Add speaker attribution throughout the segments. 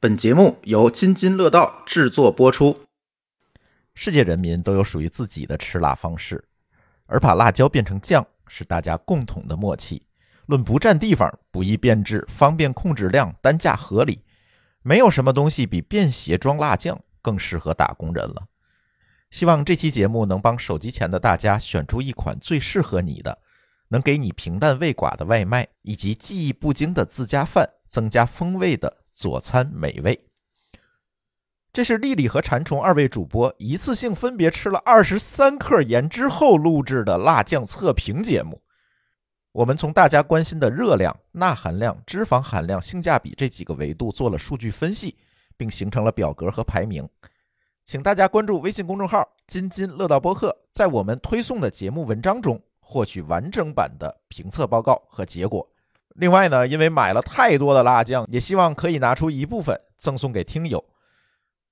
Speaker 1: 本节目由津津乐道制作播出。
Speaker 2: 世界人民都有属于自己的吃辣方式，而把辣椒变成酱是大家共同的默契。论不占地方、不易变质、方便控制量、单价合理，没有什么东西比便携装辣酱更适合打工人了。希望这期节目能帮手机前的大家选出一款最适合你的，能给你平淡味寡的外卖，以及技艺不精的自家饭增加风味的佐餐美味。这是丽丽和馋虫二位主播一次性分别吃了二十三克盐之后录制的辣酱测评节目。我们从大家关心的热量、钠含量、脂肪含量、性价比这几个维度做了数据分析，并形成了表格和排名。请大家关注微信公众号“津津乐道播客”，在我们推送的节目文章中获取完整版的评测报告和结果。另外呢，因为买了太多的辣酱，也希望可以拿出一部分赠送给听友。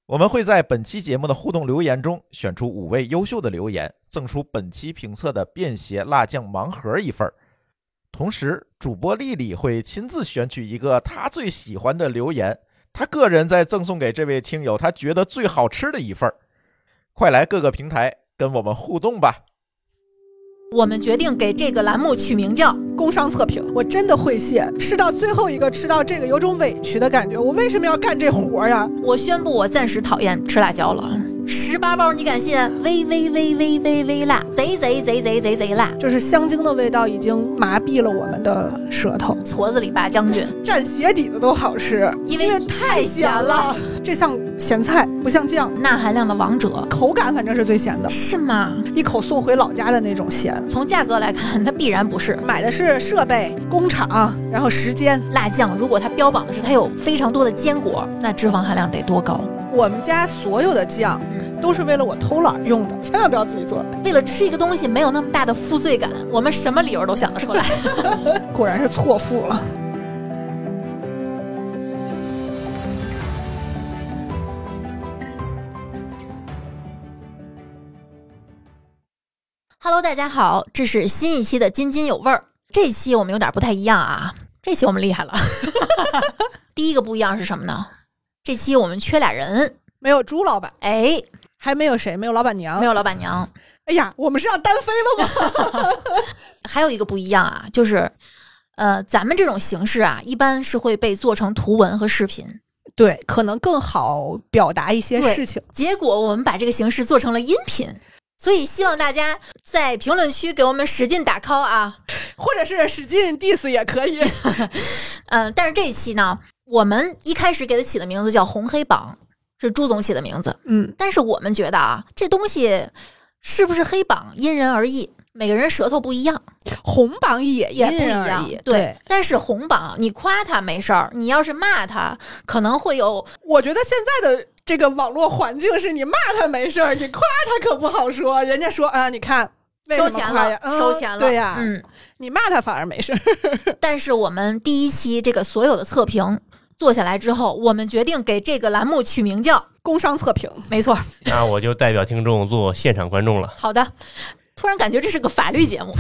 Speaker 2: 我们会在本期节目的互动留言中选出五位优秀的留言，赠出本期评测的便携辣酱盲盒一份儿。同时，主播丽丽会亲自选取一个她最喜欢的留言，她个人再赠送给这位听友她觉得最好吃的一份儿。快来各个平台跟我们互动吧！
Speaker 3: 我们决定给这个栏目取名叫
Speaker 4: 工商测评，我真的会谢。吃到最后一个，吃到这个有种委屈的感觉。我为什么要干这活儿呀？
Speaker 3: “我宣布我暂时讨厌吃辣椒了”。十八包你敢信？微微微微微微辣，贼贼贼贼贼贼辣，
Speaker 4: 就是香精的味道已经麻痹了我们的舌头，
Speaker 3: 矬子里拔将军，
Speaker 4: 蘸鞋底子都好吃，
Speaker 3: 因为太咸了。
Speaker 4: 这像咸菜，不像酱，
Speaker 3: 钠含量的王者
Speaker 4: 口感反正是最咸的，
Speaker 3: 是吗？
Speaker 4: 一口送回老家的那种咸。
Speaker 3: 从价格来看，它必然不是。
Speaker 4: 买的是设备、工厂，然后时间。
Speaker 3: 辣酱如果它标榜的是它有非常多的坚果，那脂肪含量得多高？
Speaker 4: 我们家所有的酱都是为了我偷懒用的，千万不要自己做。
Speaker 3: 为了吃一个东西没有那么大的负罪感，我们什么理由都想得出来。
Speaker 4: 果然是错付了。
Speaker 3: Hello，大家好，这是新一期的津津有味儿。这期我们有点不太一样啊，这期我们厉害了。 第一个不一样是什么呢？这期我们缺俩人，
Speaker 4: 没有朱老板，
Speaker 3: 哎，
Speaker 4: 还没有谁，没有老板娘，
Speaker 3: 没有老板娘。
Speaker 4: 哎呀，我们是要单飞了吗？
Speaker 3: 还有一个不一样啊，就是，呃，咱们这种形式啊，一般是会被做成图文和视频。
Speaker 4: 对，可能更好表达一些
Speaker 3: 对
Speaker 4: 事情。
Speaker 3: 结果我们把这个形式做成了音频，所以希望大家在评论区给我们使劲打 call 啊！
Speaker 4: 或者是使劲 diss 也可以。
Speaker 3: 嗯、但是这一期呢，我们一开始给它起的名字叫“红黑榜”，是朱总起的名字。
Speaker 4: 嗯，
Speaker 3: 但是我们觉得啊，这东西是不是黑榜因人而异，每个人舌头不一样，
Speaker 4: 红榜也
Speaker 3: 也
Speaker 4: 因
Speaker 3: 不一
Speaker 4: 人
Speaker 3: 样
Speaker 4: 而异。。
Speaker 3: 对，但是红榜你夸他没事儿，你要是骂他，可能会有
Speaker 4: 我觉得现在的这个网络环境是你骂他没事儿，你夸他可不好说。人家说啊，你看。为什
Speaker 3: 收
Speaker 4: 么
Speaker 3: 钱
Speaker 4: 夸呀
Speaker 3: 了，
Speaker 4: 嗯
Speaker 3: 收钱了，
Speaker 4: 对呀、
Speaker 3: 嗯。
Speaker 4: 你骂他反而没事儿。
Speaker 3: 但是我们第一期这个所有的测评做下来之后，我们决定给这个栏目取名叫
Speaker 4: 工商测评，
Speaker 3: “没错儿，
Speaker 5: 那我就代表听众做现场观众了。
Speaker 3: 好的”。突然感觉这是个法律 节目，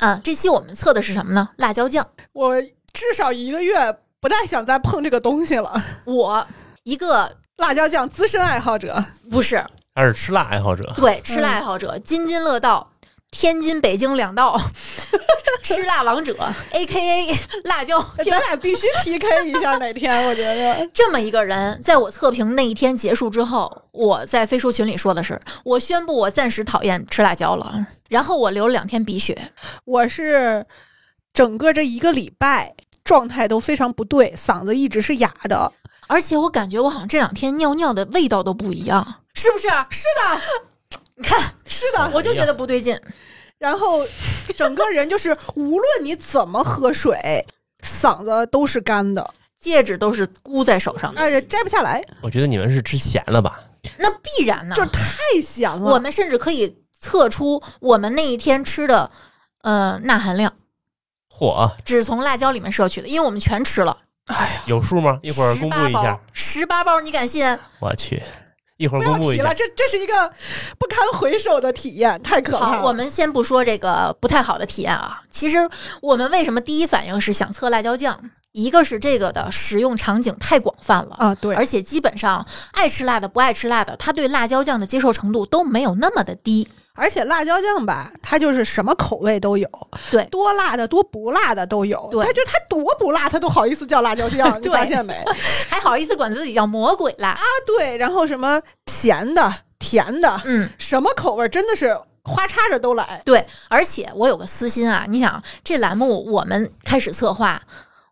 Speaker 3: 嗯，这期我们测的是什么呢？辣椒酱。
Speaker 4: 我至少一个月不太想再碰这个东西了。
Speaker 3: 我一个
Speaker 4: 辣椒酱资深爱好者，
Speaker 3: 不是
Speaker 5: 他是吃辣爱好者，
Speaker 3: 对吃辣爱好者，津津乐道，天津、北京两 道吃辣王者，A K A 辣椒
Speaker 4: 咱俩必须 PK 一 下哪天，我觉得。
Speaker 3: 这么一个人，在我测评那一天结束之后，我在飞书群里说的是，我宣布我暂时讨厌吃辣椒了。然后我流了两天鼻血，
Speaker 4: 我是整个这一个礼拜状态都非常不对，嗓子一直是哑的。
Speaker 3: 而且我感觉我好像这两天尿尿的味道都不一样，是不是？啊是的，你看，
Speaker 4: 是的，
Speaker 3: 我就觉得不对劲。
Speaker 4: 然后整个人就是无论你怎么喝水，嗓子都是干的，
Speaker 3: 戒指都是箍在手上的，
Speaker 4: 而且摘不下来，
Speaker 5: 我觉得你们是吃咸了吧？
Speaker 3: 那必然呢。
Speaker 4: 就是太咸
Speaker 3: 我
Speaker 4: 了。
Speaker 3: 们甚至可以测出我们那一天吃的，呃，钠含量，
Speaker 5: 嚯，啊
Speaker 3: 只从辣椒里面摄取的，因为我们全吃了。
Speaker 5: 有数吗？一会儿公布一下。
Speaker 3: 十八包，你敢信？
Speaker 5: 我去，一会儿
Speaker 4: 不要
Speaker 5: 公布一
Speaker 4: 提了，
Speaker 5: 下。
Speaker 4: 这这是一个不堪回首的体验，太可怕
Speaker 3: 好，
Speaker 4: 了。
Speaker 3: 我们先不说这个不太好的体验啊。其实我们为什么第一反应是想测辣椒酱？一个是这个的使用场景太广泛了。
Speaker 4: 啊，对
Speaker 3: 而且基本上爱吃辣的、不爱吃辣的，他对辣椒酱的接受程度都没有那么的低。
Speaker 4: 而且辣椒酱吧，它就是什么口味都有，
Speaker 3: 对
Speaker 4: 多辣的、多不辣的都有。
Speaker 3: 对
Speaker 4: 它就它多不辣，它都好意思叫辣 椒酱，你
Speaker 3: 对
Speaker 4: 发现没？啊，
Speaker 3: 还好意思管自己叫魔鬼辣？
Speaker 4: 对，然后什么咸的、甜的，
Speaker 3: 嗯，
Speaker 4: 什么口味儿真的是花叉着都来。
Speaker 3: 对。而且我有个私心啊，你想这栏目我们开始策划，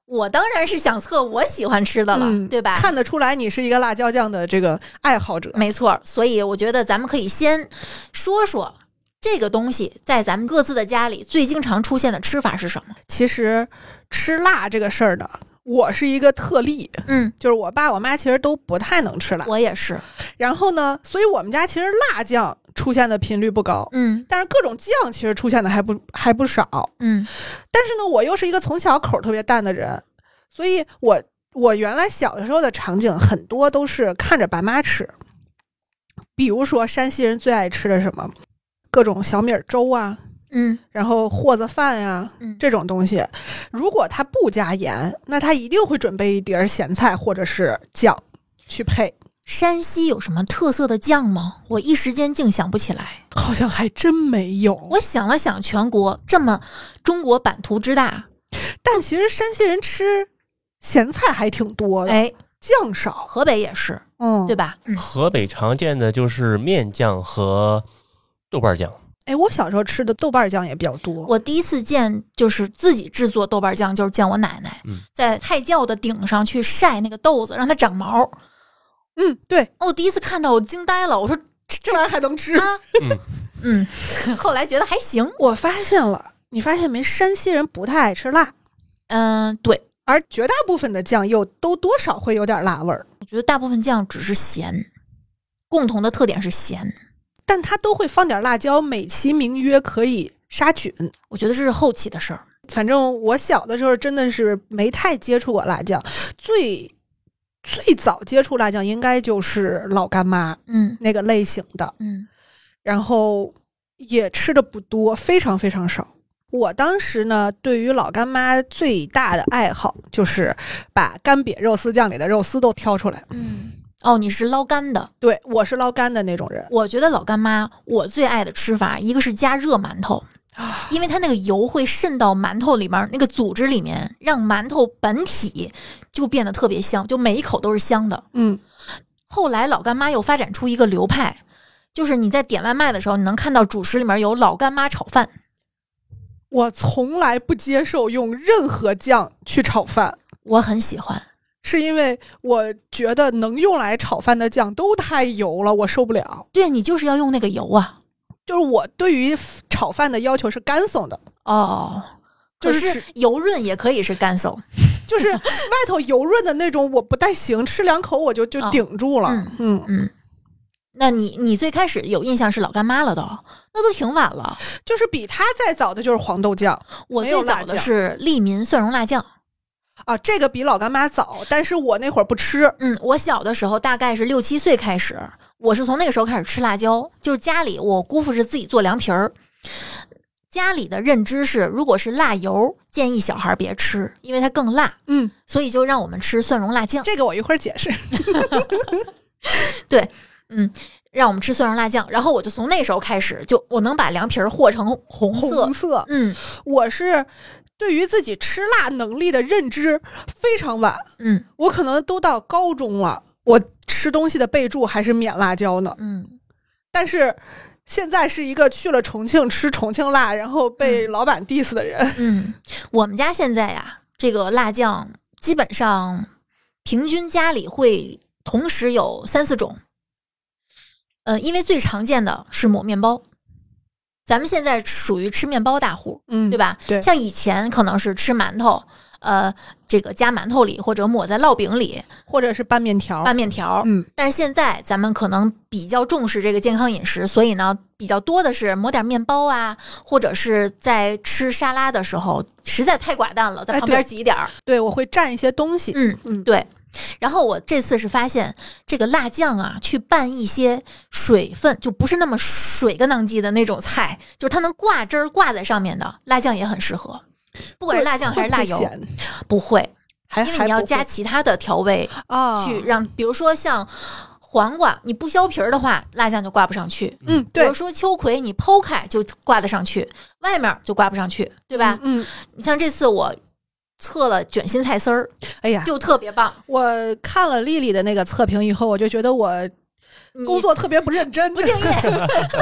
Speaker 3: 我当然是想测我喜欢吃的了，
Speaker 4: 嗯
Speaker 3: 对吧？
Speaker 4: 看得出来，你是一个辣椒酱的这个爱好者。
Speaker 3: 没错，所以我觉得咱们可以先说说这个东西在咱们各自的家里最经常出现的吃法是什么。
Speaker 4: 其实吃辣这个事儿呢，我是一个特例，
Speaker 3: 嗯，
Speaker 4: 就是我爸我妈其实都不太能吃辣。
Speaker 3: 我也是。
Speaker 4: 然后呢，所以我们家其实辣酱出现的频率不高，
Speaker 3: 嗯
Speaker 4: 但是各种酱其实出现的还不还不少。
Speaker 3: 嗯
Speaker 4: 但是呢，我又是一个从小口儿特别淡的人，所以我我原来小的时候的场景很多都是看着爸妈吃，比如说山西人最爱吃的什么，各种小米儿粥啊，
Speaker 3: 嗯
Speaker 4: 然后和子饭呀、
Speaker 3: 嗯，
Speaker 4: 这种东西，如果他不加盐，那他一定会准备一碟儿咸菜或者是酱去配，
Speaker 3: 山西有什么特色的酱吗？我一时间竟想不起来。
Speaker 4: 好像还真没有。
Speaker 3: 我想了想，全国这么中国版图之大，
Speaker 4: 但其实山西人吃咸菜还挺多的，
Speaker 3: 哎，
Speaker 4: 酱少，
Speaker 3: 河北也是，
Speaker 4: 嗯，
Speaker 3: 对？吧？嗯
Speaker 5: 河北常见的就是面酱和豆瓣酱，
Speaker 4: 哎，我小时候吃的豆瓣酱也比较多，
Speaker 3: 我第一次见就是自己制作豆瓣酱，就是见我奶奶、
Speaker 5: 嗯
Speaker 3: 在菜窖的顶上去晒那个豆子，让它长毛。
Speaker 4: 嗯，对，
Speaker 3: 哦我第一次看到，我惊呆了，我说
Speaker 4: 这玩意儿还能吃。
Speaker 3: 啊，嗯 嗯，后来觉得还行，
Speaker 4: 我发现了，你发现没？山西人不太爱吃辣，
Speaker 3: 嗯，对，
Speaker 4: 而绝大部分的酱又都多少会有点辣味儿，
Speaker 3: 我觉得大部分酱只是咸，共同的特点是咸，
Speaker 4: 但它都会放点辣椒，美其名曰可以杀菌。
Speaker 3: 我觉得这是后期的事儿。
Speaker 4: 反正我小的时候真的是没太接触过辣酱，最最早接触辣酱应该就是老干妈
Speaker 3: 嗯
Speaker 4: 那个类型的，
Speaker 3: 嗯
Speaker 4: 然后也吃的不多，非常非常少。我当时呢，对于老干妈最大的爱好就是把干瘪肉丝酱里的肉丝都挑出来。
Speaker 3: 嗯，哦，你是捞干的，
Speaker 4: 对我是捞干的那种人，
Speaker 3: 我觉得老干妈我最爱的吃法，一个是加热馒头。因为它那个油会渗到馒头里面那个组织里面，让馒头本体就变得特别香，就每一口都是香的。
Speaker 4: 嗯，
Speaker 3: 后来老干妈又发展出一个流派，就是你在点外卖的时候，你能看到主食里面有老干妈炒饭。
Speaker 4: 我从来不接受用任何酱去炒饭。
Speaker 3: 我很喜欢，
Speaker 4: 是因为我觉得能用来炒饭的酱都太油了，我受不了。
Speaker 3: 对你就是要用那个油啊。
Speaker 4: 就是我对于炒饭的要求是干松的，
Speaker 3: 哦，
Speaker 4: 就
Speaker 3: 就是是油润也可以是干搜。
Speaker 4: 就 是外头油润的那种我不太行，吃两口我就就
Speaker 3: 哦
Speaker 4: 顶住了。
Speaker 3: 嗯
Speaker 4: 嗯，
Speaker 3: 嗯，那你你最开始有印象是老干妈了都，那都挺晚了。
Speaker 4: 就是比它再早的就是黄豆酱
Speaker 3: 我
Speaker 4: 没有
Speaker 3: 最
Speaker 4: 辣
Speaker 3: 早的是利民蒜蓉辣酱。
Speaker 4: 啊，这个比老干妈早，但是我那会儿不吃。
Speaker 3: 嗯，我小的时候大概是六七岁开始，我是从那个时候开始吃辣椒，就是家里我姑父是自己做凉皮儿。家里的认知是，如果是辣油，建议小孩别吃，因为它更辣，
Speaker 4: 嗯，
Speaker 3: 所以就让我们吃蒜蓉辣酱，
Speaker 4: 这个我一会儿解释。
Speaker 3: 让我们吃蒜蓉辣酱。然后我就从那时候开始，就我能把凉皮儿和成红色，
Speaker 4: 红色，
Speaker 3: 嗯
Speaker 4: 我是对于自己吃辣能力的认知非常晚，
Speaker 3: 嗯
Speaker 4: 我可能都到高中了，我吃东西的备注还是免辣椒呢。
Speaker 3: 嗯，
Speaker 4: 但是现在是一个去了重庆吃重庆辣，然后被老板 diss 的人。
Speaker 3: 嗯，我们家现在呀、这个辣酱基本上平均家里会同时有三四种。呃，因为最常见的是抹面包，咱们现在属于吃面包大户，
Speaker 4: 嗯
Speaker 3: 对？吧？
Speaker 4: 对
Speaker 3: 像以前可能是吃馒头，呃，这个加馒头里或者抹在烙饼里
Speaker 4: 或者是拌面条。
Speaker 3: 拌面条。
Speaker 4: 嗯，
Speaker 3: 但是现在咱们可能比较重视这个健康饮食，所以呢，比较多的是抹点面包啊，或者是在吃沙拉的时候，实在太寡淡了，在
Speaker 4: 哎
Speaker 3: 旁边
Speaker 4: 对
Speaker 3: 挤一点儿。
Speaker 4: 对，我会蘸一些东西。
Speaker 3: 嗯，
Speaker 4: 嗯，
Speaker 3: 对。然后我这次是发现这个辣酱啊，去拌一些水分，就不是那么水个囊叽的那种菜，就是它能挂汁儿挂在上面的辣酱也很适合，不
Speaker 4: 不
Speaker 3: 管是辣酱还是辣油，
Speaker 4: 咸
Speaker 3: 不会。
Speaker 4: 还
Speaker 3: 因为
Speaker 4: 还
Speaker 3: 你要
Speaker 4: 不
Speaker 3: 加
Speaker 4: 会
Speaker 3: 其他的调味
Speaker 4: 啊，
Speaker 3: 去嗯让，比如说像黄瓜，你不削皮儿的话，辣酱就挂不上去。
Speaker 4: 嗯，
Speaker 3: 比
Speaker 4: 对
Speaker 3: 如，说秋葵，你剖开就挂得上去，外面儿就挂不上去，对吧？
Speaker 4: 嗯，嗯
Speaker 3: 你像这次我测了卷心菜丝儿，
Speaker 4: 哎呀，
Speaker 3: 就特别棒。
Speaker 4: 我看了丽丽的那个测评以后，我就觉得我
Speaker 3: 你
Speaker 4: 工作特别不认真，
Speaker 3: 不敬业，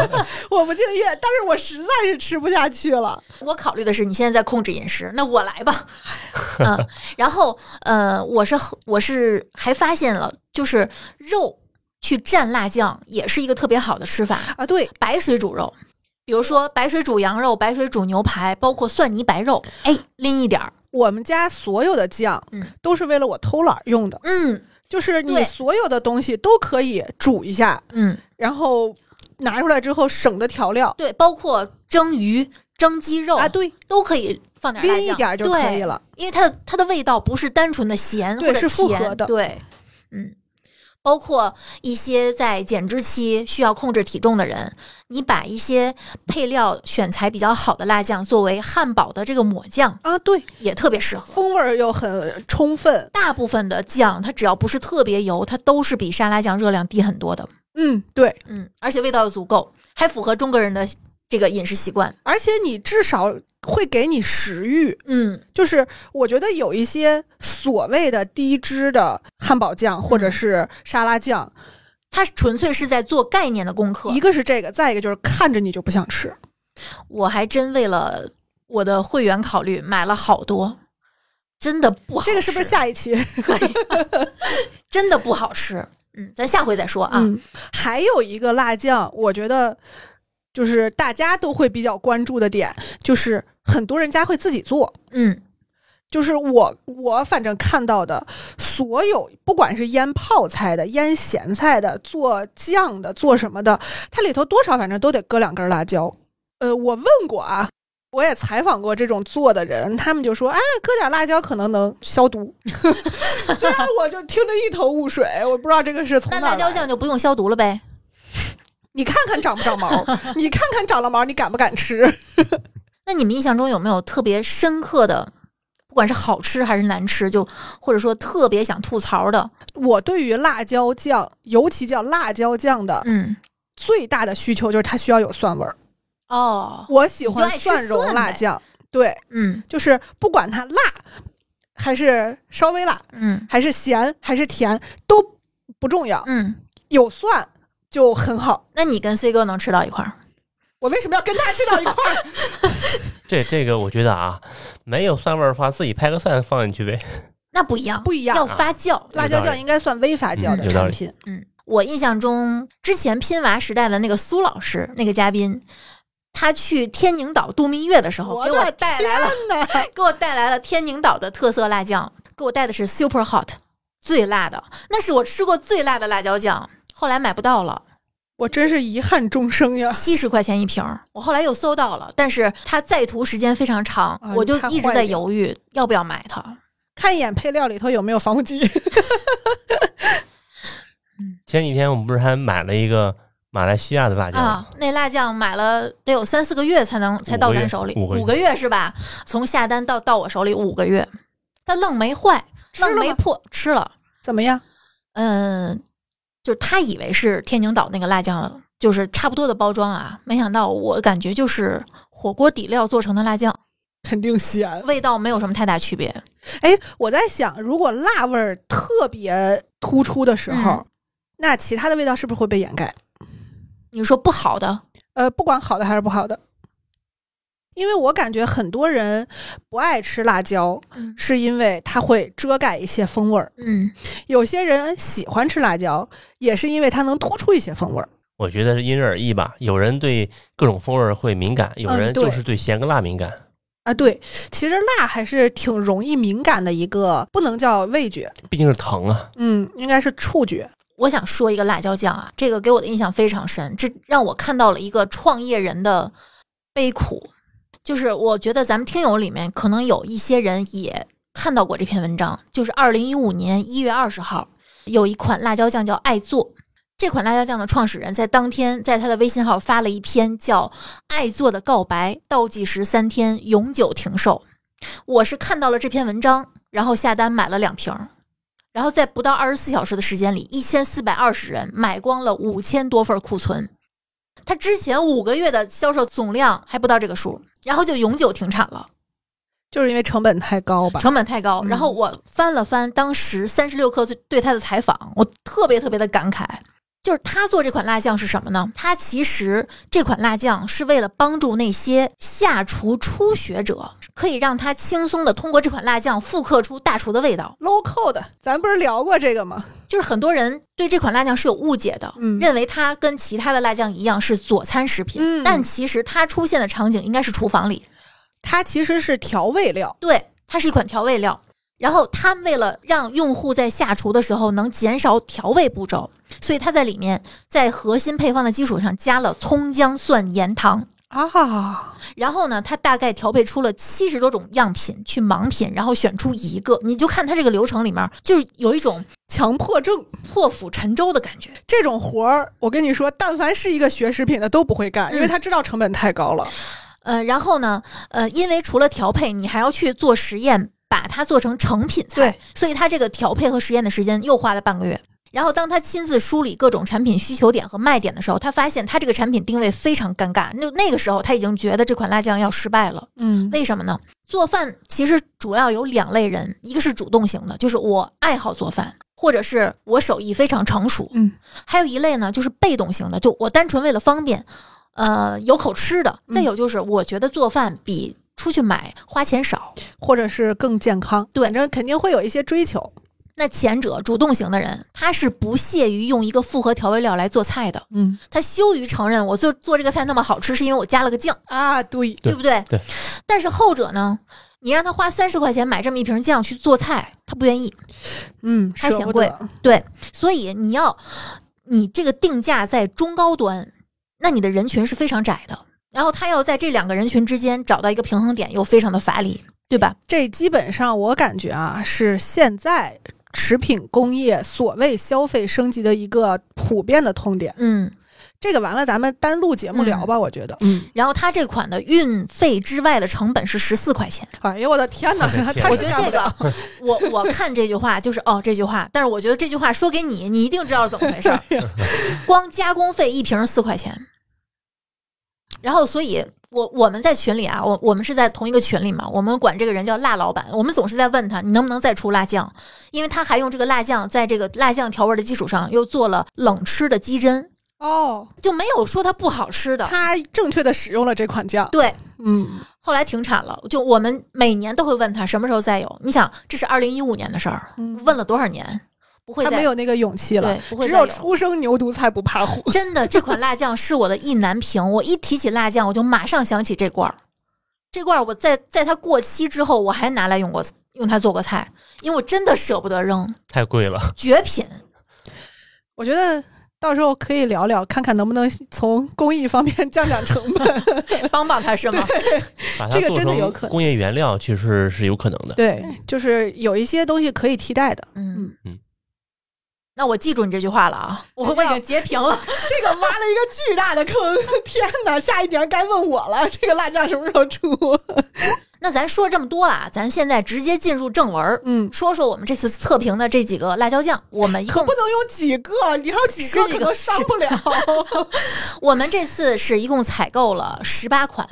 Speaker 4: 我不敬业，但是我实在是吃不下去了。
Speaker 3: 我考虑的是你现在在控制饮食，那我来 吧。嗯，然后呃，我是我是还发现了，就是肉去蘸辣酱也是一个特别好的吃法。
Speaker 4: 啊，对，
Speaker 3: 白水煮肉，比如说白水煮羊肉、白水煮牛排，包括蒜泥白肉，哎，拎一点儿，
Speaker 4: 我们家所有的酱
Speaker 3: 嗯
Speaker 4: 都是为了我偷懒儿用的，
Speaker 3: 嗯
Speaker 4: 就是你
Speaker 3: 对
Speaker 4: 所有的东西都可以煮一下，
Speaker 3: 嗯，
Speaker 4: 然后拿出来之后省的调料
Speaker 3: 对，包括蒸鱼、蒸鸡肉
Speaker 4: 啊，对，
Speaker 3: 都可以放点辣
Speaker 4: 拎
Speaker 3: 酱，
Speaker 4: 一点儿就可
Speaker 3: 对，
Speaker 4: 以了。
Speaker 3: 因为它的它的味道不是单纯的咸或
Speaker 4: 对
Speaker 3: 者
Speaker 4: 是复
Speaker 3: 甜
Speaker 4: 合的
Speaker 3: 对，嗯。包括一些在减脂期需要控制体重的人，你把一些配料选材比较好的辣酱作为汉堡的这个抹酱，
Speaker 4: 啊，对，
Speaker 3: 也特别适合。
Speaker 4: 风味儿又很充分。
Speaker 3: 大部分的酱，它只要不是特别油，它都是比沙拉酱热量低很多的。
Speaker 4: 嗯，对，
Speaker 3: 嗯，而且味道又足够，还符合中国人的这个饮食习惯。
Speaker 4: 而且你至少会给你食欲，
Speaker 3: 嗯，
Speaker 4: 就是我觉得有一些所谓的低脂的汉堡酱或者是沙拉酱，
Speaker 3: 它纯粹是在做概念的功课
Speaker 4: 一。个是这个，再一个就是看着你就不想吃。
Speaker 3: 我还真为了我的会员考虑，买了好多，真的不好吃。啊
Speaker 4: 这个是不是下一期？
Speaker 3: 真的不好吃？嗯，咱下回再说啊。
Speaker 4: 嗯，还有一个辣酱，我觉得就是大家都会比较关注的点，就是很多人家会自己做。
Speaker 3: 嗯
Speaker 4: 就是我我反正看到的所有，不管是腌泡菜的、腌咸菜的、做酱的、做什么的，它里头多少反正都得搁两根辣椒。呃，我问过啊，我也采访过这种做的人，他们就说，哎，搁点辣椒可能能消毒。 虽然我就听着一头雾水，我不知道这个是从
Speaker 3: 那
Speaker 4: 哪儿
Speaker 3: 辣
Speaker 4: 来
Speaker 3: 椒酱就不用消毒了呗？
Speaker 4: 你看看长不长毛，你看看长了毛，你敢不敢吃？
Speaker 3: 那你们印象中有没有特别深刻的，不管是好吃还是难吃，就或者说特别想吐槽的？
Speaker 4: 我对于辣椒酱，尤其叫辣椒酱的
Speaker 3: 嗯，
Speaker 4: 最大的需求就是它需要有蒜味儿。
Speaker 3: 哦，
Speaker 4: 我喜
Speaker 3: 你就爱
Speaker 4: 欢
Speaker 3: 吃
Speaker 4: 蒜蓉
Speaker 3: 蒜
Speaker 4: 辣
Speaker 3: 呗
Speaker 4: 酱，对，
Speaker 3: 嗯
Speaker 4: 就是不管它辣还是稍微辣，
Speaker 3: 嗯
Speaker 4: 还是咸还是甜都不重要，
Speaker 3: 嗯，
Speaker 4: 有蒜就很好。
Speaker 3: 那你跟 C 哥能吃到一块儿？
Speaker 4: 我为什么要跟他吃到一块 儿？
Speaker 5: 这这个我觉得啊，没有蒜味儿的话，自己拍个蒜放进去呗。
Speaker 3: 那不一样，
Speaker 4: 不一样
Speaker 3: 要
Speaker 4: 啊，
Speaker 3: 发酵。
Speaker 4: 辣椒酱应该算微发酵
Speaker 5: 嗯
Speaker 4: 的
Speaker 5: 有道
Speaker 4: 产
Speaker 5: 理
Speaker 4: 品。
Speaker 3: 嗯，我印象中之前拼娃时代的那个苏老师，那个嘉宾，他去天宁岛度蜜月的时候，
Speaker 4: 我
Speaker 3: 给
Speaker 4: 的
Speaker 3: 我带来了，
Speaker 4: 天哪！
Speaker 3: 给我带来了天宁岛的特色辣酱，给我带的是 Super Hot，最辣的，那是我吃过最辣的辣椒酱。后来买不到了，
Speaker 4: 我真是遗憾终生呀！
Speaker 3: 七十块钱一瓶儿，我后来又搜到了，但是它在途时间非常长，
Speaker 4: 啊
Speaker 3: 我就
Speaker 4: 你看
Speaker 3: 一直
Speaker 4: 坏
Speaker 3: 在
Speaker 4: 点
Speaker 3: 犹豫要不要买它。
Speaker 4: 看一眼配料里头有没有防腐剂。
Speaker 5: 前几天我们不是还买了一个马来西亚的辣椒吗
Speaker 3: 啊，那辣酱买了得有三四个月才能才到咱手里，
Speaker 5: 五个月
Speaker 3: 五个月是吧？从下单到到我手里五个月，它愣没坏，
Speaker 4: 吃了
Speaker 3: 愣没
Speaker 4: 吗
Speaker 3: 破，吃了。
Speaker 4: 怎么样？
Speaker 3: 嗯，就是他以为是天宁岛那个辣酱，就是差不多的包装啊，没想到我感觉就是火锅底料做成的辣酱，
Speaker 4: 肯定咸。
Speaker 3: 味道没有什么太大区别。
Speaker 4: 哎，我在想，如果辣味儿特别突出的时候，
Speaker 3: 嗯
Speaker 4: 那其他的味道是不是会被掩盖？
Speaker 3: 你说不好的，
Speaker 4: 呃，不管好的还是不好的，因为我感觉很多人不爱吃辣椒，
Speaker 3: 嗯
Speaker 4: 是因为它会遮盖一些风味儿；
Speaker 3: 嗯，
Speaker 4: 有些人喜欢吃辣椒，也是因为它能突出一些风味儿。
Speaker 5: 我觉得是因人而异吧。有人对各种风味儿会敏感，
Speaker 3: 嗯
Speaker 5: 有人
Speaker 4: 对
Speaker 5: 就是对咸跟辣敏感。
Speaker 4: 啊，对，其实辣还是挺容易敏感的一个，不能叫味觉，
Speaker 5: 毕竟是疼啊，
Speaker 4: 嗯，应该是触觉。
Speaker 3: 我想说一个辣椒酱啊，这个给我的印象非常深，这让我看到了一个创业人的悲苦。就是我觉得咱们听友里面可能有一些人也看到过这篇文章，就是二零一五年一月二十号有一款辣椒酱叫爱做，这款辣椒酱的创始人在当天在他的微信号发了一篇叫《爱做的告白》，倒计时三天永久停售。我是看到了这篇文章，然后下单买了两瓶儿，然后在不到二十四小时的时间里，一千四百二十人买光了五千多份儿库存。它之前五个月的销售总量还不到这个数，然后就永久停产了，
Speaker 4: 就是因为成本太高吧？
Speaker 3: 成本太高。
Speaker 4: 嗯
Speaker 3: 然后我翻了翻当时三十六氪对对他的采访，我特别特别的感慨，就是他做这款辣酱是什么呢？他其实这款辣酱是为了帮助那些下厨初学者，可以让他轻松的通过这款辣酱复刻出大厨的味道。
Speaker 4: low code，咱不是聊过这个吗？
Speaker 3: 就是很多人对这款辣酱是有误解的，
Speaker 4: 嗯
Speaker 3: 认为它跟其他的辣酱一样是佐餐食品，
Speaker 4: 嗯
Speaker 3: 但其实它出现的场景应该是厨房里。
Speaker 4: 它其实是调味料，
Speaker 3: 对，它是一款调味料。然后他为了让用户在下厨的时候能减少调味步骤，所以它在里面在核心配方的基础上加了葱、姜、蒜、盐、糖。
Speaker 4: 啊，
Speaker 3: 然后呢，它大概调配出了七十多种样品去盲品，然后选出一个。你就看它这个流程里面，就是有一种
Speaker 4: 强迫症
Speaker 3: 破釜沉舟的感觉。
Speaker 4: 这种活儿，我跟你说，但凡是一个学食品的都不会干，
Speaker 3: 嗯
Speaker 4: 因为他知道成本太高了。
Speaker 3: 呃，然后呢，呃，因为除了调配，你还要去做实验，把它做成成品菜
Speaker 4: 对，
Speaker 3: 所以它这个调配和实验的时间又花了半个月。然后，当他亲自梳理各种产品需求点和卖点的时候，他发现他这个产品定位非常尴尬。那那个时候，他已经觉得这款辣酱要失败了。
Speaker 4: 嗯
Speaker 3: 为什么呢？做饭其实主要有两类人，一个是主动型的，就是我爱好做饭，或者是我手艺非常成熟；
Speaker 4: 嗯，
Speaker 3: 还有一类呢，就是被动型的，就我单纯为了方便，呃，有口吃的。
Speaker 4: 嗯
Speaker 3: 再有就是，我觉得做饭比出去买花钱少。
Speaker 4: 或者是更健康，
Speaker 3: 对
Speaker 4: 反正肯定会有一些追求。
Speaker 3: 那前者主动型的人，他是不屑于用一个复合调味料来做菜的，
Speaker 4: 嗯
Speaker 3: 他羞于承认我做做这个菜那么好吃是因为我加了个酱。
Speaker 4: 啊，对，
Speaker 5: 对
Speaker 3: 对不对？
Speaker 5: 对
Speaker 3: 但是后者呢，你让他花三十块钱买这么一瓶酱去做菜，他不愿意。
Speaker 4: 嗯，
Speaker 3: 他
Speaker 4: 舍
Speaker 3: 嫌
Speaker 4: 不
Speaker 3: 贵
Speaker 4: 得，
Speaker 3: 对，所以你要你这个定价在中高端，那你的人群是非常窄的。然后他要在这两个人群之间找到一个平衡点，又非常的乏力，对吧？
Speaker 4: 这基本上我感觉啊，是现在食品工业所谓消费升级的一个普遍的痛点。
Speaker 3: 嗯。
Speaker 4: 这个完了，咱们单录节目聊吧，我觉得。嗯，
Speaker 3: 然后他这款的运费之外的成本是十四块钱，
Speaker 4: 哎呦我的天哪，
Speaker 5: 我的天
Speaker 4: 他
Speaker 3: 我
Speaker 5: 我
Speaker 3: 觉
Speaker 5: 觉
Speaker 3: 得
Speaker 5: 得
Speaker 3: 这个， 我我看这句话就是哦这句话，但是我觉得这句话说给你，你一定知道怎么回事儿。
Speaker 4: 啊
Speaker 3: 光加工费一瓶四块钱，然后所以。我我们在群里啊，我我们是在同一个群里嘛，我们管这个人叫辣老板，我们总是在问他你能不能再出辣酱，因为他还用这个辣酱在这个辣酱调味的基础上又做了冷吃的鸡胗，
Speaker 4: 哦，
Speaker 3: 就没有说它不好吃的。
Speaker 4: 他正确的使用了这款酱。
Speaker 3: 对，
Speaker 4: 嗯，
Speaker 3: 后来停产了，就我们每年都会问他什么时候再有。你想，这是二零一五年的事儿，
Speaker 4: 嗯
Speaker 3: 问了多少年，不会
Speaker 4: 他
Speaker 3: 再
Speaker 4: 没有那个勇气了
Speaker 3: 对。，不会
Speaker 4: 只
Speaker 3: 再
Speaker 4: 有初生牛犊才不怕虎。
Speaker 3: 真的，这款辣酱是我的意难平。我一提起辣酱，我就马上想起这罐儿。这罐儿我在在它过期之后，我还拿来用过，用它做过菜，因为我真的舍不得扔，
Speaker 5: 太贵了，
Speaker 3: 绝品。
Speaker 4: 我觉得到时候可以聊聊，看看能不能从工艺方面 降降成本。
Speaker 3: 帮帮他是吗？
Speaker 5: 把它
Speaker 4: 这个
Speaker 5: 做
Speaker 4: 真的有
Speaker 5: 成
Speaker 4: 可能
Speaker 5: 工业原料，其实是有可能的。
Speaker 4: 对，就是有一些东西可以替代的。
Speaker 3: 嗯
Speaker 5: 嗯。
Speaker 3: 那我记住你这句话了啊！我我已经截屏了。
Speaker 4: 这个挖了一个巨大的坑，天哪！下一年该问我了，这个辣酱什么时候出？
Speaker 3: 那咱说这么多啊，咱现在直接进入正文儿，
Speaker 4: 嗯，
Speaker 3: 说说我们这次测评的这几个辣椒酱。我们一共
Speaker 4: 不能有几个，你还有几个
Speaker 3: 十几
Speaker 4: 可
Speaker 3: 个
Speaker 4: 能上不了。
Speaker 3: 我们这次是一共采购了十八款，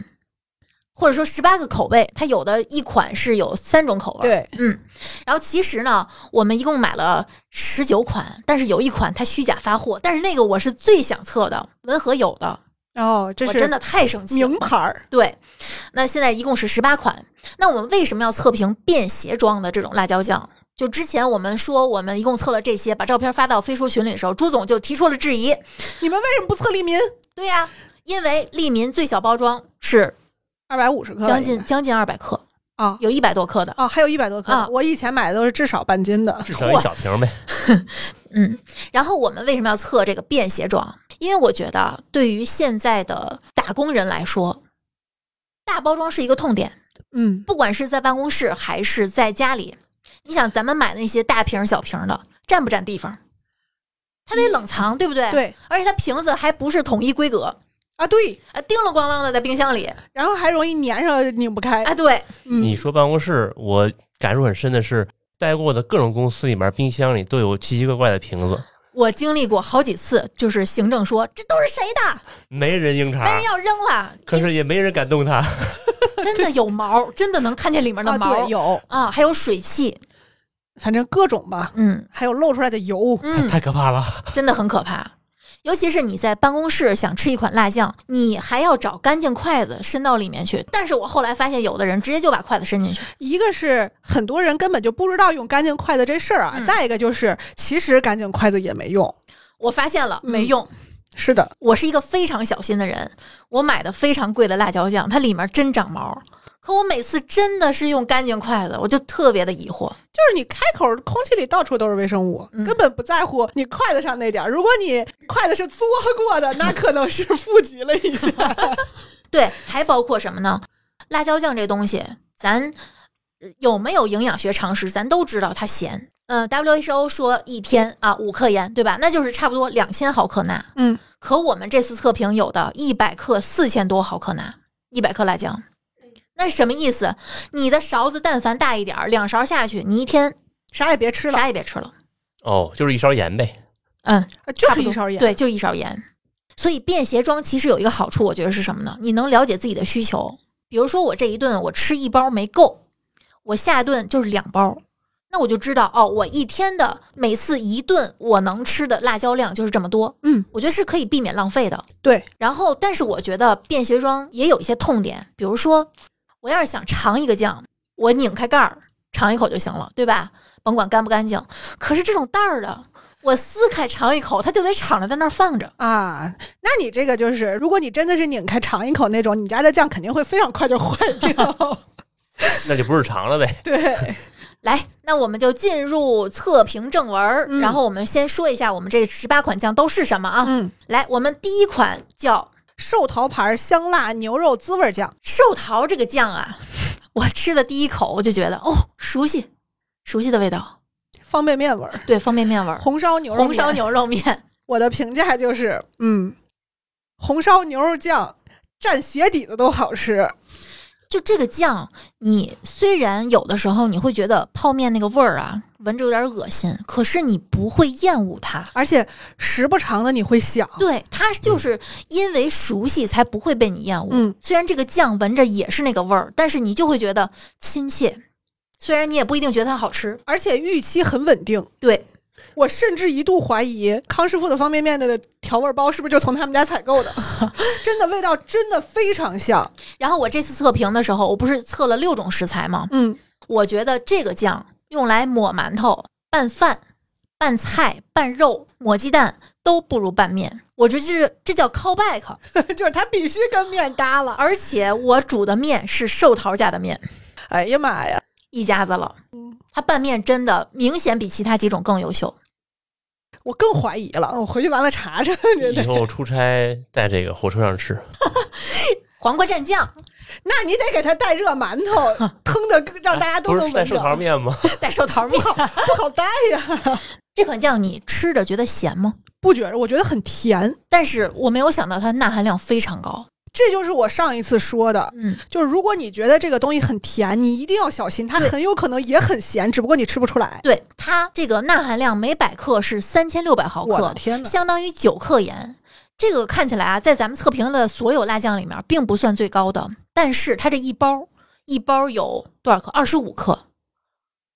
Speaker 3: 或者说十八个口味，它有的一款是有三种口味。，
Speaker 4: 对，
Speaker 3: 嗯，然后其实呢，我们一共买了十九款，但是有一款它虚假发货，但是那个我是最想测的，文和友的，
Speaker 4: 哦，这
Speaker 3: 我
Speaker 4: 是
Speaker 3: 真的太生气了。
Speaker 4: 名牌儿。
Speaker 3: 对，那现在一共是十八款。那我们为什么要测评便携装的这种辣椒酱？就之前我们说，我们一共测了这些，把照片发到飞书群里的时候，朱总就提出了质疑，
Speaker 4: 你们为什么不测利民？
Speaker 3: 对呀、因为利民最小包装是
Speaker 4: 二百五十克吧
Speaker 3: 将
Speaker 4: 应
Speaker 3: 近将近二百克，
Speaker 4: 该啊
Speaker 3: 有一百多克的。
Speaker 4: 哦，还有一百多克呢。
Speaker 3: 啊
Speaker 4: 我以前买的都是至少半 斤的。
Speaker 5: 至少一小瓶呗，
Speaker 3: 嗯，然后我们为什么要测这个便携装？因为我觉得啊对于现在的打工人来说，大包装是一个痛点，
Speaker 4: 嗯，
Speaker 3: 不管是在办公室还是在家里。你想，咱们买那些大瓶儿小瓶儿的，占不占地方？它得冷藏，对不对？。
Speaker 4: 对，
Speaker 3: 而且它瓶子还不是统一规格，
Speaker 4: 啊，对，
Speaker 3: 啊，叮了咣啷的在冰箱里
Speaker 4: 然后还容易粘上，拧不开。
Speaker 3: 啊，对，
Speaker 4: 嗯，
Speaker 5: 你说办公室，我感受很深的是，待过的各种公司里面，冰箱里都有奇奇怪怪的瓶子，
Speaker 3: 我经历过好几次，就是行政说这都是谁的，
Speaker 5: 没人应
Speaker 3: 没
Speaker 5: 茬
Speaker 4: 哎
Speaker 3: 人，要扔了，
Speaker 5: 可是也没人敢动它。
Speaker 3: 真的有毛，真的能看见里面的
Speaker 4: 啊，
Speaker 3: 毛，
Speaker 4: 对，有，
Speaker 3: 啊，还有水汽，
Speaker 4: 反正各种吧，
Speaker 3: 嗯
Speaker 4: 还有漏出来的油，
Speaker 3: 嗯，
Speaker 5: 太可怕了！
Speaker 3: 真的很可怕。尤其是你在办公室想吃一款辣酱，你还要找干净筷子伸到里面去。但是我后来发现，有的人直接就把筷子伸进去，
Speaker 4: 一个是很多人根本就不知道用干净筷子这事儿啊，
Speaker 3: 嗯
Speaker 4: 再一个就是其实干净筷子也没用。
Speaker 3: 我发现了
Speaker 4: 嗯
Speaker 3: 没用。
Speaker 4: 是的，
Speaker 3: 我是一个非常小心的人，我买的非常贵的辣椒酱，它里面真长毛。可我每次真的是用干净筷子，我就特别的疑惑。
Speaker 4: 就是你开口，空气里到处都是微生物，
Speaker 3: 嗯
Speaker 4: 根本不在乎你筷子上那点儿。如果你筷子是嘬过的，那可能是 富集了一下。
Speaker 3: 对，还包括什么呢？辣椒酱这东西，咱呃有没有营养学常识，咱都知道它咸。嗯、w h o 说一天啊五克盐，对吧？那就是差不多两千毫克钠。
Speaker 4: 嗯，
Speaker 3: 可我们这次测评有的一百克四千多毫克钠，一百克辣酱，
Speaker 4: 嗯
Speaker 3: 那是什么意思？你的勺子但凡大一点儿，两勺下去，你一天
Speaker 4: 啥也别吃了，
Speaker 3: 啥也别吃了。
Speaker 5: 哦，就是一勺盐 呗。
Speaker 3: 嗯，
Speaker 4: 就
Speaker 3: 差
Speaker 4: 是
Speaker 3: 不多
Speaker 4: 一勺盐。
Speaker 3: 对，就一勺盐。所以便携装其实有一个好处，我觉得是什么呢？你能了解自己的需求。比如说我这一顿我吃一包没够，我下顿就是两包，那我就知道哦，我一天的每次一顿我能吃的辣椒量就是这么多。
Speaker 4: 嗯，
Speaker 3: 我觉得是可以避免浪费的。
Speaker 4: 对，
Speaker 3: 然后，但是我觉得便携装也有一些痛点，比如说，我要是想尝一个酱，我拧开盖儿尝一口就行了，对吧？甭管干不干净。可是这种袋儿的，我撕开尝一口，它就得敞着在那儿放着。
Speaker 4: 啊，那你这个就是，如果你真的是拧开尝一口那种，你家的酱肯定会非常快就坏 掉。
Speaker 5: 那就不是肠了呗。
Speaker 4: 对，
Speaker 3: 来，那我们就进入测评正文儿，
Speaker 4: 嗯
Speaker 3: 然后我们先说一下我们这十八款酱都是什么啊？
Speaker 4: 嗯，
Speaker 3: 来，我们第一款叫
Speaker 4: 寿桃牌香辣牛肉滋味酱，
Speaker 3: 寿桃这个酱啊，我吃的第一口我就觉得哦，熟悉，熟悉的味道，
Speaker 4: 方便面味儿，
Speaker 3: 对，方便面味儿，
Speaker 4: 红烧牛肉，
Speaker 3: 红烧。牛肉面。
Speaker 4: 我的评价就是，嗯，红烧牛肉酱蘸鞋底子都好吃。
Speaker 3: 就这个酱，你虽然有的时候你会觉得泡面那个味儿啊，闻着有点恶心，可是你不会厌恶它。
Speaker 4: 而且时不常的你会想，
Speaker 3: 对，它就是因为熟悉才不会被你厌恶。
Speaker 4: 嗯，
Speaker 3: 虽然这个酱闻着也是那个味儿，但是你就会觉得亲切。虽然你也不一定觉得它好吃，
Speaker 4: 而且预期很稳定。
Speaker 3: 对，
Speaker 4: 我甚至一度怀疑康师傅的方便面的调味包是不是就从他们家采购 的，真的味道真的非常像。
Speaker 3: 然后我这次测评的时候，我不是测了六种食材吗？
Speaker 4: 嗯，
Speaker 3: 我觉得这个酱用来抹馒头、拌饭、拌菜、拌肉、抹鸡蛋都不如拌面。我觉得这这叫 callback。
Speaker 4: 就是它必须跟面搭了。
Speaker 3: 而且我煮的面是寿桃家的面，
Speaker 4: 哎呀妈呀！
Speaker 3: 一家子了。它拌面真的明显比其他几种更优秀。
Speaker 4: 我更怀疑了，我哦回去完了查查。这
Speaker 5: 以
Speaker 4: 得，
Speaker 5: 后出差在这个火车上吃，
Speaker 3: 黄瓜蘸酱
Speaker 4: 那你得给他带热馒头，腾的让大家都
Speaker 5: 不
Speaker 4: 能
Speaker 5: 是
Speaker 4: 闻
Speaker 5: 在寿桃
Speaker 4: 着，
Speaker 5: 面吗？
Speaker 3: 带寿桃面，
Speaker 4: 不好带呀。
Speaker 3: 这款酱你吃着觉得咸吗？
Speaker 4: 不觉着，我觉得很甜。
Speaker 3: 但是我没有想到它钠含量非常高。
Speaker 4: 这就是我上一次说的，
Speaker 3: 嗯，
Speaker 4: 就是如果你觉得这个东西很甜，你一定要小心，它很有可能也很咸，只不过你吃不出来。
Speaker 3: 对，它这个钠含量每百克是三千六百毫
Speaker 4: 我的
Speaker 3: 克，
Speaker 4: 天哪！
Speaker 3: 相当于九克盐。这个看起来啊，在咱们测评的所有辣酱里面，并不算最高的。但是它这一包，一包有多少克？二十五克。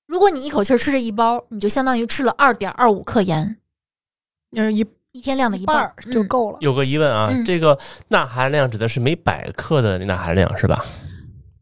Speaker 3: 如果你一口气儿吃这一包，你就相当于吃了二点二五克盐，
Speaker 4: 就是一
Speaker 3: 一天量的
Speaker 4: 半
Speaker 3: 半
Speaker 4: 儿就、
Speaker 3: 嗯
Speaker 4: 够了。
Speaker 5: 有个疑问啊，
Speaker 3: 嗯
Speaker 5: 这个钠含量指的是每百克的钠含量是吧？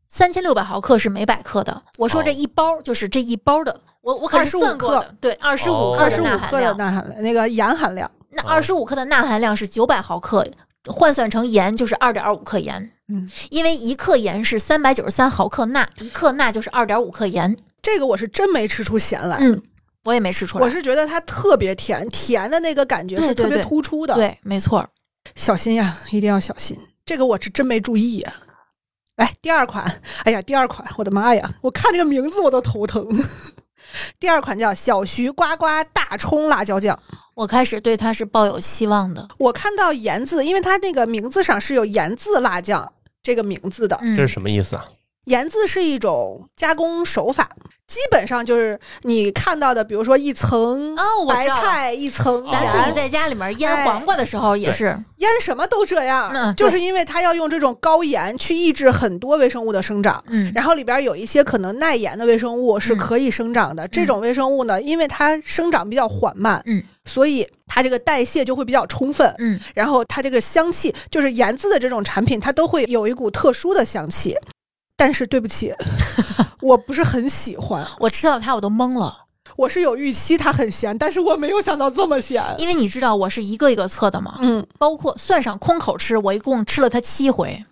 Speaker 3: 三千六百毫克是每百克的。我说这一包就是这一包的，我我可是
Speaker 4: 25
Speaker 3: 算过的，对，二十五
Speaker 5: 哦
Speaker 3: 克
Speaker 4: 二
Speaker 3: 的
Speaker 4: 十五
Speaker 3: 钠
Speaker 4: 克
Speaker 3: 含
Speaker 4: 的
Speaker 3: 量。
Speaker 4: 钠含量，那个盐含量，
Speaker 3: 那二十五克的钠含量是九百毫克，换算成盐就是二点二五克盐。
Speaker 4: 嗯，
Speaker 3: 因为一克盐是三百九十三毫克钠，一克钠就是二点五克盐。
Speaker 4: 这个我是真没吃出咸来。
Speaker 3: 嗯，我也没吃出来。
Speaker 4: 我是觉得它特别甜，甜的那个感觉
Speaker 3: 对
Speaker 4: 是
Speaker 3: 对
Speaker 4: 特别
Speaker 3: 对
Speaker 4: 突出的。
Speaker 3: 对，没错儿。
Speaker 4: 小心呀，一定要小心。这个我是真没注意呀、来，第二款，哎呀，第二款，我的妈呀！我看这个 名字我都头疼。第二款叫小徐呱呱大葱辣椒酱，
Speaker 3: 我开始对它是抱有期望的。
Speaker 4: 我看到“盐”字，因为它那个名字上是有“盐渍辣酱”这个名字的。
Speaker 3: 嗯，
Speaker 5: 这是什么意思啊？
Speaker 4: 盐渍是一种加工手法，基本上就是你看到的，比如说一层
Speaker 3: 哦，我
Speaker 4: 白
Speaker 3: 知道了。
Speaker 4: 菜一层
Speaker 3: 咱自己
Speaker 4: 盐，
Speaker 3: 在家里面腌
Speaker 4: 哎
Speaker 3: 黄瓜的时候也是，
Speaker 4: 腌什么都这
Speaker 3: 嗯
Speaker 4: 样，就是因为它要用这种高盐去抑制很多微生物的生长。
Speaker 3: 嗯
Speaker 4: 然后里边有一些可能耐盐的微生物是
Speaker 3: 嗯
Speaker 4: 可以生长的，这种微生物呢，因为它生长比较缓慢，
Speaker 3: 嗯，
Speaker 4: 所以它这个代谢就会比较充分，
Speaker 3: 嗯
Speaker 4: 然后它这个香气，就是盐渍的这种产品，它都会有一股特殊的香气。但是对不起，我不是很喜欢，
Speaker 3: 我吃到它我都懵了，
Speaker 4: 我是有预期它很咸，但是我没有想到这么咸。
Speaker 3: 因为你知道我是一个一个测的嘛，
Speaker 4: 嗯，
Speaker 3: 包括算上空口吃，我一共吃了它七 回。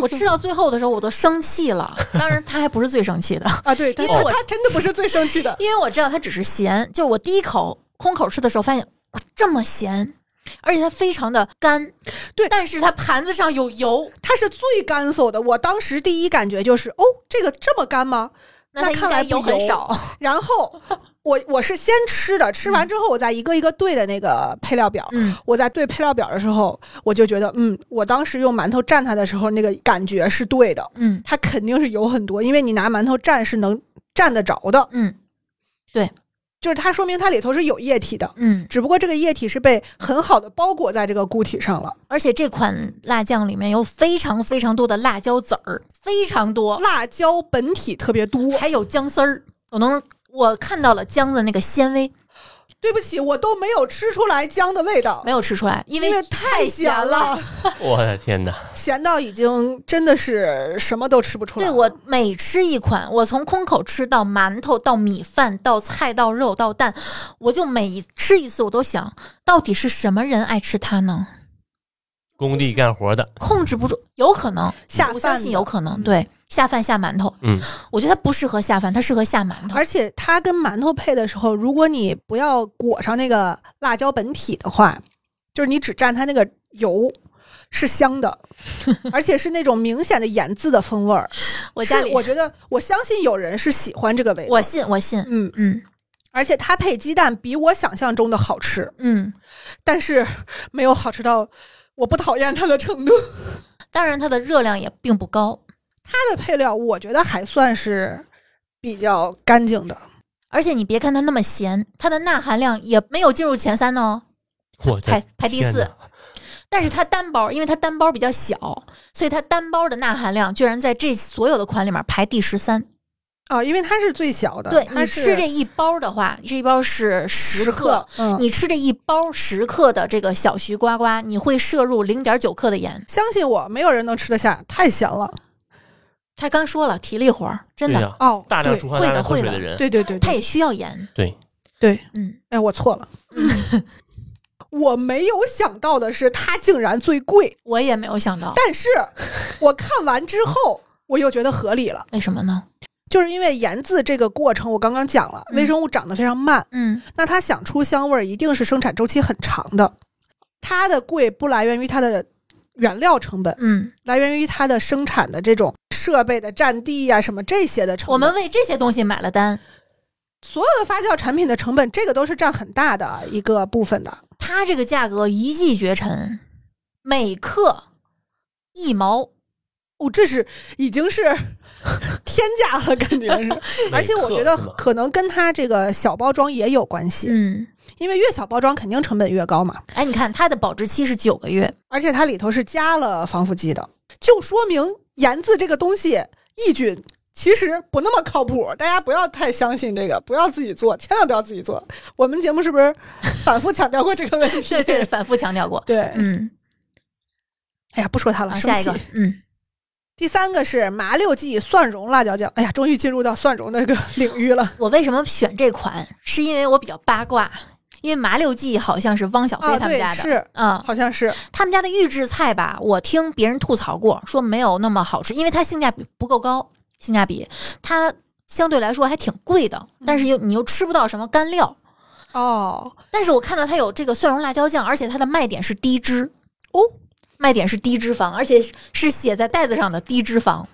Speaker 3: 我吃到最后的时候，我都生气了。当然，它还不是最生气的，
Speaker 4: 啊，对，它
Speaker 3: 因为
Speaker 4: 它
Speaker 3: 我
Speaker 4: 它真的不是最生气的，
Speaker 3: 因为我知道它只是咸，就是我第一口空口吃的时候发现哇这么咸，而且它非常的干，
Speaker 4: 对
Speaker 3: 但是它盘子上有油，
Speaker 4: 它是最干嗖的。我当时第一感觉就是，哦，这个这么干吗？
Speaker 3: 它
Speaker 4: 那
Speaker 3: 应
Speaker 4: 看
Speaker 3: 该
Speaker 4: 来不
Speaker 3: 油很
Speaker 4: 油
Speaker 3: 少。
Speaker 4: 然后我我是先吃的，吃完之后我再一个一个对的那个配料表。
Speaker 3: 嗯，
Speaker 4: 我在对配料表的时候，我就觉得，嗯，我当时用馒头蘸它的时候，那个感觉是对的，
Speaker 3: 嗯
Speaker 4: 它肯定是油很多，因为你拿馒头蘸是能蘸得着的，
Speaker 3: 嗯
Speaker 4: 就是它说明它里头是有液体的，
Speaker 3: 嗯，
Speaker 4: 只不过这个液体是被很好的包裹在这个固体上了。
Speaker 3: 而且这款辣酱里面有非常非常多的辣椒籽儿，非常多，
Speaker 4: 辣椒本体特别多，
Speaker 3: 还有姜丝儿，我能我看到了姜的那个鲜味，
Speaker 4: 对不起，我都没有吃出来姜的味道
Speaker 3: 没，有吃出来，因
Speaker 4: 因为
Speaker 3: 太
Speaker 4: 咸
Speaker 3: 了。，
Speaker 5: 我的天哪！
Speaker 4: 咸到已经真的是什么都吃不出来
Speaker 3: 对
Speaker 4: 了。
Speaker 3: 我每吃一款，我从空口吃到馒头，到米饭，到菜，到肉，到蛋，我就每一吃一次，我都想到底是什么人爱吃它呢？
Speaker 5: 工地干活的，
Speaker 3: 控制不住，有可能
Speaker 4: 下
Speaker 3: 我相
Speaker 4: 饭
Speaker 3: 信
Speaker 4: 的
Speaker 3: 有可能
Speaker 4: 嗯
Speaker 3: 对下饭下馒头，
Speaker 5: 嗯，
Speaker 3: 我觉得它不适合下饭，它适合下馒头。
Speaker 4: 而且它跟馒头配的时候，如果你不要裹上那个辣椒本体的话，就是你只蘸它那个油，是 香的，而且是那种明显的盐渍的风味儿。
Speaker 3: 我家里
Speaker 4: 是我觉得我相信有人是喜欢这个味道。
Speaker 3: 我信我信，
Speaker 4: 嗯，
Speaker 3: 嗯
Speaker 4: 而且它配鸡蛋比我想象中的好吃，
Speaker 3: 嗯，
Speaker 4: 但是没有好吃到我不讨厌它的程度。
Speaker 3: 当然它的热量也并不高，
Speaker 4: 它的配料我觉得还算是比较干净的。
Speaker 3: 而且你别看它那么咸，它的钠含量也没有进入前三呢哦，
Speaker 5: 我的
Speaker 3: 排排第
Speaker 5: 天
Speaker 3: 四
Speaker 5: 哪。
Speaker 3: 但是它单包，因为它单包比较小，所以它单包的钠含量居然在这所有的款里面排第十三。
Speaker 4: 啊，因为它是最小的，
Speaker 3: 对
Speaker 4: 它
Speaker 3: 你
Speaker 4: 呃是
Speaker 3: 吃这一包的话，这一包是十克，，
Speaker 4: 嗯，
Speaker 3: 你吃这一包十克的这个小徐呱呱，你会摄入零点九克的盐。
Speaker 4: 相信我，没有人能吃得下，太咸了。
Speaker 3: 他刚说了，体力活儿，真
Speaker 5: 对
Speaker 3: 的，
Speaker 5: 呀，
Speaker 4: 哦，
Speaker 5: 大量
Speaker 4: 对
Speaker 5: 出汗、
Speaker 3: 会
Speaker 5: 大
Speaker 3: 的
Speaker 5: 量喝
Speaker 3: 会
Speaker 5: 水
Speaker 3: 的
Speaker 5: 的人，
Speaker 4: 对对对，
Speaker 3: 他
Speaker 4: 对，
Speaker 3: 也需要盐。
Speaker 5: 对，
Speaker 3: 嗯，
Speaker 4: 哎，我错了，我没有想到的是，它竟然最贵。
Speaker 3: 我也没有想到，
Speaker 4: 但是我看完之后，我又觉得合理了，
Speaker 3: 为什么呢？
Speaker 4: 就是因为盐渍这个过程，我刚刚讲了，
Speaker 3: 嗯
Speaker 4: 微生物长得非常慢，
Speaker 3: 嗯
Speaker 4: 那它想出香味儿，一定是生产周期很长的。它的贵不来源于它的原料成本，
Speaker 3: 嗯，
Speaker 4: 来源于它的生产的这种设备的占地呀、什么这些的成本。
Speaker 3: 我们为这些东西买了单。
Speaker 4: 所有的发酵产品的成本，这个都是占很大的一个部分的。
Speaker 3: 它这个价格一骑绝尘，每克一毛。
Speaker 4: 哦，这是已 经是天价了，感觉是。而且我觉得
Speaker 5: 每克是吗
Speaker 4: 可能跟它这个小包装也有关系，
Speaker 3: 嗯，
Speaker 4: 因为越小包装肯定成本越高嘛。
Speaker 3: 哎，你看它的保质期是九个月，
Speaker 4: 而且它里头是加了防腐剂的，就说明盐渍这个东西抑菌其实不那么靠谱，大家不要太相信这个，不要自己做，千万不要自己做。我们节目是不是反复强调过这个问题？
Speaker 3: 对对，反复强调过。
Speaker 4: 对
Speaker 3: 嗯，
Speaker 4: 哎呀，不说它了，
Speaker 3: 好，
Speaker 4: 生
Speaker 3: 下一
Speaker 4: 气
Speaker 3: 个。，嗯，
Speaker 4: 第三个是麻六记蒜蓉辣椒酱，哎呀，终于进入到蒜蓉的这个 领域了。
Speaker 3: 我为什么选这款？是因为我比较八卦，因为麻六记好哦像是汪小菲
Speaker 4: 啊，
Speaker 3: 他们
Speaker 4: 对
Speaker 3: 家，的，
Speaker 4: 是，
Speaker 3: 嗯，
Speaker 4: 好像是，
Speaker 3: 他们家的预制菜吧，我听别人吐槽过，说没有那么好吃，因为它性价比不够高，性价比它相对来说还挺贵的，但
Speaker 4: 嗯
Speaker 3: 是又你又吃不到什么干料。
Speaker 4: 哦，
Speaker 3: 但是我看到它有这个蒜蓉辣椒酱，而且它的卖点是低脂
Speaker 4: 哦，
Speaker 3: 卖点是低脂肪，而且是写在袋子上的低脂肪。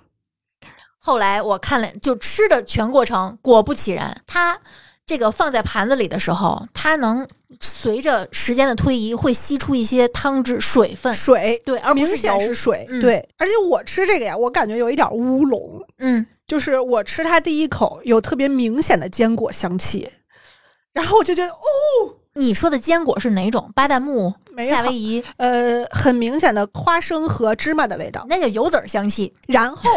Speaker 3: 后来我看了，就吃的全过程，果不其然，它这个放在盘子里的时候，它能随着时间的推移会吸出一些汤汁水分，
Speaker 4: 哦水，
Speaker 3: 对，而不
Speaker 4: 明
Speaker 3: 是
Speaker 4: 显
Speaker 3: 油
Speaker 4: 是水。
Speaker 3: 嗯
Speaker 4: 对，而且我吃这个呀，我感觉有一点乌龙，
Speaker 3: 嗯，
Speaker 4: 就是我吃它第一口有特别明显的坚果香气，然后我就觉得哦，
Speaker 3: 你说的坚果是哪种？巴旦木、
Speaker 4: 没有
Speaker 3: 夏威夷，
Speaker 4: 呃，很明显的花生和芝麻的味道。
Speaker 3: 那叫油籽儿香气。
Speaker 4: 然 后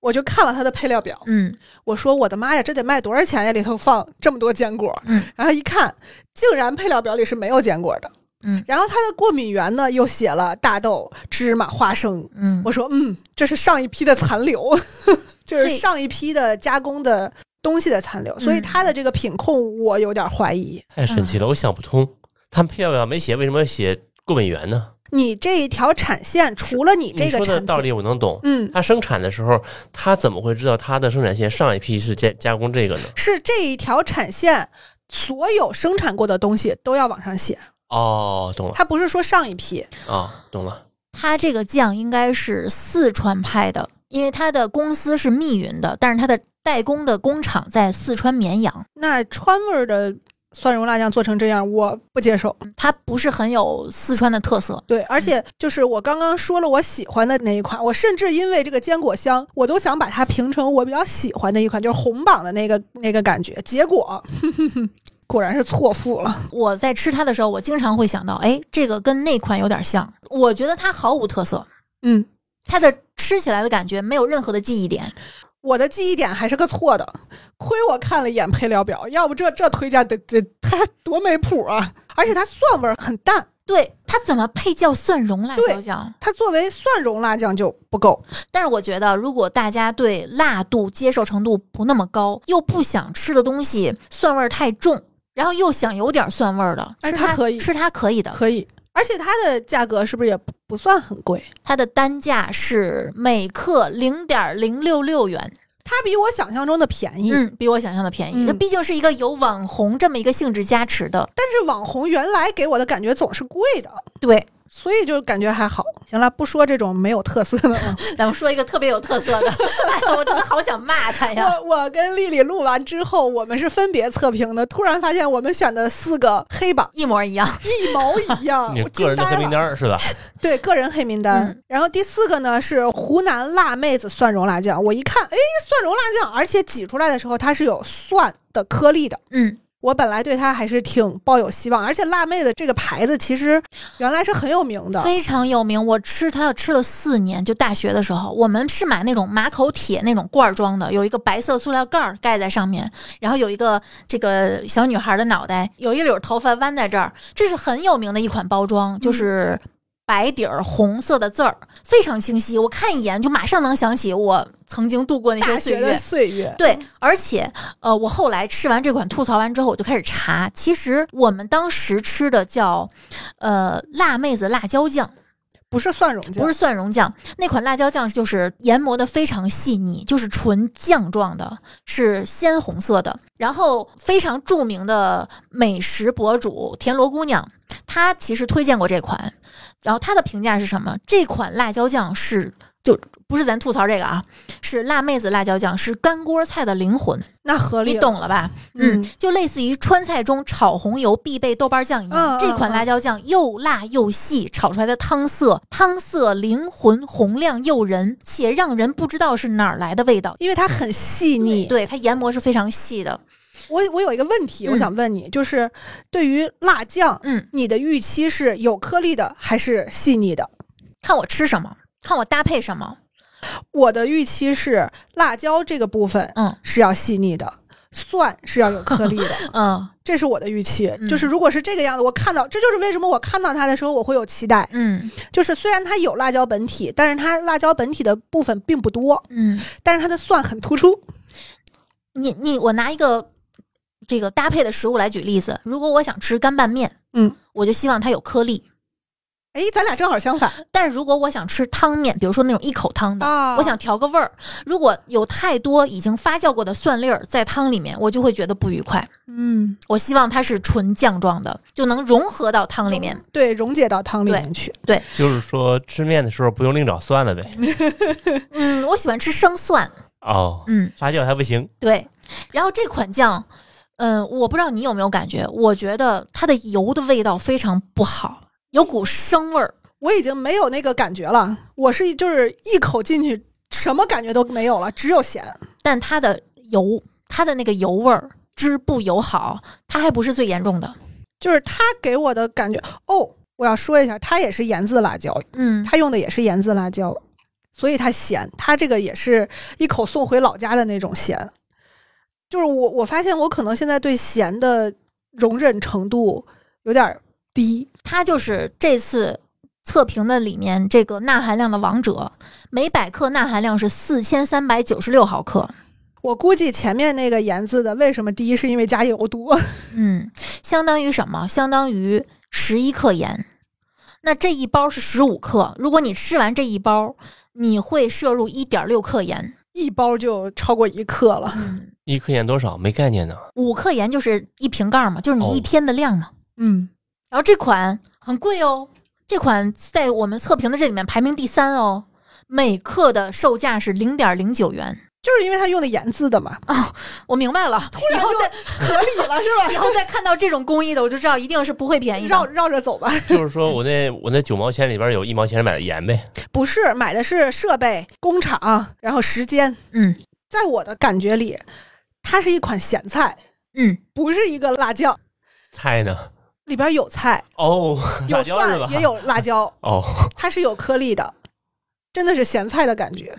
Speaker 4: 我就看了它的配料表，
Speaker 3: 嗯
Speaker 4: 我说我的妈呀，这得卖多少钱呀？里头放这么多坚果，
Speaker 3: 嗯
Speaker 4: 然后一看，竟然配料表里是没有坚果的。
Speaker 3: 嗯
Speaker 4: 然后它的过敏源呢，又写了大豆、芝麻、花生。
Speaker 3: 嗯
Speaker 4: 我，说，嗯，这是上一批的残留， 就
Speaker 3: 所
Speaker 4: 是
Speaker 3: 以
Speaker 4: 上一批的加工的东西的残留，所以
Speaker 3: 嗯
Speaker 4: 它的这个品控我有点怀疑。
Speaker 5: 太神奇了，我想不通，他们配料表没写，为什么写过敏源呢？
Speaker 4: 你这一条产线，除了你这
Speaker 5: 你
Speaker 4: 个
Speaker 5: 说的
Speaker 4: 产
Speaker 5: 道
Speaker 4: 品，
Speaker 5: 理我能懂，
Speaker 4: 嗯，
Speaker 5: 他生产的时候，他怎么会知道他的生产线上一批是加加工这个呢？
Speaker 4: 是这一条产线所有生产过的东西都要往上写，
Speaker 5: 哦，懂了
Speaker 4: 它不是说上一批。
Speaker 5: 啊、懂了。
Speaker 3: 它这个酱应该是四川派的，因为它的公司是密云的，但是它的代工的工厂在四川绵阳。
Speaker 4: 那川味儿的蒜蓉辣酱做成这样，我不接受。
Speaker 3: 它不是很有四川的特色。
Speaker 4: 对，而且就是我刚刚说了我喜欢的那一款，我甚至因为这个坚果香，我都想把它评成我比较喜欢的一款，就是红榜的那个那个感觉。结果，果然是错付了。
Speaker 3: 我在吃它的时候，我经常会想到，哎，这个跟那款有点像。我觉得它毫无特色，
Speaker 4: 嗯，
Speaker 3: 它的吃起来的感觉没有任何的记忆点。
Speaker 4: 我的记忆点还是个错的，亏我看了一眼配料表，要不这这推荐得得它多没谱啊！而且它蒜味儿很淡，
Speaker 3: 对它怎么配叫蒜蓉辣椒酱？
Speaker 4: 它作为蒜蓉辣酱就不够。
Speaker 3: 但是我觉得，如果大家对辣度接受程度不那么高，又不想吃的东西蒜味儿太重，然后又想有点蒜味儿的，
Speaker 4: 哎
Speaker 3: 吃
Speaker 4: 它可以
Speaker 3: 吃它可以的。
Speaker 4: 可以，而且它的价格是不是也不不算很贵？
Speaker 3: 它的单价是每克零点零六六元，
Speaker 4: 它比我想象中的便宜。
Speaker 3: 嗯，比我想象的便宜。
Speaker 4: 嗯
Speaker 3: 那毕竟是一个有网红这么一个性质加持的，
Speaker 4: 但是网红原来给我的感觉总是贵的，
Speaker 3: 对。
Speaker 4: 所以就感觉还好。行了，不说这种没有特色的 了。
Speaker 3: 咱们说一个特别有特色的，哎呀，我真的好想骂他哎呀！
Speaker 4: 我我跟丽丽录完之后，我们是分别测评的，突然发现我们选的四个黑榜
Speaker 3: 一模一样，
Speaker 4: 一毛一样，
Speaker 5: 你
Speaker 4: 哦我
Speaker 5: 个人的
Speaker 4: 惊呆
Speaker 5: 黑名
Speaker 4: 了
Speaker 5: 单儿 是吧？
Speaker 4: 对个人黑名单。
Speaker 3: 嗯
Speaker 4: 然后第四个呢是湖南辣妹子蒜蓉辣酱，我一看，哎，蒜蓉辣酱，而且挤出来的时候它是有蒜的颗粒的。
Speaker 3: 嗯，
Speaker 4: 我本来对它还是挺抱有希望，而且辣妹子这个牌子其实原来是很有名的，
Speaker 3: 非常有名。我吃它吃了四年，就大学的时候，我们是买那种马口铁那种罐儿装的，有一个白色塑料盖儿盖在上面，然后有一个这个小女孩的脑袋，有一绺头发弯在这儿，这是很有名的一款包装，
Speaker 4: 嗯
Speaker 3: 就是白底儿红色的字儿，非常清晰，我看一眼就马上能想起我曾经度过那些
Speaker 4: 大
Speaker 3: 岁
Speaker 4: 学
Speaker 3: 月
Speaker 4: 的。岁月。
Speaker 3: 对，而且呃，我后来吃完这款吐槽完之后，我就开始查，其实我们当时吃的叫呃辣妹子辣椒酱，
Speaker 4: 不是蒜蓉酱，
Speaker 3: 不是蒜蓉酱，那款辣椒酱就是研磨的非常细腻，就是纯酱状的，是鲜红色的。然后非常著名的美食博主田螺姑娘，她其实推荐过这款，然后她的评价是什么？这款辣椒酱是就不是咱吐槽这个啊，是辣妹子辣椒酱，是干锅菜的灵魂，
Speaker 4: 那合理
Speaker 3: 你
Speaker 4: 了。
Speaker 3: 懂了吧？嗯
Speaker 4: 嗯，
Speaker 3: 就类似于川菜中炒红油必备豆瓣酱一
Speaker 4: 嗯嗯
Speaker 3: 样，这款
Speaker 4: 嗯
Speaker 3: 辣椒酱又辣又细，炒出来的汤色汤色灵魂红亮诱人，且让人不知道是哪儿来的味道。
Speaker 4: 因为它很细腻。
Speaker 3: 对，它研磨是非常细的。
Speaker 4: 我我有一个问题，
Speaker 3: 嗯
Speaker 4: 我想问你，就是对于辣酱，
Speaker 3: 嗯，
Speaker 4: 你的预期是有颗粒的还是细腻的？
Speaker 3: 看我吃什么，看我搭配什么。
Speaker 4: 我的预期是辣椒这个部分
Speaker 3: 嗯
Speaker 4: 是要细腻的，蒜是要有颗粒 的，
Speaker 3: 嗯
Speaker 4: 这是我的预期。
Speaker 3: 嗯
Speaker 4: 就是如果是这个样子，我看到这就是为什么我看到它的时候我会有期待。
Speaker 3: 嗯
Speaker 4: 就是虽然它有辣椒本体，但是它辣椒本体的部分并不多，
Speaker 3: 嗯，
Speaker 4: 但是它的蒜很突出。
Speaker 3: 你你我拿一个这个搭配的食物来举例子，如果我想吃干拌面，
Speaker 4: 嗯，
Speaker 3: 我就希望它有颗粒。
Speaker 4: 哎，咱俩正好相反
Speaker 3: 但是如果我想吃汤面，比如说那种一口汤的，
Speaker 4: 啊
Speaker 3: 嗯我想调个味儿。如果有太多已经发酵过的蒜粒儿在汤里面，我就会觉得不愉快。
Speaker 4: 嗯，
Speaker 3: 我希望它是纯酱状的，就能融合到汤里面。
Speaker 4: 对，溶解到汤里面去。
Speaker 5: 就是说吃面的时候不用另找蒜了呗。
Speaker 3: 嗯，我喜欢吃生蒜。
Speaker 5: 哦，
Speaker 3: 嗯，
Speaker 5: 发酵还不行，
Speaker 3: 对。然后这款酱，嗯，我不知道你有没有感觉，我觉得它的油的味道非常不好，有股生味儿。
Speaker 4: 我已经没有那个感觉了，我是就是一口进去，什么感觉都没有了，只有咸。
Speaker 3: 但它的油，它的那个油味儿之不友好，它还不是最严重的。
Speaker 4: 就是它给我的感觉，哦，我要说一下，它也是盐渍辣椒，
Speaker 3: 嗯，
Speaker 4: 它用的也是盐渍辣椒，所以它咸。它这个也是一口送回老家的那种咸。就是我我发现我可能现在对咸的容忍程度有点儿低，
Speaker 3: 它就是这次测评的里面这个钠含量的王者，每百克钠含量是四千三百九十六毫克。
Speaker 4: 我估计前面那个盐渍的为什么低，是因为加油多。
Speaker 3: 嗯，相当于什么？相当于十一克盐。那这一包是十五克，如果你吃完这一包，你会摄入一点六克盐。
Speaker 4: 一包就超过一克了，
Speaker 5: 一颗盐多少没概念呢？
Speaker 3: 五克盐就是一瓶盖儿嘛，就是你一
Speaker 5: 哦
Speaker 3: 天的量嘛。
Speaker 4: 嗯，
Speaker 3: 然后这款很贵哦，这款在我们测评的这里面排名第三哦，每克的售价是零点零九元。
Speaker 4: 就是因为它用的盐渍的嘛，
Speaker 3: 我明白了，以后再
Speaker 4: 合理了是吧？
Speaker 3: 以后再看到这种工艺的，我就知道一定是不会便宜
Speaker 4: 绕
Speaker 3: 的。
Speaker 4: 绕着走吧，
Speaker 5: 就是说我那我那九毛钱里边有一毛钱买的盐呗，
Speaker 4: 不是买的是设备、工厂，然后时间。
Speaker 3: 嗯
Speaker 4: 在我的感觉里，它是一款咸菜，
Speaker 3: 嗯，
Speaker 4: 不是一个辣酱，
Speaker 5: 菜呢？
Speaker 4: 里边有菜、
Speaker 5: 哦，
Speaker 4: 有
Speaker 5: 辣椒是
Speaker 4: 蒜，
Speaker 5: 吧？
Speaker 4: 也有辣 椒，
Speaker 5: 哦，
Speaker 4: 它是有颗粒的，真的是咸菜的感觉。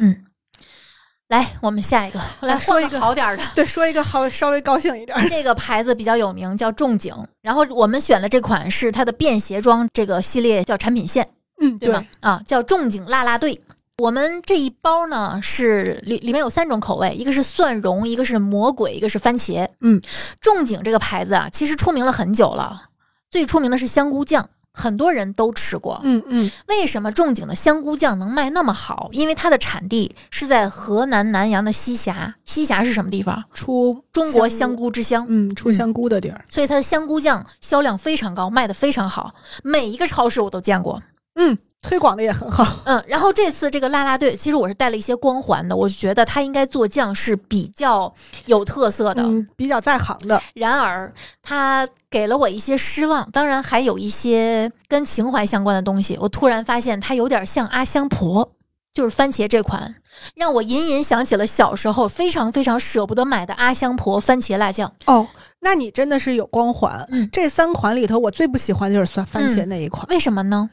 Speaker 3: 来，我们下一个，来
Speaker 4: 说
Speaker 3: 换
Speaker 4: 一个
Speaker 3: 好点 儿的。
Speaker 4: 对，说一个好稍微高兴一 点儿，
Speaker 3: 这个牌子比较有名，叫仲景。然后我们选的这款是它的便携装这个系列，叫产品线，
Speaker 4: 嗯，
Speaker 3: 对吗？啊，叫仲景辣辣队。我们这一包呢是里里面有三种口味，一个是蒜蓉，一个是魔鬼，一个是番茄。
Speaker 4: 嗯，
Speaker 3: 仲景这个牌子啊，其实出名了很久了，最出名的是香菇酱，很多人都吃过。
Speaker 4: 嗯嗯，
Speaker 3: 为什么仲景的香菇酱能卖那么好？因为它的产地是在河南南阳的西峡，西峡是什么地方？
Speaker 4: 出
Speaker 3: 中国香，菇之乡。
Speaker 4: 嗯，出香菇的地儿，
Speaker 3: 所以它的香菇酱销量非常高，卖的非常好，每一个超市我都见过。
Speaker 4: 嗯，推广的也很好，
Speaker 3: 嗯，然后这次这个辣辣队，其实我是带了一些光环的，我觉得它应该做酱是比较有特色的。
Speaker 4: 嗯，比较在行的，
Speaker 3: 然而，它给了我一些失望，当然还有一些跟情怀相关的东西。我突然发现它有点像阿香婆，就是番茄这款，让我隐隐想起了小时候非常非常舍不得买的阿香婆番茄辣酱。
Speaker 4: 哦，那你真的是有光环。
Speaker 3: 嗯
Speaker 4: 这三款里头，我最不喜欢就是酸番茄
Speaker 3: 嗯
Speaker 4: 那一款，
Speaker 3: 为什么呢？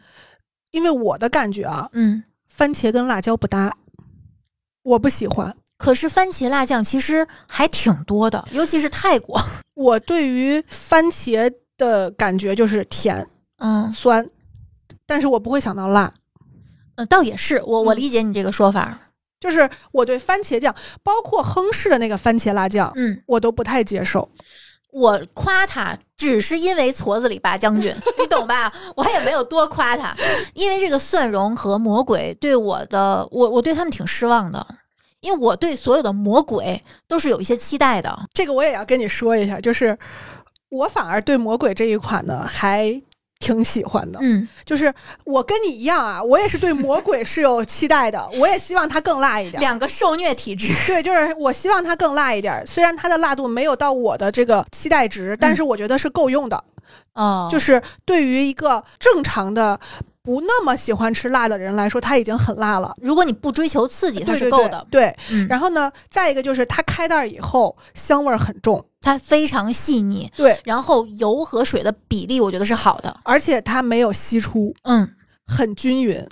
Speaker 4: 因为我的感觉啊，
Speaker 3: 嗯，
Speaker 4: 番茄跟辣椒不搭，我不喜欢。
Speaker 3: 可是番茄辣酱其实还挺多的，尤其是泰国。
Speaker 4: 我对于番茄的感觉就是甜
Speaker 3: 嗯，
Speaker 4: 酸，但是我不会想到辣。
Speaker 3: 呃，倒也是，我我
Speaker 4: 嗯
Speaker 3: 理解你这个说法。
Speaker 4: 就是我对番茄酱，包括亨氏的那个番茄辣酱，
Speaker 3: 嗯，
Speaker 4: 我都不太接受。
Speaker 3: 我夸他只是因为矬子里拔将军，你懂吧？我也没有多夸他，因为这个蒜蓉和魔鬼对我的，我我对他们挺失望的。因为我对所有的魔鬼都是有一些期待的，
Speaker 4: 这个我也要跟你说一下，就是我反而对魔鬼这一款呢，还挺喜欢的。
Speaker 3: 嗯，
Speaker 4: 就是我跟你一样啊，我也是对魔鬼是有期待的，我也希望它更辣一点。
Speaker 3: 两个受虐体质，
Speaker 4: 对，就是我希望它更辣一点，虽然它的辣度没有到我的这个期待值，但是我觉得是够用的。
Speaker 3: 嗯哦，
Speaker 4: 就是是对于一个正常的不那么喜欢吃辣的人来说，它已经很辣了。
Speaker 3: 如果你不追求刺激，它
Speaker 4: 对
Speaker 3: 是
Speaker 4: 对
Speaker 3: 够
Speaker 4: 对
Speaker 3: 的，，
Speaker 4: 对。
Speaker 3: 嗯，
Speaker 4: 然后呢，再一个就是它开袋以后香味儿很重，
Speaker 3: 它非常细腻，
Speaker 4: 对，
Speaker 3: 然后油和水的比例我觉得是好的，
Speaker 4: 而且它没有析出，
Speaker 3: 嗯，
Speaker 4: 很均匀。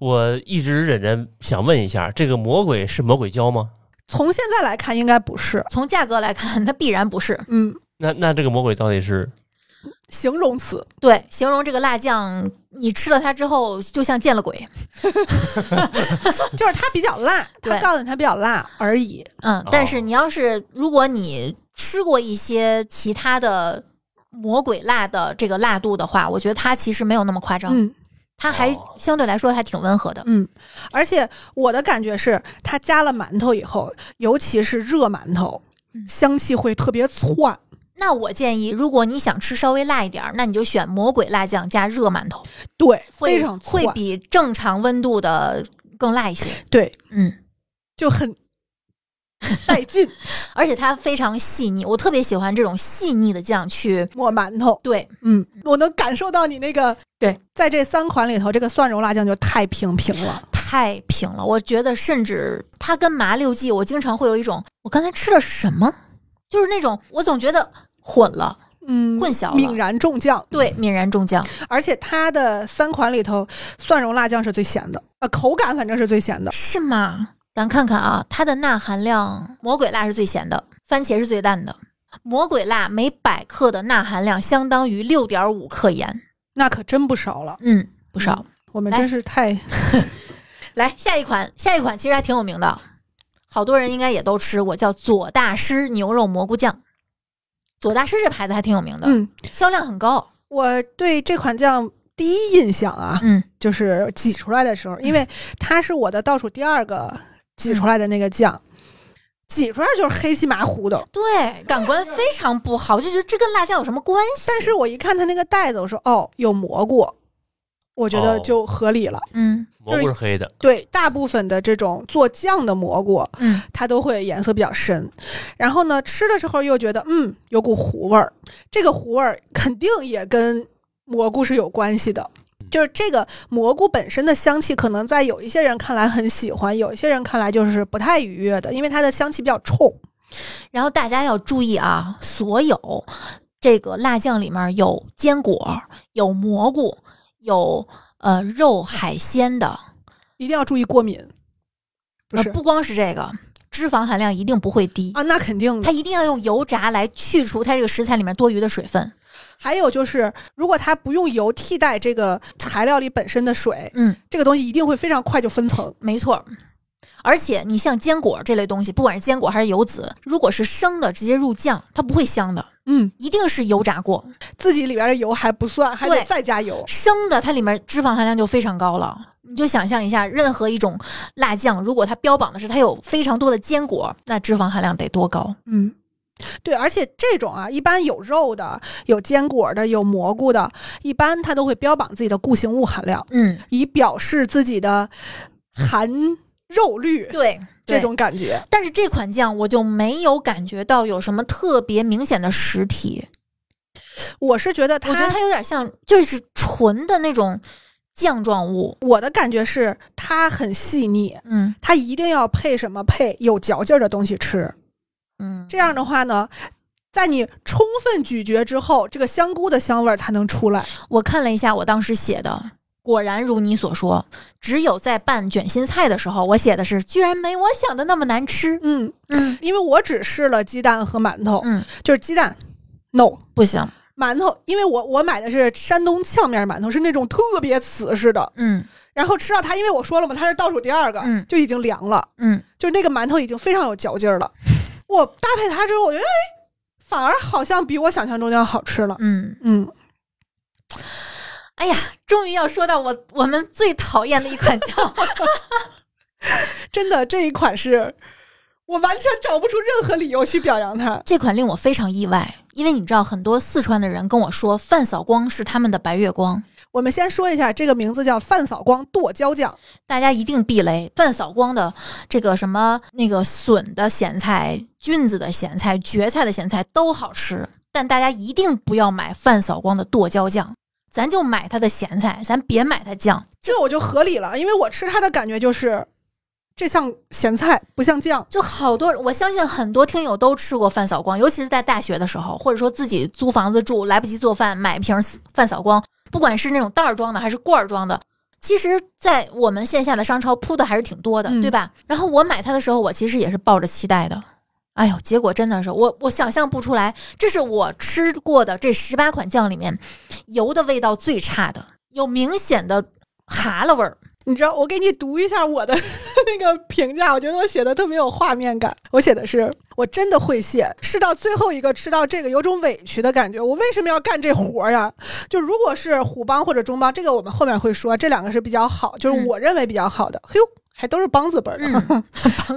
Speaker 5: 我一直忍着想问一下，这个魔鬼是魔鬼椒吗？
Speaker 4: 从现在来看，应该不是，
Speaker 3: 从价格来看，它必然不是。
Speaker 4: 嗯，
Speaker 5: 那那这个魔鬼到底是
Speaker 4: 形容词。
Speaker 3: 对，形容这个辣酱，你吃了它之后就像见了鬼。
Speaker 4: 就是它比较辣，它
Speaker 3: 嗯对
Speaker 4: 告诉你它比较辣而已。
Speaker 3: 嗯，但是你要是如果你吃过一些其他的魔鬼辣的这个辣度的话，我觉得它其实没有那么夸张，
Speaker 4: 嗯
Speaker 3: 它还
Speaker 5: 哦
Speaker 3: 相对来说还挺温和的。
Speaker 4: 嗯，而且我的感觉是，它加了馒头以后，尤其是热馒头
Speaker 3: 嗯，
Speaker 4: 香气会特别窜。
Speaker 3: 那我建议，如果你想吃稍微辣一点儿，那你就选魔鬼辣酱加热馒头，
Speaker 4: 对，
Speaker 3: 会
Speaker 4: 非常
Speaker 3: 会
Speaker 4: 窜，
Speaker 3: 比正常温度的更辣一些。
Speaker 4: 对，
Speaker 3: 嗯，
Speaker 4: 就很带劲，
Speaker 3: 而且它非常细腻，我特别喜欢这种细腻的酱去
Speaker 4: 抹馒头。
Speaker 3: 对
Speaker 4: 嗯，我能感受到你那个
Speaker 3: 对，
Speaker 4: 在这三款里头，这个蒜蓉辣酱就太平平了。
Speaker 3: 太平了。我觉得甚至它跟麻六记，我经常会有一种我刚才吃了什么，就是那种我总觉得混了，
Speaker 4: 嗯
Speaker 3: 混淆了
Speaker 4: 泯然众酱，
Speaker 3: 对，泯然众酱。
Speaker 4: 而且它的三款里头，蒜蓉辣酱是最咸的，呃，口感反正是最咸的。
Speaker 3: 是吗？咱看看啊，它的钠含量，魔鬼辣是最咸的，番茄是最淡的。魔鬼辣每百克的钠含量相当于六点五克盐，
Speaker 4: 那可真不少了，
Speaker 3: 嗯，不少。
Speaker 4: 我们
Speaker 3: 来
Speaker 4: 真 是太
Speaker 3: 来下一款，下一款其实还挺有名的，好多人应该也都吃过，叫左大师牛肉蘑菇酱。左大师这牌子还挺有名的，
Speaker 4: 嗯，
Speaker 3: 销量很高。
Speaker 4: 我对这款酱第一印象啊，
Speaker 3: 嗯，
Speaker 4: 就是挤出来的时候，因为它是我的倒数第二个挤出来的那个酱，挤出来就是黑漆麻糊的。
Speaker 3: 对，感官非常不好，就觉得这跟辣酱有什么关系？
Speaker 4: 但是我一看它那个袋子，我说哦，有蘑菇，我觉得
Speaker 5: 哦
Speaker 4: 就合理了。
Speaker 3: 嗯
Speaker 5: 蘑菇是黑的，
Speaker 4: 对，大部分的这种做酱的蘑菇，
Speaker 3: 嗯，
Speaker 4: 它都会颜色比较深。然后呢，吃的时候又觉得嗯，有股糊味儿，这个糊味儿肯定也跟蘑菇是有关系的。就是这个蘑菇本身的香气，可能在有一些人看来很喜欢，有一些人看来就是不太愉悦的，因为它的香气比较冲。
Speaker 3: 然后大家要注意啊，所有这个辣酱里面有坚果、有蘑菇、有呃肉、海鲜的，
Speaker 4: 一定要注意过敏，不
Speaker 3: 呃
Speaker 4: 是、
Speaker 3: 不光是这个，脂肪含量一定不会低。
Speaker 4: 啊，那肯定的
Speaker 3: 它。一定要用油炸来去除它这个食材里面多余的水分。
Speaker 4: 嗯还有就是，如果它不用油替代这个材料里本身的水，
Speaker 3: 嗯，
Speaker 4: 这个东西一定会非常快就分层。
Speaker 3: 没错儿。而且你像坚果这类东西，不管是坚果还是油籽，如果是生的直接入酱，它不会香的，
Speaker 4: 嗯，
Speaker 3: 一定是油炸过。
Speaker 4: 自己里边的油还不算，还得
Speaker 3: 对
Speaker 4: 再加油。
Speaker 3: 生的它里面脂肪含量就非常高了。你就想象一下，任何一种辣酱，如果它标榜的是它有非常多的坚果，那脂肪含量得多高？
Speaker 4: 嗯，对，而且这种啊，一般有肉的、有坚果的、有蘑菇的，一般它都会标榜自己的固形物含量，
Speaker 3: 嗯，
Speaker 4: 以表示自己的含肉率
Speaker 3: 对，
Speaker 4: 这。种感觉。
Speaker 3: 但是这款酱我就没有感觉到有什么特别明显的实体，
Speaker 4: 我是觉得它，
Speaker 3: 我觉得它有点像就是纯的那种酱状物。
Speaker 4: 我的感觉是它很细腻，
Speaker 3: 嗯
Speaker 4: 它一定要配什么配有嚼劲儿的东西吃。
Speaker 3: 嗯，
Speaker 4: 这样的话呢，在你充分咀嚼之后，这个香菇的香味儿才能出来。
Speaker 3: 我看了一下我当时写的，果然如你所说，只有在拌卷心菜的时候，我写的是居然没我想的那么难吃。
Speaker 4: 嗯，
Speaker 3: 嗯
Speaker 4: 因为我只试了鸡蛋和馒头，
Speaker 3: 嗯，
Speaker 4: 就是鸡蛋，no。
Speaker 3: 不行。
Speaker 4: 馒头，因为我我买的是山东呛面馒头，是那种特别瓷实的。
Speaker 3: 嗯
Speaker 4: 然后吃到它，因为我说了嘛，它是倒数第二个，
Speaker 3: 嗯
Speaker 4: 就已经凉了，
Speaker 3: 嗯，
Speaker 4: 就那个馒头已经非常有嚼劲儿了。我搭配它之后，我觉得哎，反而好像比我想象中的要好吃了。
Speaker 3: 嗯，
Speaker 4: 嗯，
Speaker 3: 哎呀，终于要说到我我们最讨厌的一款酱了，
Speaker 4: 真的这一款是我完全找不出任何理由去表扬它。
Speaker 3: 这款令我非常意外，因为你知道，很多四川的人跟我说，饭扫光是他们的白月光，
Speaker 4: 我们先说一下，这个名字叫范扫光剁椒酱，
Speaker 3: 大家一定避雷。饭扫光的这个什么那个笋的咸菜、菌子的咸菜、蕨菜的咸菜都好吃，但大家一定不要买饭扫光的剁椒酱，咱就买它的咸菜，咱别买它酱。
Speaker 4: 这我就合理了，因为我吃它的感觉就是，这像咸菜不像酱。
Speaker 3: 就好多，我相信很多听友都吃过饭扫光，尤其是在大学的时候，或者说自己租房子住，来不及做饭，买瓶饭扫光，不管是那种袋儿装的还是罐儿装的，其实，在我们线下的商超铺的还是挺多的，
Speaker 4: 嗯
Speaker 3: 对吧？然后我买它的时候，我其实也是抱着期待的。哎呦，结果真的是我我想象不出来，这是我吃过的这十八款酱里面，油的味道最差的，有明显的蛤了味儿。
Speaker 4: 你知道，我给你读一下我的 那个评价，我觉得我写的特别有画面感。我写的是，我真的会谢，吃到最后一个，吃到这个有种委屈的感觉。我为什么要干这活儿呀？就如果是虎帮或者中帮，这个我们后面会说，这两个是比较好，就是
Speaker 3: 嗯
Speaker 4: 我认为比较好的。嘿呦，还都是帮字辈儿的。
Speaker 3: 嗯，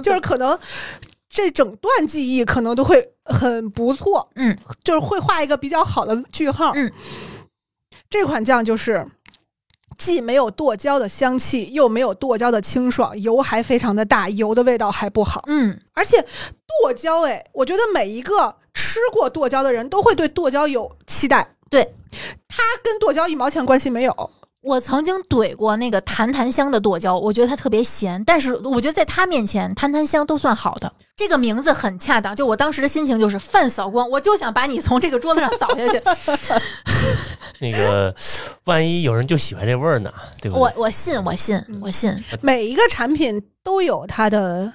Speaker 4: 就是可能这整段记忆可能都会很不错，
Speaker 3: 嗯，
Speaker 4: 就是会画一个比较好的句号。
Speaker 3: 嗯，
Speaker 4: 这款酱就是既没有剁椒的香气，又没有剁椒的清爽，油还非常的大，油的味道还不好。
Speaker 3: 嗯，
Speaker 4: 而且剁椒，哎，我觉得每一个吃过剁椒的人都会对剁椒有期待。
Speaker 3: 对，
Speaker 4: 它跟剁椒一毛钱关系没有。
Speaker 3: 我曾经怼过那个檀檀香的剁椒，我觉得它特别咸，但是我觉得在它面前，檀檀香都算好的。这个名字很恰当，就我当时的心情就是饭扫光，我就想把你从这个桌子上扫下去。
Speaker 5: 那个，万一有人就喜欢这味儿呢，对不
Speaker 3: 我
Speaker 5: 对？
Speaker 3: 我信，我信，
Speaker 4: 嗯
Speaker 3: 我信。
Speaker 4: 每一个产品都有它的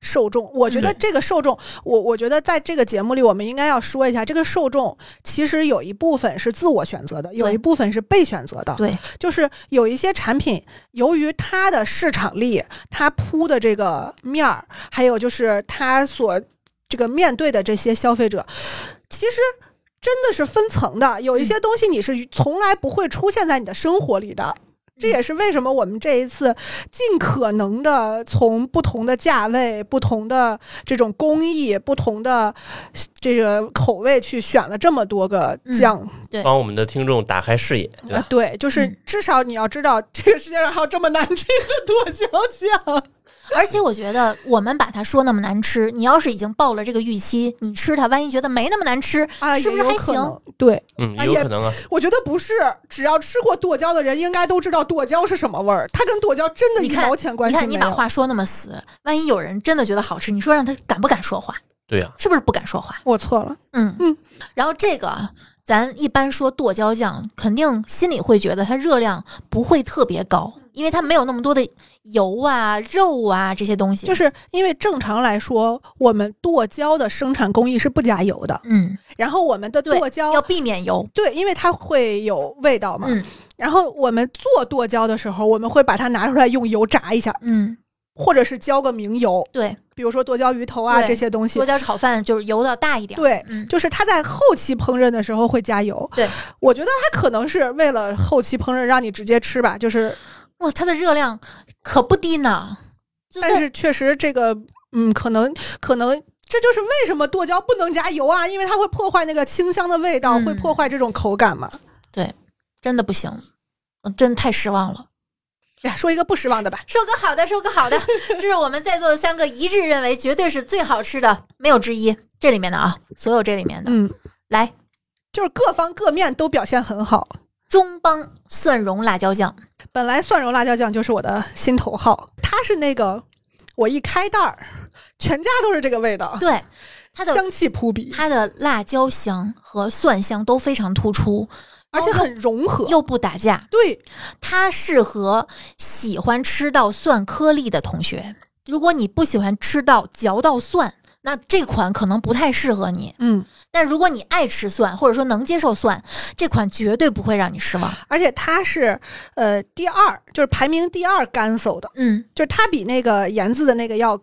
Speaker 4: 受众，我觉得这个受众，我我觉得在这个节目里，我们应该要说一下，这个受众其实有一部分是自我选择的，有一部分是被选择的。
Speaker 3: 对，
Speaker 4: 就是有一些产品，由于它的市场力，它铺的这个面儿，还有就是它所这个面对的这些消费者，其实。真的是分层的，有一些东西你是从来不会出现在你的生活里的，这也是为什么我们这一次尽可能的从不同的价位、不同的这种工艺、不同的这个口味去选了这么多个酱。
Speaker 3: 对
Speaker 5: 帮我们的听众打开视野，对吧？
Speaker 4: 啊，嗯对，就是
Speaker 3: 嗯
Speaker 4: 至少你要知道，这个世界上还有这么难吃的剁椒酱。
Speaker 3: 而且我觉得我们把它说那么难吃，你要是已经抱了这个预期，你吃它，万一觉得没那么难吃，
Speaker 4: 啊，
Speaker 3: 是不
Speaker 4: 也
Speaker 3: 是
Speaker 4: 有
Speaker 3: 还
Speaker 4: 可
Speaker 3: 行
Speaker 4: 能？对，
Speaker 5: 嗯，
Speaker 4: 啊
Speaker 5: 也有
Speaker 4: 也
Speaker 5: 可能啊。
Speaker 4: 我觉得不是，只要吃过剁椒的人，应该都知道剁椒是什么味儿。它跟剁椒真的
Speaker 3: 你
Speaker 4: 一
Speaker 3: 看
Speaker 4: 毛钱关
Speaker 3: 你
Speaker 4: 系没有。
Speaker 3: 看你把话说那么死，万一有人真的觉得好吃，你说让他敢不敢说话？
Speaker 5: 对啊呀、
Speaker 3: 是不是不敢说话？
Speaker 4: 我错了，
Speaker 3: 嗯
Speaker 4: 嗯。
Speaker 3: 然后这个，啊咱一般说剁椒酱，肯定心里会觉得它热量不会特别高，因为它没有那么多的油啊、肉啊这些东西。
Speaker 4: 就是是因为正常来说，我们剁椒的生产工艺是不加油的，
Speaker 3: 嗯，
Speaker 4: 然后我们的
Speaker 3: 对
Speaker 4: 剁椒
Speaker 3: 要避免油。
Speaker 4: 对，因为它会有味道嘛。
Speaker 3: 嗯
Speaker 4: 然后我们做剁椒的时候，我们会把它拿出来用油炸一下，
Speaker 3: 嗯，
Speaker 4: 或者是浇个明油，
Speaker 3: 对，
Speaker 4: 比如说剁椒鱼头啊
Speaker 3: 对
Speaker 4: 这些东西
Speaker 3: 剁。椒炒饭就是油要大一点。，
Speaker 4: 对，
Speaker 3: 嗯，
Speaker 4: 就是它在后期烹饪的时候会加油。
Speaker 3: 对，
Speaker 4: 我觉得它可能是为了后期烹饪让你直接吃吧，就是，
Speaker 3: 哇，它的热量可不低呢。就在
Speaker 4: 但是确实这个，嗯，可能可能。这就是为什么剁椒不能加油啊，因为它会破坏那个清香的味道，
Speaker 3: 嗯
Speaker 4: 会破坏这种口感嘛。
Speaker 3: 真的不行，我真的太失望了。
Speaker 4: 哎呀，说一个不失望的吧，
Speaker 3: 说个好的，说个好的， 这是我们在座的三个一致认为绝对是最好吃的，没有之一。这里面的啊，所有这里面的，
Speaker 4: 嗯，
Speaker 3: 来
Speaker 4: 就是各方各面都表现很好。
Speaker 3: 中邦蒜蓉辣椒酱，
Speaker 4: 本来蒜蓉辣椒酱就是我的心头好，它是那个我一开袋儿，全家都是这个味道，
Speaker 3: 对它的
Speaker 4: 香气扑鼻，
Speaker 3: 它的辣椒香和蒜香都非常突出，
Speaker 4: 而且
Speaker 3: 然后
Speaker 4: 很融合。
Speaker 3: 又不打架，
Speaker 4: 对，
Speaker 3: 它适合喜欢吃到蒜颗粒的同学。如果你不喜欢吃到嚼到蒜，那这款可能不太适合你。
Speaker 4: 嗯，
Speaker 3: 但如果你爱吃蒜，或者说能接受蒜，这款绝对不会让你失望。
Speaker 4: 而且它是呃第二，就是排名第二干搜的，
Speaker 3: 嗯，
Speaker 4: 就是它比那个盐渍的那个要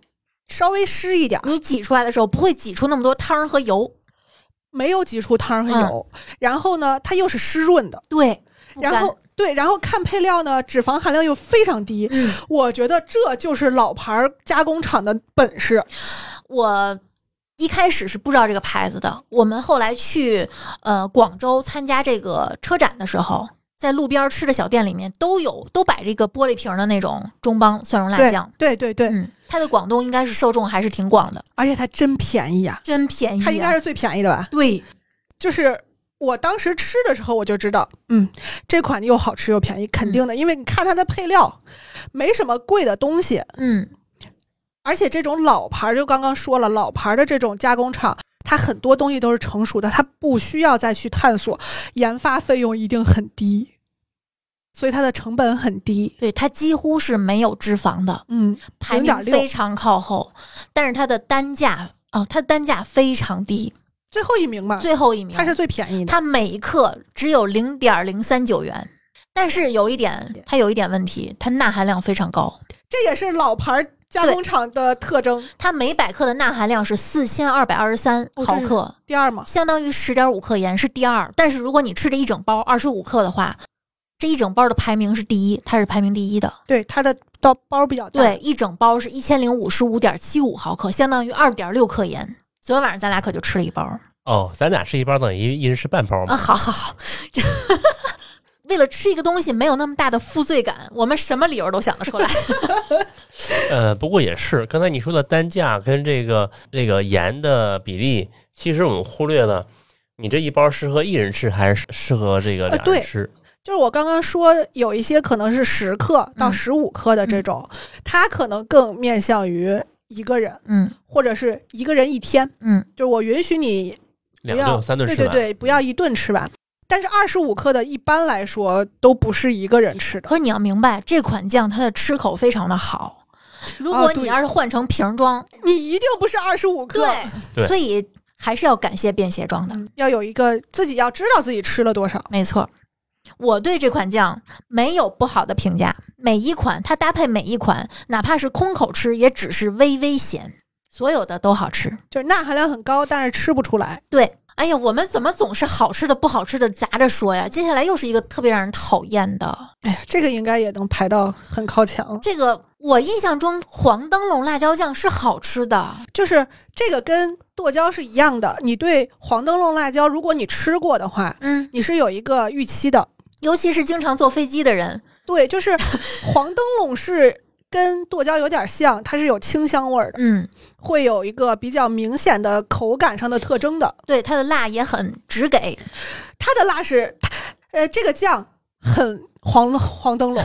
Speaker 4: 稍微湿一点儿，
Speaker 3: 你挤出来的时候不会挤出那么多汤儿和油。
Speaker 4: 没有挤出汤
Speaker 3: 嗯
Speaker 4: 和油。然后呢，它又是湿润的，
Speaker 3: 对，不
Speaker 4: 然
Speaker 3: 干
Speaker 4: 后对，然后看配料呢，脂肪含量又非常低。
Speaker 3: 嗯，
Speaker 4: 我觉得这就是老牌儿加工厂的本事。
Speaker 3: 我一开始是不知道这个牌子的。我们后来去呃广州参加这个车展的时候，在路边儿吃的小店里面都有都摆这个玻璃瓶儿的那种中邦蒜蓉辣酱。
Speaker 4: 对对对对，
Speaker 3: 嗯，它的广东应该是受众还是挺广的，
Speaker 4: 而且它真便宜呀、
Speaker 3: 真便宜、啊。
Speaker 4: 它应该是最便宜的吧？
Speaker 3: 对，
Speaker 4: 就是我当时吃的时候我就知道，嗯，这款又好吃又便宜，
Speaker 3: 嗯
Speaker 4: 肯定的，因为你看它的配料，没什么贵的东西，
Speaker 3: 嗯，
Speaker 4: 而且这种老牌儿就刚刚说了，老牌儿的这种加工厂。它很多东西都是成熟的，它不需要再去探索，研发费用一定很低，所以它的成本很低。
Speaker 3: 对，它几乎是没有脂肪的，
Speaker 4: 嗯，
Speaker 3: 排名
Speaker 4: 0.6
Speaker 3: 非常靠后，但是它的单价哦，它的单价非常低，
Speaker 4: 最后一名嘛，
Speaker 3: 最后一名
Speaker 4: 它是最便宜
Speaker 3: 啊
Speaker 4: 的。
Speaker 3: 它每一克只有零点零三九元。但是有一点，它有一点问题，它钠含量非常高，
Speaker 4: 这也是老牌儿加工厂的特征。
Speaker 3: 它每百克的钠含量是四千二百二十三
Speaker 4: 哦
Speaker 3: 毫
Speaker 4: 这是
Speaker 3: 克，
Speaker 4: 第二嘛，
Speaker 3: 相当于十点五克盐，是第二。但是如果你吃这一整包二十五克的话，这一整包的排名是第一，它是排名第一的。
Speaker 4: 对，它的到包儿比较大。
Speaker 3: 对，一整包是一千零五十五点七五毫克，相当于二点六克盐。昨天晚上咱俩可就吃了一包
Speaker 5: 哦，咱俩是一包，等于一人吃半包
Speaker 3: 啊！
Speaker 5: 嘛。
Speaker 3: 好好好，这 为了吃一个东西没有那么大的负罪感，我们什么理由都想得出来。
Speaker 5: 呃，不过也是，刚才你说的单价跟这个这个盐的比例，其实我们忽略了，你这一包适合一人吃还是适合这个
Speaker 4: 呃
Speaker 5: 俩
Speaker 4: 对
Speaker 5: 人吃？
Speaker 4: 就是我刚刚说有一些可能是十克到
Speaker 3: 嗯
Speaker 4: 十五克的这种，它可能更面向于一个人
Speaker 3: 嗯
Speaker 4: 或者是一个人一天，
Speaker 3: 嗯
Speaker 4: 就是我允许你
Speaker 5: 两
Speaker 4: 不要
Speaker 5: 顿三顿
Speaker 4: 对
Speaker 5: 吃
Speaker 4: 对
Speaker 5: 完，嗯
Speaker 4: 对，不要一顿吃完。但是二十五克的，一般来说都不是一个人吃的。
Speaker 3: 可是你要明白，这款酱它的吃口非常的好。如果
Speaker 4: 哦对
Speaker 3: 你要是换成瓶装，
Speaker 4: 你一定不是二十五克，
Speaker 5: 对
Speaker 3: 所以还是要感谢便携装的，
Speaker 4: 嗯要有一个自己要知道自己吃了多少。
Speaker 3: 没错。我对这款酱没有不好的评价，每一款它搭配每一款，哪怕是空口吃，也只是微微咸，所有的都好吃。
Speaker 4: 就是钠含量很高，但是吃不出来。
Speaker 3: 对，哎呀，我们怎么总是好吃的不好吃的杂着说呀？接下来又是一个特别让人讨厌的，
Speaker 4: 哎呀，这个应该也能排到很靠前了。
Speaker 3: 这个我印象中黄灯笼辣椒酱是好吃的，
Speaker 4: 就是这个跟剁椒是一样的，你对黄灯笼辣椒，如果你吃过的话，
Speaker 3: 嗯，
Speaker 4: 你是有一个预期的。
Speaker 3: 尤其是经常坐飞机的人，
Speaker 4: 对，就是黄灯笼是跟剁椒有点像，它是有清香味儿的，
Speaker 3: 嗯，
Speaker 4: 会有一个比较明显的口感上的特征的。
Speaker 3: 对，它的辣也很直给，
Speaker 4: 它的辣是，它呃，这个酱很黄黄 灯笼，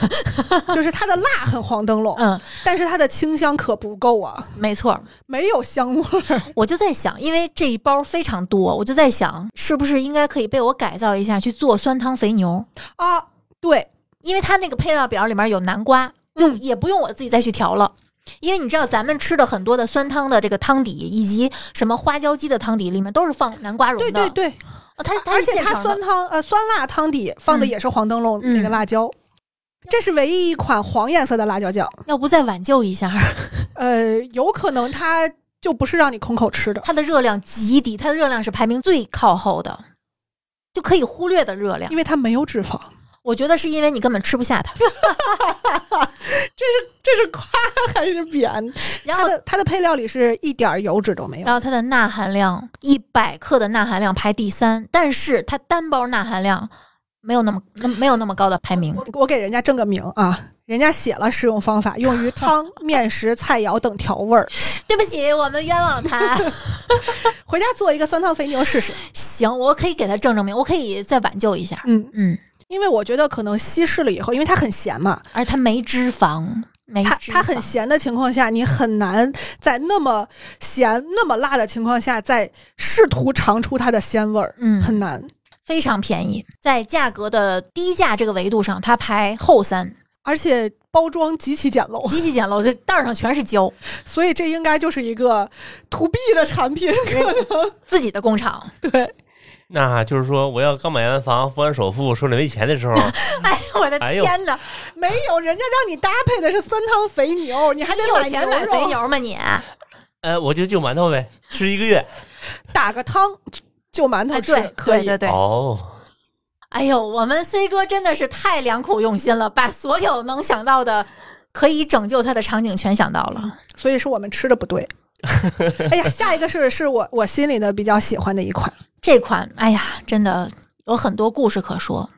Speaker 4: 就是它的辣很黄灯笼，
Speaker 3: 嗯，
Speaker 4: 但是它的清香可不够啊，
Speaker 3: 没错。
Speaker 4: 没有香味儿。
Speaker 3: 我就在想，因为这一包非常多，我就在想，是不是应该可以被我改造一下去做酸汤肥牛？
Speaker 4: 啊，对，
Speaker 3: 因为它那个配料表里面有南瓜，就
Speaker 4: 嗯
Speaker 3: 也不用我自己再去调了。因为你知道，咱们吃的很多的酸汤的这个汤底，以及什么花椒鸡的汤底，里面都是放南瓜蓉
Speaker 4: 对
Speaker 3: 的。
Speaker 4: 对对，
Speaker 3: 哦它它
Speaker 4: 而
Speaker 3: 是
Speaker 4: 且
Speaker 3: 现
Speaker 4: 它
Speaker 3: 成的
Speaker 4: 酸。汤呃酸辣汤底放的
Speaker 3: 嗯
Speaker 4: 也是黄灯笼
Speaker 3: 嗯
Speaker 4: 那个辣椒。这是唯一一款黄颜色的辣椒酱，
Speaker 3: 要不再挽救一下？
Speaker 4: 呃，有可能它就不是让你空口吃的，
Speaker 3: 它的热量极低，它的热量是排名最靠后的，就可以忽略的热量
Speaker 4: 因。为它没有脂肪，
Speaker 3: 我觉得是因为你根本吃不下它。
Speaker 4: 这是夸还是贬？
Speaker 3: 然
Speaker 4: 它
Speaker 3: 后，
Speaker 4: 的它的配料里是一点儿油脂都没有
Speaker 3: 然，后它的钠含量，一百克的钠含量排第三，但是它单包钠含量没有那么那没有那么高的排名。
Speaker 4: 我给人家正个名啊，人家写了食用方 法，用于汤、面食、菜肴等调味儿。
Speaker 3: 对不起，我们冤枉了 它。
Speaker 4: 回家做一个酸汤肥牛试试。
Speaker 3: 行，我可以给它正正名，我可以再挽救一下。
Speaker 4: 嗯，
Speaker 3: 嗯，
Speaker 4: 因为我觉得可能稀释了以后，因为它很咸嘛，
Speaker 3: 而它没脂肪，没
Speaker 4: 它
Speaker 3: 脂肪
Speaker 4: 它很咸的情况下，你很难在那么咸、那么辣的情况下，再试图尝出它的鲜味儿，
Speaker 3: 嗯
Speaker 4: 很难。
Speaker 3: 非常便宜，在价格的低价这个维度上，它排后三，
Speaker 4: 而且包装极其简陋，
Speaker 3: 极其简陋，这袋儿上全是胶，
Speaker 4: 所以这应该就是一个 to B 的产品，可
Speaker 3: 自己的工厂。
Speaker 4: 能对。
Speaker 5: 那就是说，我要刚买完房，付完首付，手里没钱的时候，
Speaker 3: 哎呦我的
Speaker 5: 哎呦
Speaker 3: 天哪！
Speaker 4: 没有，人家让你搭配的是酸汤 肥牛，你还得
Speaker 3: 你有钱买肥，牛吗你？
Speaker 5: 呃，我就就馒头呗，吃一个月。
Speaker 4: 打个汤就馒头
Speaker 3: 哎，
Speaker 4: 吃，
Speaker 3: 对，
Speaker 4: 可
Speaker 3: 对
Speaker 4: 以。
Speaker 3: 对对。
Speaker 5: 哦，
Speaker 3: 哎呦，我们 C 哥真的是太良苦用心了，把所有能想到的可以拯救他的场景全想到了。
Speaker 4: 所以是我们吃的 不对。哎呀，下一个是是我我心里的比较喜欢的一款。
Speaker 3: 这款，哎呀，真的有很多故事可说。
Speaker 4: 我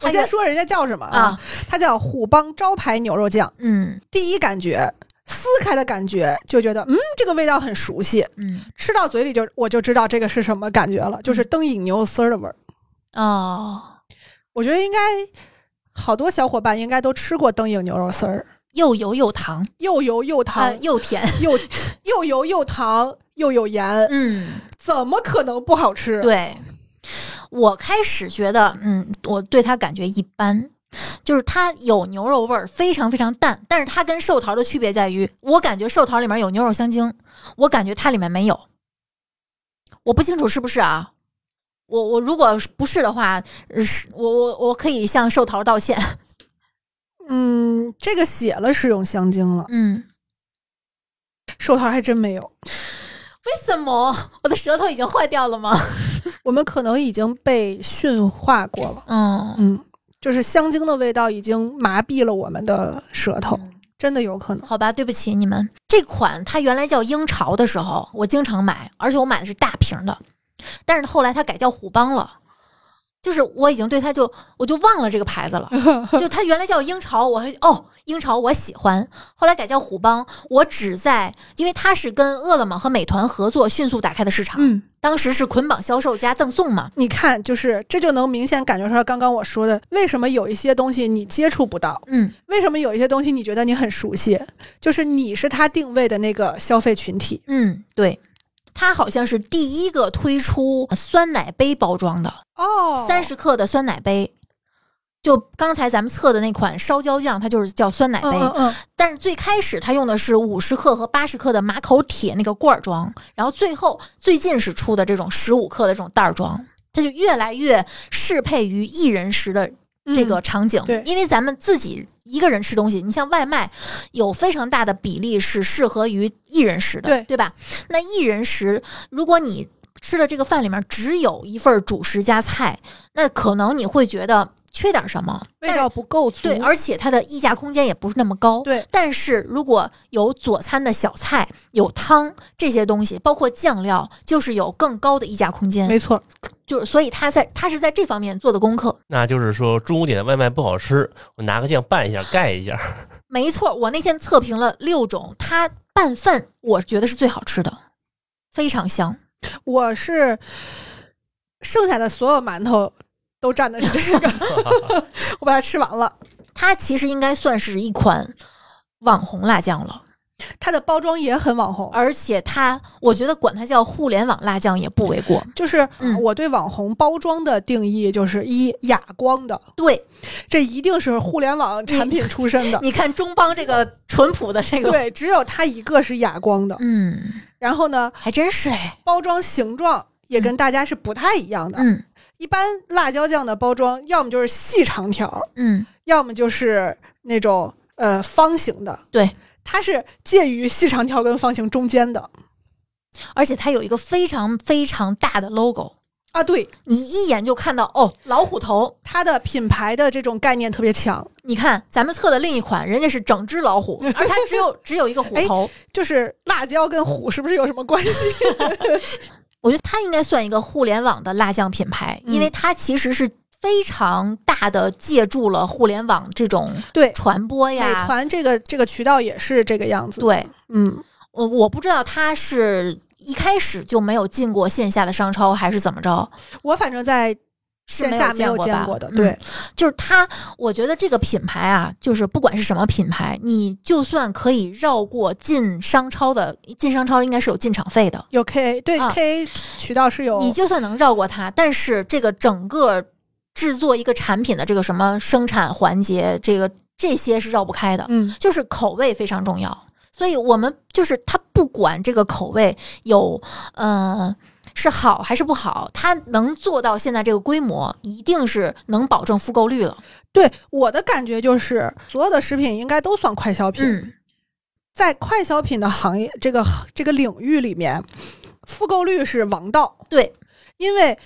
Speaker 3: 它
Speaker 4: 先
Speaker 3: 是
Speaker 4: 说人家叫什么
Speaker 3: 啊，，
Speaker 4: 它叫虎帮招牌牛肉酱。
Speaker 3: 嗯
Speaker 4: 第一感觉，撕开的感觉就觉得，嗯，这个味道很熟悉，
Speaker 3: 嗯
Speaker 4: 吃到嘴里就我就知道这个是什么感觉了，就是灯影牛肉丝儿的味儿。
Speaker 3: 哦，
Speaker 4: 我觉得应该好多小伙伴应该都吃过灯影牛肉丝儿，
Speaker 3: 又油又糖，
Speaker 4: 又油又
Speaker 3: 啊，
Speaker 4: 糖，
Speaker 3: 又甜，
Speaker 4: 又又油又糖又有盐，
Speaker 3: 嗯，
Speaker 4: 怎么可能不好吃？
Speaker 3: 对。我开始觉得，嗯，我对它感觉一般，就是它有牛肉味儿，非常非常淡。但是它跟寿桃的区别在于，我感觉寿桃里面有牛肉香精，我感觉它里面没有。我不清楚是不是啊？我我如果不是的话，呃是我我我可以向寿桃道歉。
Speaker 4: 嗯，这个写了食用香精了，
Speaker 3: 嗯，
Speaker 4: 寿桃还真没有。
Speaker 3: 为什么我的舌头已经坏掉了吗？
Speaker 4: 我们可能已经被驯化过了，
Speaker 3: 嗯，
Speaker 4: 嗯，就是香精的味道已经麻痹了我们的舌头，真的有可能。
Speaker 3: 好吧，对不起你们。这款它原来叫鹰巢的时候，我经常买，而且我买的是大瓶的，但是后来它改叫虎帮了。就是我已经对它就我就忘了这个牌子了，就它原来叫鹰巢，我还哦鹰巢我喜欢，后来改叫虎帮，我只在因为它是跟饿了么和美团合作迅速打开的市场，
Speaker 4: 嗯，
Speaker 3: 当时是捆绑销售加赠送嘛，
Speaker 4: 你看，就是这就能明显感觉出来，刚刚我说的，为什么有一些东西你接触不到，
Speaker 3: 嗯
Speaker 4: 为什么有一些东西你觉得你很熟悉，就是你是他定位的那个消费群体。
Speaker 3: 嗯对。它好像是第一个推出呃酸奶杯包装的，
Speaker 4: 哦
Speaker 3: 三十克的酸奶杯，就刚才咱们测的那款烧椒酱，它就是叫酸奶杯。
Speaker 4: 嗯嗯嗯，
Speaker 3: 但是最开始它用的是五十克和八十克的马口铁那个罐儿装，然后最后最近是出的这种十五克的这种袋儿装，它就越来越适配于一人食的
Speaker 4: 嗯
Speaker 3: 这个场景。
Speaker 4: 对
Speaker 3: 因为咱们自己一个人吃东西，你像外卖，有非常大的比例是适合于一人食的，
Speaker 4: 对
Speaker 3: 吧？那一人食，如果你吃的这个饭里面只有一份主食加菜，那可能你会觉得缺点什么，
Speaker 4: 味道不够足。
Speaker 3: 对，而且它的溢价空间也不是那么高。
Speaker 4: 嗯对
Speaker 3: 但是如果有佐餐的小菜、有汤这些东西，包括酱料，就是有更高的溢价空间。
Speaker 4: 没错，
Speaker 3: 就是所以它在它是在这方面做的功课。
Speaker 5: 那就是说中午点的外卖不好吃，我拿个酱拌一下，盖一下。
Speaker 3: 没错，我那天测评了六种，它拌饭我觉得是最好吃的，非常香。
Speaker 4: 我是剩下的所有馒头都蘸的是这个， 我把它吃完了。
Speaker 3: 它其实应该算是一款网红辣酱了，
Speaker 4: 它的包装也很网红，
Speaker 3: 而且它我觉得管它叫互联网辣酱也不为过。
Speaker 4: 就是
Speaker 3: 嗯
Speaker 4: 我对网红包装的定义就是一哑光的，
Speaker 3: 对，
Speaker 4: 这一定是互联
Speaker 3: 嗯
Speaker 4: 网产品出身的。
Speaker 3: 你看中邦这个淳朴的这个，
Speaker 4: 对，只有它一个是哑光的，
Speaker 3: 嗯，
Speaker 4: 然后呢，
Speaker 3: 还真是 哎，
Speaker 4: 包装形状也跟大家是不太一样的。
Speaker 3: 嗯
Speaker 4: 一般辣椒酱的包装，要么就是细长条，
Speaker 3: 嗯，
Speaker 4: 要么就是那种呃方形的。
Speaker 3: 对，
Speaker 4: 它是介于细长条跟方形中间的
Speaker 3: 而且它有一个非常非常大的 logo，
Speaker 4: 啊。对，
Speaker 3: 你一眼就看到哦，老虎头。
Speaker 4: 它的品牌的这种概念特别强，
Speaker 3: 你看咱们测的另一款，人家是整只老虎，而它只有只有一个虎头。
Speaker 4: 就是辣椒跟虎是不是有什么关系？
Speaker 3: 我觉得它应该算一个互联网的辣酱品牌，
Speaker 4: 嗯
Speaker 3: 因为它其实是非常大的借助了互联网这种
Speaker 4: 对，
Speaker 3: 传播
Speaker 4: 美
Speaker 3: 哎呀。
Speaker 4: 团这个这个渠道也是这个样子。，
Speaker 3: 对，
Speaker 4: 嗯，
Speaker 3: 我我不知道它是一开始就没有进过线下的商超，还是怎么着。
Speaker 4: 我反正在
Speaker 3: 是
Speaker 4: 线
Speaker 3: 没有
Speaker 4: 下没有
Speaker 3: 见过吧
Speaker 4: 见过的。
Speaker 3: 嗯
Speaker 4: 对，
Speaker 3: 就是它，我觉得这个品牌啊，就是不管是什么品牌，你就算可以绕过进商超的，进商超应该是有进场费的，
Speaker 4: 有 K 对、
Speaker 3: 啊
Speaker 4: K 渠道是有
Speaker 3: 你就算能绕过它，但是这个整个制作一个产品的这个什么生产环节，这个这些是绕不开的，
Speaker 4: 嗯
Speaker 3: 就是口味非常重要。所以我们就是它不管这个口味有，呃。是好还是不好？它能做到现在这个规模，一定是能保证复购率了。
Speaker 4: 对我的感觉就是，所有的食品应该都算快消品。
Speaker 3: 嗯，
Speaker 4: 在快消品的行业这个这个领域里面，复购率是王道，
Speaker 3: 对，
Speaker 4: 因为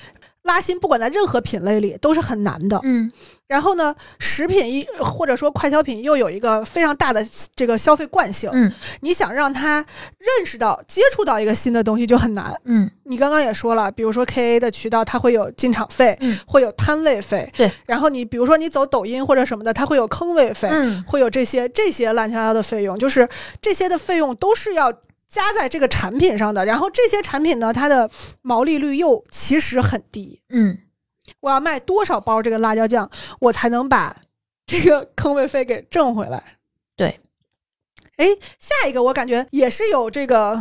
Speaker 4: 拉新不管在任何品类里都是很难的。
Speaker 3: 嗯，
Speaker 4: 然后呢，食品一或者说快消品又有一个非常大的这个消费惯性，
Speaker 3: 嗯
Speaker 4: 你想让他认识到、接触到一个新的东西就很难。
Speaker 3: 嗯
Speaker 4: 你刚刚也说了，比如说 KA 的渠道，它会有进场费，
Speaker 3: 嗯
Speaker 4: 会有摊位费，
Speaker 3: 对。
Speaker 4: 然后你比如说你走抖音或者什么的，它会有坑位费，
Speaker 3: 嗯，
Speaker 4: 会有这些这些乱七八糟的费用，就是这些的费用都是要加在这个产品上的。然后这些产品呢，它的毛利率又其实很低。
Speaker 3: 嗯，
Speaker 4: 我要卖多少包这个辣椒酱，我才能把这个坑位费给挣回来？
Speaker 3: 对。
Speaker 4: 哎，下一个我感觉也是有这个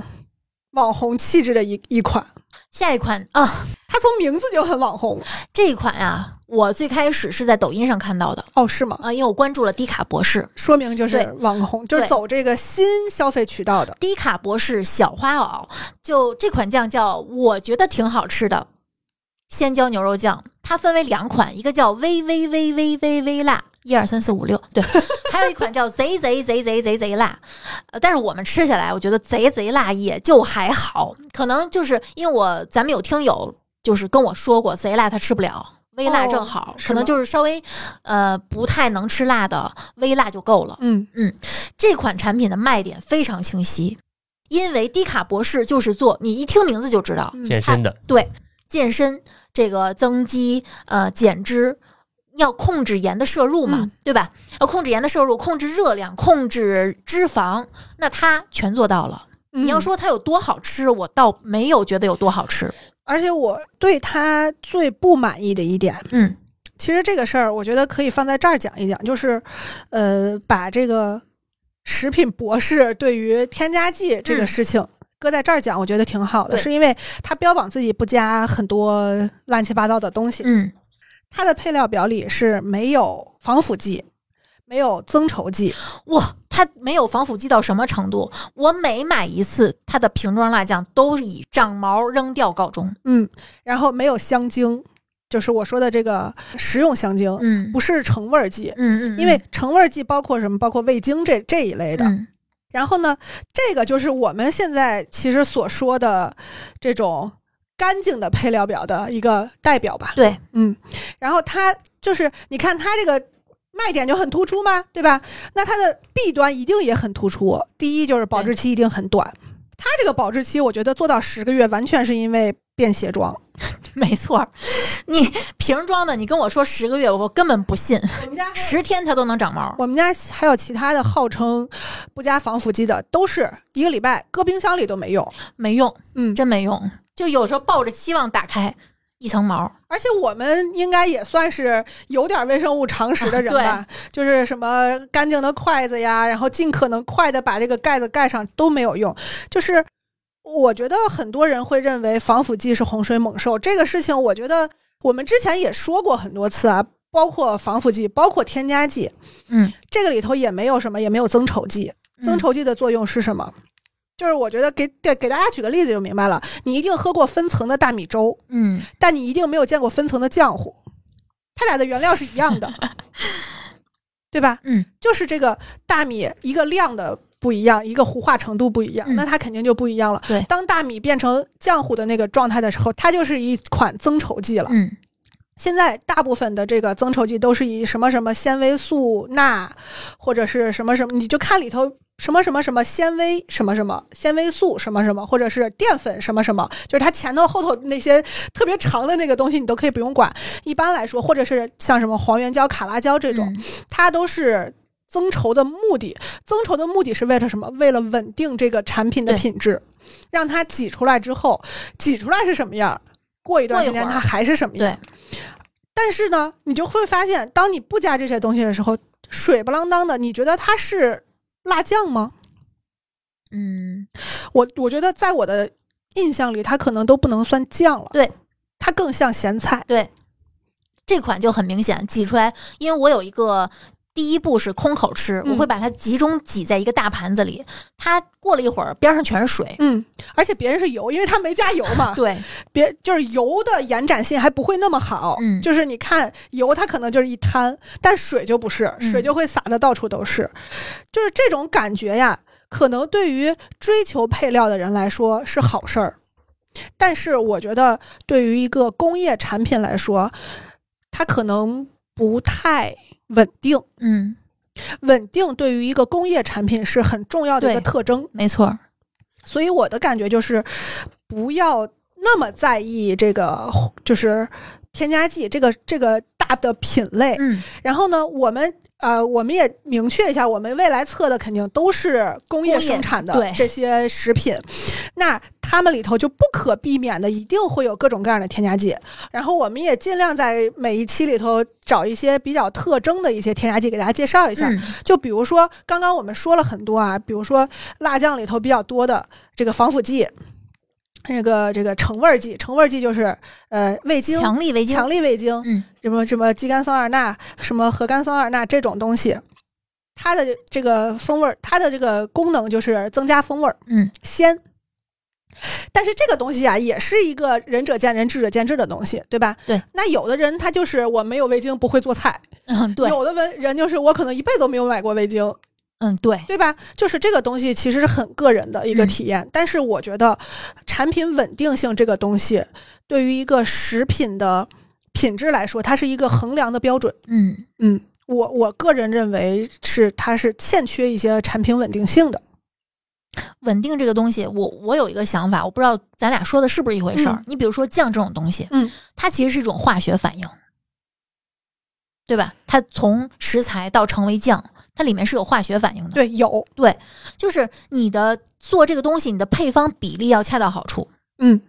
Speaker 4: 网红气质的一一款，
Speaker 3: 下一款啊，
Speaker 4: 它从名字就很网红
Speaker 3: 这一款啊，我最开始是在抖音上看到的
Speaker 4: 哦，是吗？
Speaker 3: 啊，因为我关注了迪卡博士。
Speaker 4: 说明就是
Speaker 3: 对
Speaker 4: 网红，就是
Speaker 3: 对
Speaker 4: 走这个新消费渠道的。
Speaker 3: 迪卡博士小花袄，就这款酱叫我觉得挺好吃的，鲜椒牛肉酱。它分为两款，一个叫微微微微微微辣，一二三四五六，对， 还有一款叫贼贼贼贼贼贼辣。呃，但是我们吃起来，我觉得贼贼辣也就还好，可能就是因为我咱们有听友就是跟我说过，贼辣他吃不了。微辣正好，
Speaker 4: 哦是
Speaker 3: 可能
Speaker 4: 吗
Speaker 3: 就是稍微，呃，不太能吃辣的微辣就够了。
Speaker 4: 嗯，
Speaker 3: 这款产品的卖点非常清晰，因为迪卡博士就是做你一听名字就知道
Speaker 4: 嗯
Speaker 5: 健身的，
Speaker 3: 对健身这个增肌、呃减脂，要控制盐的摄入嘛，
Speaker 4: 嗯
Speaker 3: 对吧？要控制盐的摄入，控制热量，控制脂肪，那它全做到了。你要
Speaker 4: 嗯
Speaker 3: 说它有多好吃，我倒没有觉得有多好吃。
Speaker 4: 而且我对他最不满意的一点，
Speaker 3: 嗯
Speaker 4: 其实这个事儿我觉得可以放在这儿讲一讲，就是，呃，把这个食品博士对于添加剂这个
Speaker 3: 嗯
Speaker 4: 事情。搁在这儿讲，我觉得挺好的，
Speaker 3: 对
Speaker 4: 是因为他标榜自己不加很多乱七八糟的东西。
Speaker 3: 嗯
Speaker 4: 它的配料表里是没有防腐剂，没有增稠剂，
Speaker 3: 哇，它没有防腐剂到什么程度？我每买一次，它的瓶装辣酱都以长毛扔掉告终。
Speaker 4: 嗯，然后没有香精，就是我说的这个食用香精，
Speaker 3: 嗯
Speaker 4: 不是成味儿剂，
Speaker 3: 嗯嗯，
Speaker 4: 因为成味儿剂包括什么？包括味精这这一类的。
Speaker 3: 嗯
Speaker 4: 然后呢，这个就是我们现在其实所说的这种干净的配料表的一个代表吧。
Speaker 3: 对，
Speaker 4: 嗯，然后它就是你看它这个卖点就很突出嘛，对吧？那它的弊端一定也很突出。第一就是保质期一定很短，它这个保质期我觉得做到十个月，完全是因为便携装。
Speaker 3: 没错儿，你瓶装的，你跟我说十个月，我根本不信，
Speaker 4: 我们家
Speaker 3: 十天它都能长毛。
Speaker 4: 我们家还有其他的号称不加防腐剂的，都是一个礼拜搁冰箱里都没用。
Speaker 3: 没用，
Speaker 4: 嗯，
Speaker 3: 真没用。就有时候抱着期望打开一层毛，
Speaker 4: 而且我们应该也算是有点微生物常识的人吧，
Speaker 3: 啊
Speaker 4: 就是什么干净的筷子呀，然后尽可能快的把这个盖子盖上都没有用。就是我觉得很多人会认为防腐剂是洪水猛兽，这个事情我觉得我们之前也说过很多次啊，包括防腐剂，包括添加剂，
Speaker 3: 嗯，
Speaker 4: 这个里头也没有什么，也没有增稠剂。增稠剂的作用是什么？就是我觉得给给给大家举个例子就明白了，你一定喝过分层的大米粥，
Speaker 3: 嗯，
Speaker 4: 但你一定没有见过分层的浆糊，它俩的原料是一 样的，对吧？
Speaker 3: 嗯，
Speaker 4: 就是这个大米一个量的不一样，一个糊化程度不一样，
Speaker 3: 嗯
Speaker 4: 那它肯定就不一样了。
Speaker 3: 对
Speaker 4: 当大米变成浆糊的那个状态的时候，它就是一款增稠剂了。
Speaker 3: 嗯
Speaker 4: 现在大部分的这个增稠剂都是以什么什么纤维素钠，或者是什么什么，你就看里头什么什么什么纤维什么什么纤维素什么什么，或者是淀粉什么什么，就是它前头后头那些特别长的那个东西你都可以不用管。一般来说，或者是像什么黄原胶、卡拉胶这
Speaker 3: 这
Speaker 4: 种，它都是。增稠的目的，增稠的目的是为了什么？为了稳定这个产品的
Speaker 3: 对
Speaker 4: 品质，让它挤出来之后，挤出来是什么样儿，过一段
Speaker 3: 过一
Speaker 4: 时间
Speaker 3: 会儿
Speaker 4: 它还是什么样。
Speaker 3: 对，
Speaker 4: 但是呢，你就会发现，当你不加这些东西的时候，水不啷当的，你觉得它是辣酱吗？
Speaker 3: 嗯
Speaker 4: 我我觉得在我的印象里，它可能都不能算酱了，
Speaker 3: 对，
Speaker 4: 它更像咸菜。
Speaker 3: 对，这款就很明显挤出来，因为我有一个。第一步是空口吃，
Speaker 4: 嗯
Speaker 3: 我会把它集中挤在一个大盘子里。它过了一会儿，边上全是水。
Speaker 4: 嗯，而且别人是油，因为它没加油 嘛，
Speaker 3: 对，
Speaker 4: 别就是油的延展性还不会那么好。
Speaker 3: 嗯
Speaker 4: 就是你看油，它可能就是一滩，但水就不是，
Speaker 3: 嗯
Speaker 4: 水就会洒的到处都是。就是这种感觉呀，可能对于追求配料的人来说是好事儿，但是我觉得对于一个工业产品来说，它可能不太稳定。
Speaker 3: 嗯，
Speaker 4: 稳定对于一个工业产品是很重要的一个
Speaker 3: 对
Speaker 4: 特征。
Speaker 3: 没错儿。
Speaker 4: 所以我的感觉就是，不要那么在意这个，就是添加剂这个这个大的品类。
Speaker 3: 嗯，
Speaker 4: 然后呢，我们呃，我们也明确一下，我们未来测的肯定都是工业
Speaker 3: 工业
Speaker 4: 生产的
Speaker 3: 对
Speaker 4: 这些食品，那他们里头就不可避免的一定会有各种各样的添加剂。然后我们也尽量在每一期里头找一些比较特征的一些添加剂给大家介绍一下。
Speaker 3: 嗯
Speaker 4: 就比如说，刚刚我们说了很多啊，比如说辣酱里头比较多的这个防腐剂，这个这个成味儿剂，成味儿剂就是呃味精、
Speaker 3: 强力维京，
Speaker 4: 强力味精，
Speaker 3: 嗯
Speaker 4: 什么什么肌酐酸二钠、什么核苷酸二钠这种东西，它的这个风味儿，它的这个功能就是增加风味儿，
Speaker 3: 嗯，
Speaker 4: 鲜。但是这个东西啊，也是一个仁者见仁，智者见智的东西，对吧？
Speaker 3: 对。
Speaker 4: 那有的人他就是我没有味精不会做菜，
Speaker 3: 嗯，对，
Speaker 4: 有的人人就是我可能一辈子都没有买过味精，
Speaker 3: 嗯对，
Speaker 4: 对吧？就是这个东西其实是很个人的一个
Speaker 3: 嗯
Speaker 4: 体验，但是我觉得产品稳定性这个东西，对于一个食品的品质来说，它是一个衡量的标准。
Speaker 3: 嗯
Speaker 4: 嗯，我我个人认为是它是欠缺一些产品稳定性的。
Speaker 3: 稳定这个东西，我我有一个想法，我不知道咱俩说的是不是一回事儿。
Speaker 4: 嗯
Speaker 3: 你比如说酱这种东西，
Speaker 4: 嗯，
Speaker 3: 它其实是一种化学反应，对吧？它从食材到成为酱，它里面是有化学反应的。
Speaker 4: 对，有，
Speaker 3: 就是你的做这个东西，你的配方比例要恰到好处。
Speaker 4: 嗯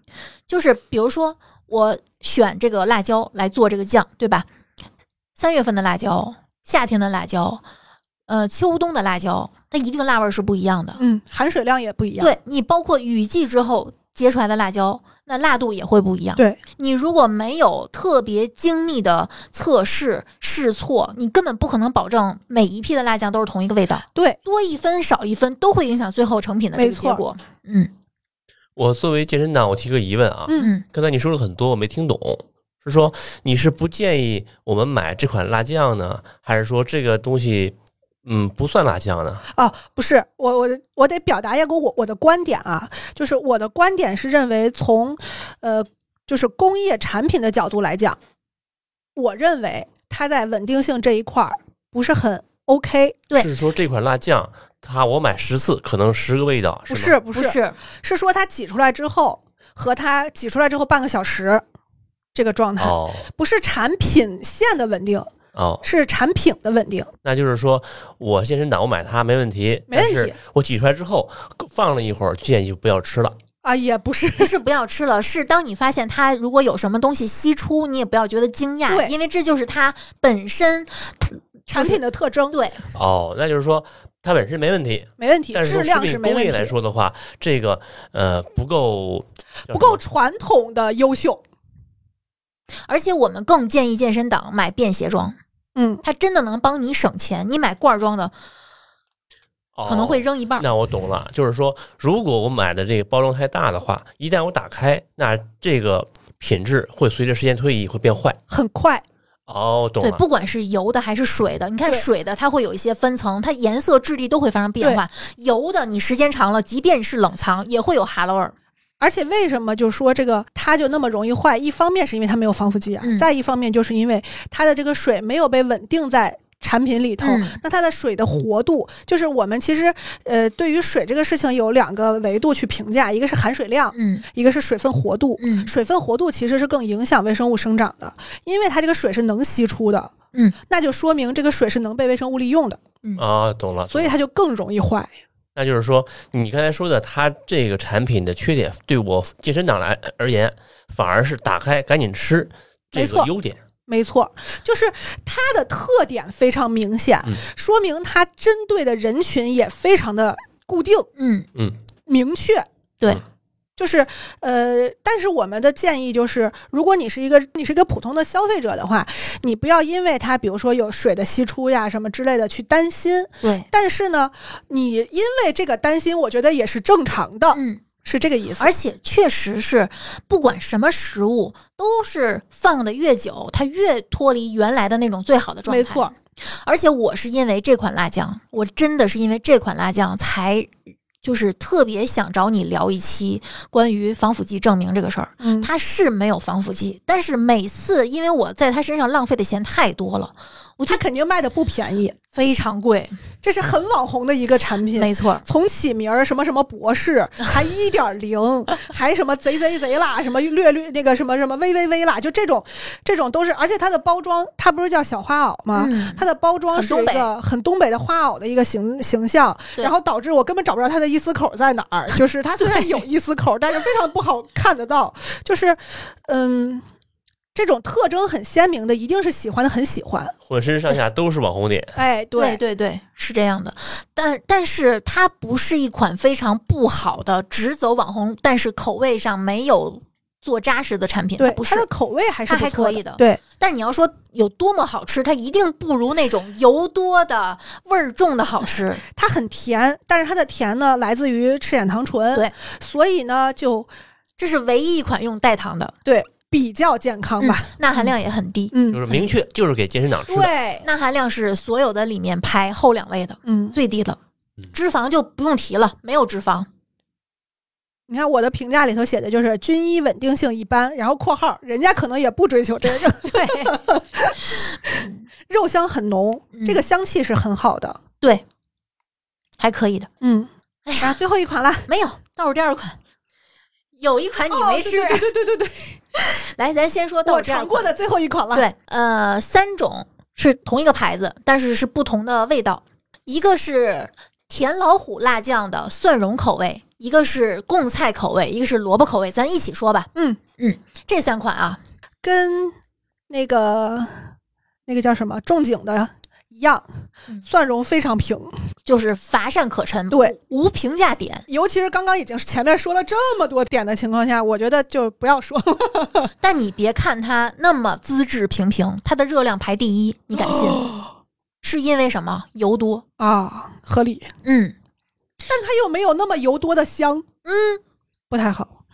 Speaker 3: 就是比如说，我选这个辣椒来做这个酱，对吧？三月份的辣椒、夏天的辣椒、呃秋冬的辣椒，它一定辣味儿是不一样的。
Speaker 4: 嗯，含水量也不一样。
Speaker 3: 对你，包括雨季之后结出来的辣椒，那辣度也会不一样。
Speaker 4: 对，
Speaker 3: 你如果没有特别精密的测试试错，你根本不可能保证每一批的辣酱都是同一个味道。
Speaker 4: 对，
Speaker 3: 多一分少一分都会影响最后成品的这个
Speaker 4: 没错
Speaker 3: 结果。嗯
Speaker 5: 我作为健身党，我提个疑问啊，
Speaker 4: 嗯
Speaker 3: 嗯，
Speaker 5: 刚才你说了很多，我没听懂，是说你是不建议我们买这款辣酱呢，还是说这个东西嗯不算辣酱呢？
Speaker 4: 哦，不是，我我我得表达一个我我的观点啊，就是我的观点是认为从，呃，就是工业产品的角度来讲，我认为它在稳定性这一块儿不是很 OK，
Speaker 3: 对
Speaker 5: 是说这款辣酱，它我买十次，可能十个味道，
Speaker 4: 不
Speaker 5: 是吗
Speaker 4: 是
Speaker 3: 不
Speaker 4: 不是是说它挤出来之后和它挤出来之后半个小时这个状态，
Speaker 5: 哦
Speaker 4: 不是产品线的稳定，
Speaker 5: 哦，
Speaker 4: 是产品的稳定，
Speaker 5: 那就是说我健身党我买它没问题，
Speaker 4: 没问题
Speaker 5: 但是我挤出来之后放了一会儿，建议不要吃了。
Speaker 4: 啊，也不是
Speaker 3: 不是不要吃了，是当你发现它如果有什么东西析出，你也不要觉得惊讶，
Speaker 4: 对
Speaker 3: 因为这就是它本身
Speaker 4: 产品的特征，
Speaker 3: 对
Speaker 5: 哦，那就是说它本身没问题，
Speaker 4: 没问题，
Speaker 5: 但是
Speaker 4: 质
Speaker 5: 从
Speaker 4: 量
Speaker 5: 食
Speaker 4: 是
Speaker 5: 品
Speaker 4: 没
Speaker 5: 工
Speaker 4: 问
Speaker 5: 业来
Speaker 4: 题，
Speaker 5: 说的话，这个呃不够
Speaker 4: 不够传统的优秀，
Speaker 3: 而且我们更建议健身党买便携装，
Speaker 4: 嗯。
Speaker 3: 它真的能帮你省钱。你买罐装的可能会
Speaker 5: 哦
Speaker 3: 扔一半儿。
Speaker 5: 那我懂了，就是说，如果我买的这个包装太大的话，一旦我打开，那这个品质会随着时间推移会变坏。
Speaker 4: 很快，
Speaker 5: 哦，懂
Speaker 3: 对，
Speaker 5: 了。
Speaker 3: 不管是油的还是水的，你看
Speaker 4: 对
Speaker 3: 水的它会有一些分层，它颜色、质地都会发生变化。油的你时间长了，即便是冷藏，也会有哈喇味儿。
Speaker 4: 而且为什么就说这个它就那么容易坏？一方面是因为它没有防腐剂啊，
Speaker 3: 嗯
Speaker 4: 再一方面就是因为它的这个水没有被稳定在产品里头。
Speaker 3: 嗯
Speaker 4: 那它的水的活度，就是我们其实呃对于水这个事情有两个维度去评价，一个是含水量，
Speaker 3: 嗯
Speaker 4: 一个是水分活度。
Speaker 3: 嗯
Speaker 4: 水分活度其实是更影响微生物生长的，因为它这个水是能析出的，
Speaker 3: 嗯，
Speaker 4: 那就说明这个水是能被微生物利用的，
Speaker 5: 啊，懂了。
Speaker 4: 所以
Speaker 5: 懂了
Speaker 4: 它就更容易坏。
Speaker 5: 那就是说，你刚才说的，它这个产品的缺点，对我健身党来而言，反而是打开赶紧吃这
Speaker 4: 没
Speaker 5: 个
Speaker 4: 错
Speaker 5: 优点。
Speaker 4: 没错，就是它的特点非常明显，
Speaker 5: 嗯
Speaker 4: 说明它针对的人群也非常的固定
Speaker 3: 嗯，
Speaker 5: 嗯，
Speaker 4: 明确。
Speaker 3: 对
Speaker 5: 嗯
Speaker 4: 就是呃，但是我们的建议就是，如果你是一个你是一个普通的消费者的话，你不要因为它比如说有水的析出呀什么之类的去担心。
Speaker 3: 对，
Speaker 4: 但是呢，你因为这个担心，我觉得也是正常的，
Speaker 3: 嗯，
Speaker 4: 是这个意思。
Speaker 3: 而且确实是，不管什么食物，都是放的越久，它越脱离原来的那种最好的状态。
Speaker 4: 没错，，
Speaker 3: 而且我是因为这款辣酱，我真的是因为这款辣酱才。就是特别想找你聊一期关于防腐剂证明这个事儿，
Speaker 4: 嗯，
Speaker 3: 它是没有防腐剂，但是每次因为我在它身上浪费的钱太多了，我就
Speaker 4: 它肯定卖的不便宜，
Speaker 3: 非常贵。
Speaker 4: 这是很网红的一个产品。
Speaker 3: 没错，
Speaker 4: 从起名儿什么什么 博士，还一点零，还什么贼贼贼啦，什么略略那个什么什么微微微啦，就这种，这种都是，而且它的包装，它不是叫小花袄吗？
Speaker 3: 嗯，
Speaker 4: 它的包装是一
Speaker 3: 很
Speaker 4: 个很东北的花袄的一个形形象，
Speaker 3: 对
Speaker 4: 然后导致我根本找不着它的一丝口在哪 儿。就是它虽然有一丝口，但是非常不好看得到。就是，嗯，这种特征很鲜明的，一定是喜欢的很喜欢。
Speaker 5: 浑身上下都是网红点。
Speaker 4: 哎，
Speaker 3: 对对对，是这样的。但但是它不是一款非常不好的，只走网红，但是口味上没有做扎实的产品，
Speaker 4: 对
Speaker 3: 它，不是
Speaker 4: 它的。口味还是
Speaker 3: 它
Speaker 4: 不
Speaker 3: 还
Speaker 4: 错
Speaker 3: 可以的
Speaker 4: 对，
Speaker 3: 但你要说有多么好吃，它一定不如那种油多的、味儿重的好 吃。
Speaker 4: 它很甜，但是它的甜呢来自于赤藓糖醇，
Speaker 3: 对，
Speaker 4: 所以呢就
Speaker 3: 这是唯一一款用代糖的，
Speaker 4: 对比较健康吧，
Speaker 3: 钠含量也很低。
Speaker 4: 嗯，
Speaker 5: 就是明 确就是给健身党吃的。
Speaker 4: 对，
Speaker 3: 钠含量是所有的里面排后两位的
Speaker 4: 嗯，
Speaker 3: 最低的
Speaker 5: 嗯，
Speaker 3: 脂肪就不用提了，没有脂肪。
Speaker 4: 你看我的评价里头写的就是军医稳定性一般，然后括号人家可能也不追求这个，
Speaker 3: 对
Speaker 4: 肉香很浓，
Speaker 3: 嗯
Speaker 4: 这个香气是很好的，
Speaker 3: 对，还可以的。
Speaker 4: 嗯，
Speaker 3: 哎呀
Speaker 4: 然后最后一款啦，
Speaker 3: 没有，倒数第二款。有一款你没吃，
Speaker 4: 哦对对对对对
Speaker 3: 来，咱先说
Speaker 4: 对，
Speaker 3: 倒
Speaker 4: 我
Speaker 3: 数第二
Speaker 4: 尝过
Speaker 3: 款
Speaker 4: 的最后一款了。，
Speaker 3: 对，呃，三种是同一个牌子，但是是不同的味道。一个是甜老虎辣酱的蒜蓉口味，一个是贡菜口味，一个是萝卜口味。咱一起说吧，
Speaker 4: 嗯
Speaker 3: 嗯，这三款啊，
Speaker 4: 跟那个那个叫什么仲景的一样
Speaker 3: 嗯，
Speaker 4: 蒜蓉非常平，
Speaker 3: 就是乏善可陈，
Speaker 4: 对
Speaker 3: 无，无评价点。
Speaker 4: 尤其是刚刚已经前面说了这么多点的情况下，我觉得就不要说了。
Speaker 3: 但你别看它那么资质平平，它的热量排第一，你敢信？
Speaker 4: 哦
Speaker 3: 是因为什么？油多。
Speaker 4: 啊，合理，
Speaker 3: 嗯，
Speaker 4: 但它又没有那么油多的香，嗯，不太好。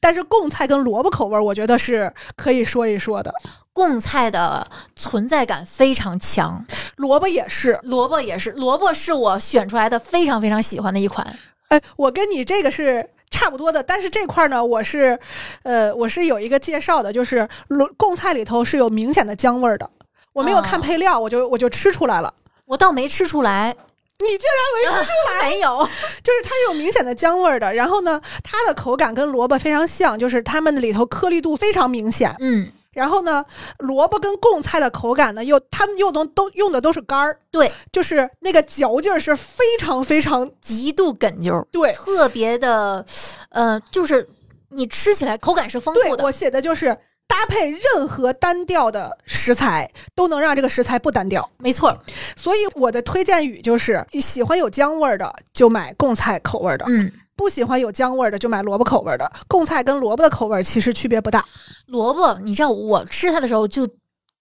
Speaker 4: 但是贡菜跟萝卜口味儿，我觉得是可以说一说的。
Speaker 3: 贡菜的存在感非常强，
Speaker 4: 萝卜也是，
Speaker 3: 萝卜也是，萝卜是我选出来的非常非常喜欢的一款。
Speaker 4: 哎，我跟你这个是差不多的，但是这块儿呢，我是，呃，我是有一个介绍的，就是萝贡菜里头是有明显的姜味儿的。我没有看
Speaker 3: 哦
Speaker 4: 配料，我就我就吃出来了。
Speaker 3: 我倒没吃出来，
Speaker 4: 你竟然没吃出 来？没有，就是它是有明显的姜味儿的。然后呢，它的口感跟萝卜非常像，就是它们里头颗粒度非常明显。
Speaker 3: 嗯，
Speaker 4: 然后呢，萝卜跟贡菜的口感呢，又他们用的都用的都是干儿，
Speaker 3: 对，
Speaker 4: 就是那个嚼劲儿是非常非常
Speaker 3: 极度哏啾，
Speaker 4: 对。
Speaker 3: 特别的，呃，就是你吃起来口感是丰
Speaker 4: 对
Speaker 3: 富的
Speaker 4: 我。写的就是搭配任何单调的食材，都能让这个食材不单调。
Speaker 3: 没错儿，
Speaker 4: 所以我的推荐语就是：喜欢有姜味儿的就买贡菜口味儿的，
Speaker 3: 嗯，
Speaker 4: 不喜欢有姜味儿的就买萝卜口味儿的。贡菜跟萝卜的口味儿其实区别不大。
Speaker 3: 萝卜，你知道我吃它的时候就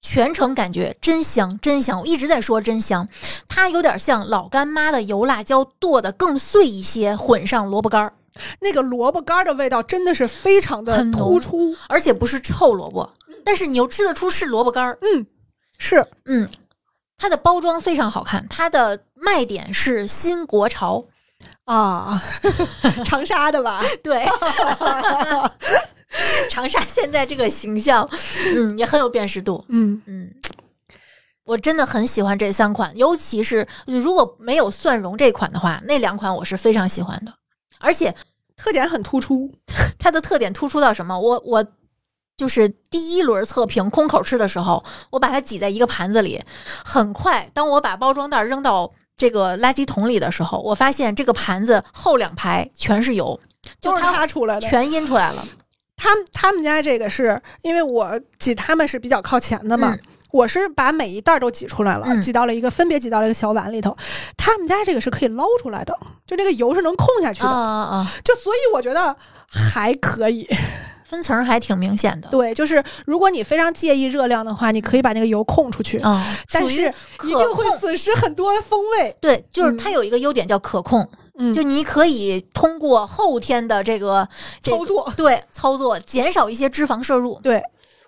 Speaker 3: 全程感觉真香，真香，我一直在说真香。它有点像老干妈的油辣椒剁的更碎一些，混上萝卜干儿，
Speaker 4: 那个萝卜干儿的味道真的是非常的
Speaker 3: 很浓
Speaker 4: 突出，
Speaker 3: 而且不是臭萝卜，但是你又吃得出是萝卜干儿。
Speaker 4: 是
Speaker 3: 嗯，它的包装非常好看，它的卖点是新国潮，
Speaker 4: 啊， 长沙的吧？
Speaker 3: 对，长沙现在这个形象，嗯，也很有辨识度。
Speaker 4: 嗯，
Speaker 3: 嗯，我真的很喜欢这三款，尤其是如果没有蒜蓉这款的话，那两款我是非常喜欢的。而且
Speaker 4: 特点很突出。
Speaker 3: 它的特点突出到什么？我我就是第一轮测评空口吃的时候，我把它挤在一个盘子里，很快，当我把包装袋扔到这个垃圾桶里的时候，我发现这个盘子后两排全是油，就
Speaker 4: 都是
Speaker 3: 它
Speaker 4: 他出来的，
Speaker 3: 全阴出来了。
Speaker 4: 他们他们家这个是因为我挤他们是比较靠前的嘛，我是把每一袋儿都挤出来了，
Speaker 3: 嗯
Speaker 4: 挤到了一个分别挤到了一个小碗里头。他们家这个是可以捞出来的，就那个油是能控下去
Speaker 3: 啊
Speaker 4: 的，
Speaker 3: 啊啊！
Speaker 4: 就所以我觉得还可以。
Speaker 3: 分层还挺明显的。
Speaker 4: 对，就是如果你非常介意热量的话，你可以把那个油控出去，
Speaker 3: 啊、
Speaker 4: 但
Speaker 3: 属于
Speaker 4: 是一
Speaker 3: 可
Speaker 4: 定会
Speaker 3: 控。
Speaker 4: 损失很多风味。
Speaker 3: 对，就是
Speaker 4: 嗯
Speaker 3: 它有一个优点叫可控，
Speaker 4: 嗯，
Speaker 3: 就你可以通过后天的这个这
Speaker 4: 操
Speaker 3: 个
Speaker 4: 作。
Speaker 3: 对操作减少一些脂肪摄入。
Speaker 4: 对，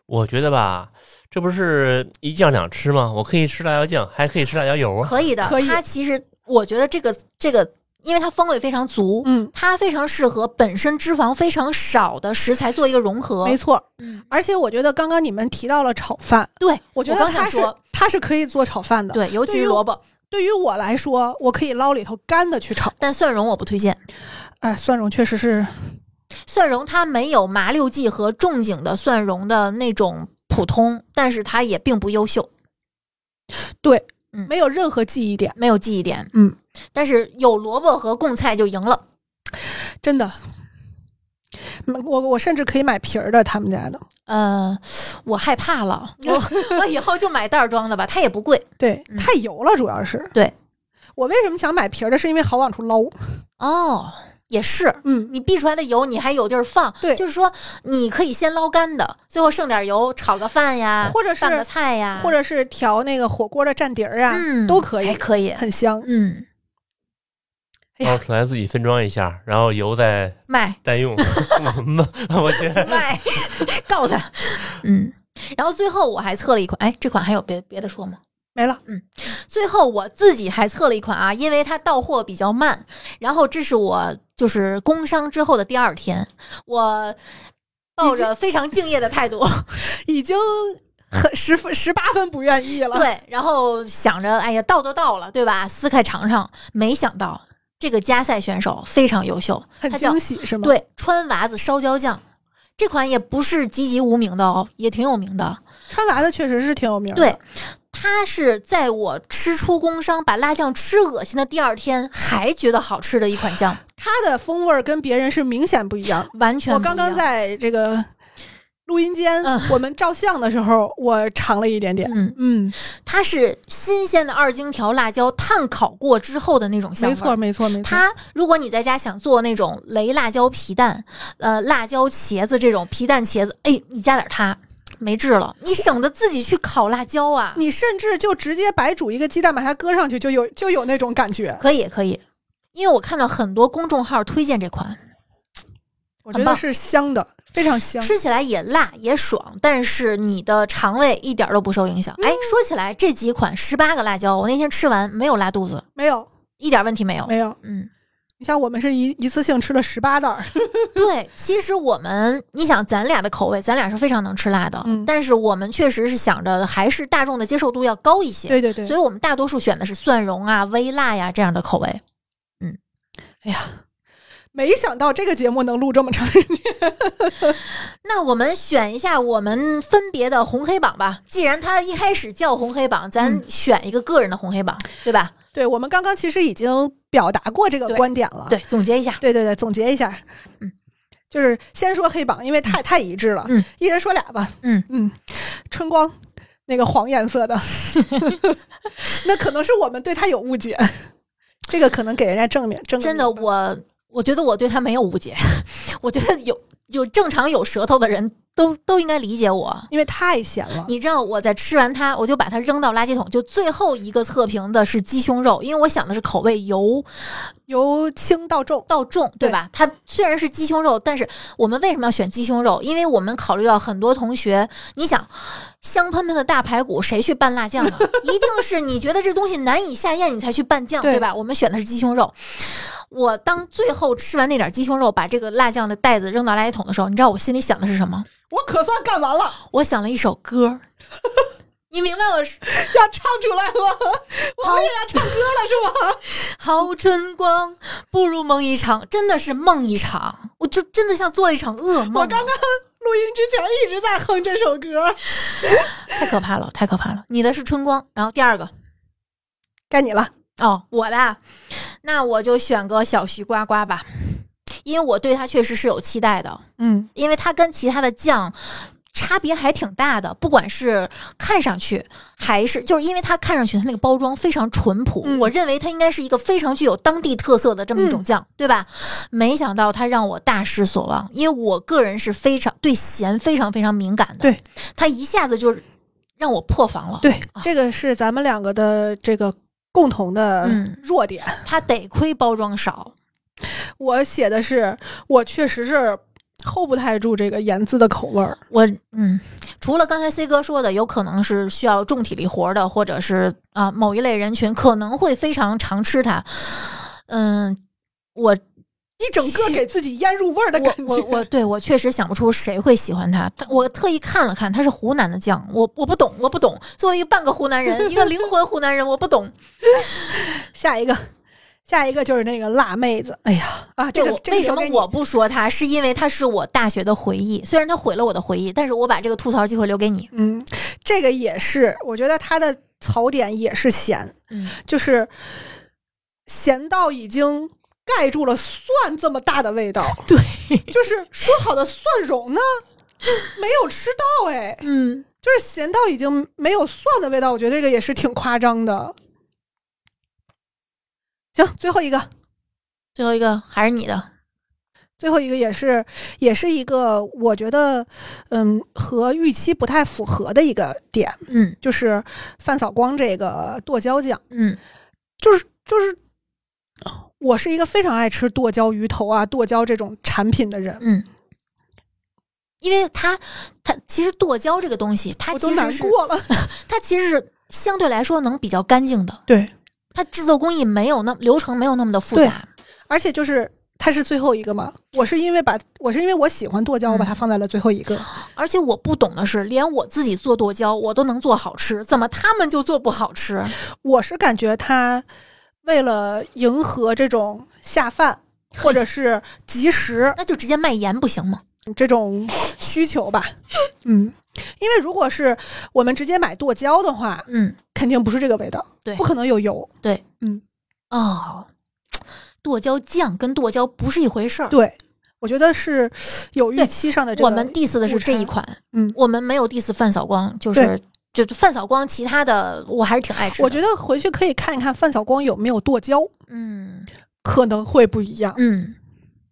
Speaker 5: 我觉得吧，这不是一酱两吃吗？我可以吃辣椒酱，还可以吃辣椒油啊。
Speaker 3: 可以的，
Speaker 4: 可以
Speaker 3: 它其实我觉得这个这个，因为它风味非常足，
Speaker 4: 嗯，
Speaker 3: 它非常适合本身脂肪非常少的食材做一个融合。
Speaker 4: 没错。
Speaker 3: 嗯，
Speaker 4: 而且我觉得刚刚你们提到了炒饭，
Speaker 3: 对，
Speaker 4: 我觉得
Speaker 3: 刚想
Speaker 4: 它是
Speaker 3: 说，
Speaker 4: 它是可以做炒饭的。
Speaker 3: 对，尤其
Speaker 4: 对于
Speaker 3: 是
Speaker 4: 我
Speaker 3: 萝卜，
Speaker 4: 对于我来说，我可以捞里头干的去炒。
Speaker 3: 但蒜蓉我不推荐。
Speaker 4: 哎，蒜蓉确实是，
Speaker 3: 蒜蓉它没有麻六记和仲景的蒜蓉的那种普通，但是它也并不优秀，
Speaker 4: 对，
Speaker 3: 嗯
Speaker 4: 没有任何记忆点，
Speaker 3: 没有记忆点。
Speaker 4: 嗯，
Speaker 3: 但是有萝卜和贡菜就赢了。
Speaker 4: 真的。嗯我我甚至可以买皮儿的，他们家的，
Speaker 3: 呃，我害怕 了，我我以后就买袋儿装的吧，它也不贵。
Speaker 4: 对，
Speaker 3: 嗯
Speaker 4: 太油了，主要是。
Speaker 3: 对，
Speaker 4: 我为什么想买皮儿的，是因为好往出捞。
Speaker 3: 哦，也是，
Speaker 4: 嗯，
Speaker 3: 你避出来的油你还有地儿放，
Speaker 4: 对
Speaker 3: 就是说你可以先捞干的，最后剩点油炒个饭呀，
Speaker 4: 或者是
Speaker 3: 拌个菜呀，
Speaker 4: 或者是调那个火锅的蘸碟儿啊，
Speaker 3: 嗯
Speaker 4: 都可以
Speaker 3: 还，可以，
Speaker 4: 很香。
Speaker 3: 嗯，
Speaker 4: 哎
Speaker 5: 捞
Speaker 4: 呀，
Speaker 5: 出来自己分装一下，然后油再
Speaker 3: 卖
Speaker 5: 单用。 我我觉得
Speaker 3: 卖 告他，嗯。然后最后我还测了一款，哎，这款还有别别的说吗？
Speaker 4: 没了，
Speaker 3: 最后我自己还测了一款啊，因为它到货比较慢，然后这是我就是工伤之后的第二天，我抱着非常敬业的态度，
Speaker 4: 已经
Speaker 3: 嗯
Speaker 4: 很十分十八分不愿意了。，
Speaker 3: 对，然后想着哎呀到都到了，对吧？撕开尝尝，没想到这个加赛选手非常优秀，
Speaker 4: 很
Speaker 3: 他叫
Speaker 4: 惊喜是吗？，
Speaker 3: 对川娃子烧椒酱。这款也不是籍籍无名的哦，也挺有名的。
Speaker 4: 川娃的确实是挺有名的。
Speaker 3: 对，它是在我吃出工伤、把辣酱吃恶心的第二天，还觉得好吃的一款酱，
Speaker 4: 它的风味儿跟别人是明显不一样。
Speaker 3: 完全
Speaker 4: 我
Speaker 3: 不
Speaker 4: 刚
Speaker 3: 一
Speaker 4: 刚
Speaker 3: 样
Speaker 4: 在这个录音间，
Speaker 3: 嗯
Speaker 4: 我们照相的时候，我尝了一点点。
Speaker 3: 嗯，
Speaker 4: 嗯，
Speaker 3: 它是新鲜的二荆条辣椒炭烤过之后的那种香味
Speaker 4: 没
Speaker 3: 儿。
Speaker 4: 错，没错，没错。
Speaker 3: 它如果你在家想做那种雷辣椒皮蛋，呃，辣椒茄子这种皮蛋茄子，哎，你加点它，没治了，你省得自己去烤辣椒啊。
Speaker 4: 你甚至就直接白煮一个鸡蛋，把它搁上去，就有就有那种感觉。
Speaker 3: 可以，可以，因为我看到很多公众号推荐这款，
Speaker 4: 我
Speaker 3: 很
Speaker 4: 觉得
Speaker 3: 棒
Speaker 4: 是香的，非常香。
Speaker 3: 吃起来也辣也爽，但是你的肠胃一点都不受影响。哎，
Speaker 4: 嗯
Speaker 3: 说起来这几款十八个辣椒，我那天吃完没有拉肚子，
Speaker 4: 没有，
Speaker 3: 一点问题没有。
Speaker 4: 没有。
Speaker 3: 嗯，
Speaker 4: 你像我们是一一次性吃了十八袋儿，
Speaker 3: 对，其实我们，你想咱俩的口味，咱俩是非常能吃辣的，
Speaker 4: 嗯
Speaker 3: 但是我们确实是想着还是大众的接受度要高一些，
Speaker 4: 对对对
Speaker 3: 所以我们大多数选的是蒜蓉啊、微辣呀、这样的口味。
Speaker 4: 哎没想到这个节目能录这么长时间。
Speaker 3: 那我们选一下我们分别的红黑榜吧，既然它一开始叫红黑榜，咱
Speaker 4: 嗯
Speaker 3: 选一个个人的红黑榜，对吧？
Speaker 4: 对我们刚刚其实已经表达过这个
Speaker 3: 对
Speaker 4: 观点了。
Speaker 3: 对，总结一下，
Speaker 4: 对对对，总结一下，
Speaker 3: 嗯，
Speaker 4: 就是先说黑榜，因为太太一致了，
Speaker 3: 嗯，
Speaker 4: 一人说俩吧，
Speaker 3: 嗯
Speaker 4: 嗯，春光那个黄 颜色的，那可能是我们对他有误解，这个可能给人家正面正
Speaker 3: 真的，我我觉得我对他没有误解， 我觉得有有正常有舌头的人都都应该理解我，
Speaker 4: 因为太咸了，
Speaker 3: 你知道我在吃完它，我就把它扔到垃圾桶。就最后一个测评的是鸡胸肉，因为我想的是口味由
Speaker 4: 由轻到重，
Speaker 3: 到重，对吧？它虽然是鸡胸肉，但是我们为什么要选鸡胸肉？因为我们考虑到很多同学，你想香喷喷的大排骨，谁去拌辣酱啊？一定是你觉得这东西难以下咽，你才去拌酱，
Speaker 4: 对
Speaker 3: 对吧？我们选的是鸡胸肉。我当最后吃完那点鸡胸肉，把这个辣酱的袋子扔到垃圾桶的时候，你知道我心里想的是什么？
Speaker 4: 我可算干完了，
Speaker 3: 我想了一首歌儿。 你明白我是
Speaker 4: 要唱出来了， 我为了唱歌了是吗？
Speaker 3: 好春光不如梦一场，真的是梦一场，我就真的像做了一场噩梦啊。
Speaker 4: 我刚刚录音之前一直在哼这首歌，
Speaker 3: 太可怕了，太可怕了。你的是春光，然后第二个
Speaker 4: 该你了，
Speaker 3: 哦，我的啊，那我就选个小徐呱呱吧，因为我对它确实是有期待的，
Speaker 4: 嗯，
Speaker 3: 因为它跟其他的酱。差别还挺大的，不管是看上去还是就是因为它看上去它那个包装非常淳朴，
Speaker 4: 嗯
Speaker 3: 我认为它应该是一个非常具有当地特色的这么一种酱，对吧？没想到它让我大失所望，因为我个人是非常对咸非常非常敏感的，
Speaker 4: 对，
Speaker 3: 它一下子就让我破防了。
Speaker 4: 对，这个是咱们两个的这个共同的
Speaker 3: 嗯
Speaker 4: 弱点。
Speaker 3: 它得亏包装少，
Speaker 4: 我写的是，我确实是 hold 不太住这个盐渍的口味儿。
Speaker 3: 我嗯，除了刚才 C 哥说的，有可能是需要重体力活儿的，或者是啊、某一类人群可能会非常常吃它。嗯，我
Speaker 4: 一整个给自己腌入味儿的感
Speaker 3: 我
Speaker 4: 觉，
Speaker 3: 我我对我确实想不出谁会喜欢它。它我特意看了看，它是湖南的酱，我我不懂，我不懂。作为一个半个湖南人，一个灵魂湖南人，我不懂。
Speaker 4: 下一个，下一个就是那个辣妹子。哎呀啊， 这
Speaker 3: 对
Speaker 4: 个
Speaker 3: 我
Speaker 4: 这个
Speaker 3: 为什
Speaker 4: 留
Speaker 3: 么
Speaker 4: 给你
Speaker 3: 我不说它，是因为它是我大学的回忆，虽然它毁了我的回忆，但是我把这个吐槽机会留给你。
Speaker 4: 嗯，这个也是，我觉得它的槽点也是咸，
Speaker 3: 嗯，
Speaker 4: 就是咸到已经。盖住了蒜这么大的味道，
Speaker 3: 对，
Speaker 4: 就是说好的蒜蓉呢，没有吃到哎，
Speaker 3: 嗯。
Speaker 4: 就是咸到已经没有蒜的味道，我觉得这个也是挺夸张的。行，最后一个，
Speaker 3: 最后一个还是你的，
Speaker 4: 最后一个也是也是一个我觉得，嗯，和预期不太符合的一个点，
Speaker 3: 嗯
Speaker 4: 就是范扫光这个剁椒酱，
Speaker 3: 嗯，
Speaker 4: 就是就是，我是一个非常爱吃剁椒鱼头啊、剁椒这种产品的人，
Speaker 3: 嗯，因为它它其实剁椒这个东西，它
Speaker 4: 我
Speaker 3: 其
Speaker 4: 都
Speaker 3: 实
Speaker 4: 难
Speaker 3: 是
Speaker 4: 过了。
Speaker 3: 它其实是相对来说能比较干净的，
Speaker 4: 对，
Speaker 3: 它制作工艺没有那流程没有那么的复杂，
Speaker 4: 而且就是它是最后一个嘛，我是因为把我是因为我喜欢剁椒，我把
Speaker 3: 嗯
Speaker 4: 它放在了最后一个。
Speaker 3: 而且我不懂的是，连我自己做剁椒我都能做好吃，怎么他们就做不好吃？
Speaker 4: 我是感觉他为了迎合这种下饭，或者是即食
Speaker 3: 那就直接卖盐不行吗？
Speaker 4: 这种需求吧。嗯，因为如果是我们直接买剁椒的话，
Speaker 3: 嗯，
Speaker 4: 肯定不是这个味道，
Speaker 3: 对
Speaker 4: 不可能有油。
Speaker 3: 哦，剁椒酱跟剁椒不是一回事儿。
Speaker 4: 对，我觉得是有预
Speaker 3: 对
Speaker 4: 期上的这个。
Speaker 3: 我们 diss 的是这一款，
Speaker 4: 嗯
Speaker 3: 我们没有 diss 范扫光，就是就范扫光，其他的我还是挺爱吃的。
Speaker 4: 我觉得回去可以看一看范晓光有没有剁椒，
Speaker 3: 嗯
Speaker 4: 可能会不一样。
Speaker 3: 嗯，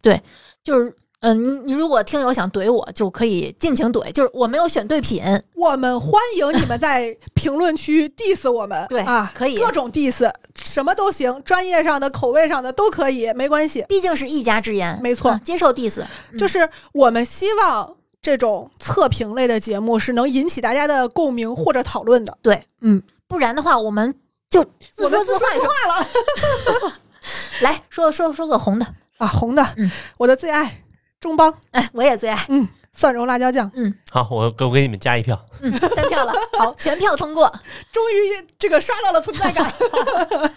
Speaker 3: 对，就是。嗯，你你如果听友想怼我，就可以尽情怼，就是我没有选对品，
Speaker 4: 我们欢迎你们在评论区 diss 我们，
Speaker 3: 对
Speaker 4: 啊，
Speaker 3: 可以
Speaker 4: 各种 diss，什么都行，专业上的、口味上的都可以，没关系。
Speaker 3: 毕竟是一家之言，
Speaker 4: 没错
Speaker 3: 啊接受 diss，嗯
Speaker 4: 就是我们希望这种测评类的节目是能引起大家的共鸣或者讨论的。
Speaker 3: 对，
Speaker 4: 嗯，
Speaker 3: 不然的话我们就自
Speaker 4: 我们
Speaker 3: 说
Speaker 4: 自
Speaker 3: 自
Speaker 4: 说
Speaker 3: 话
Speaker 4: 自
Speaker 3: 说
Speaker 4: 话了
Speaker 3: 来说说说个红的，
Speaker 4: 啊！红的，
Speaker 3: 嗯
Speaker 4: 我的最爱中帮
Speaker 3: 哎，我也最爱，
Speaker 4: 蒜蓉辣椒酱，
Speaker 5: 好，我给我给你们加一票。
Speaker 3: 嗯，三票了，好，全票通 过，
Speaker 4: 终于这个刷到了存在感。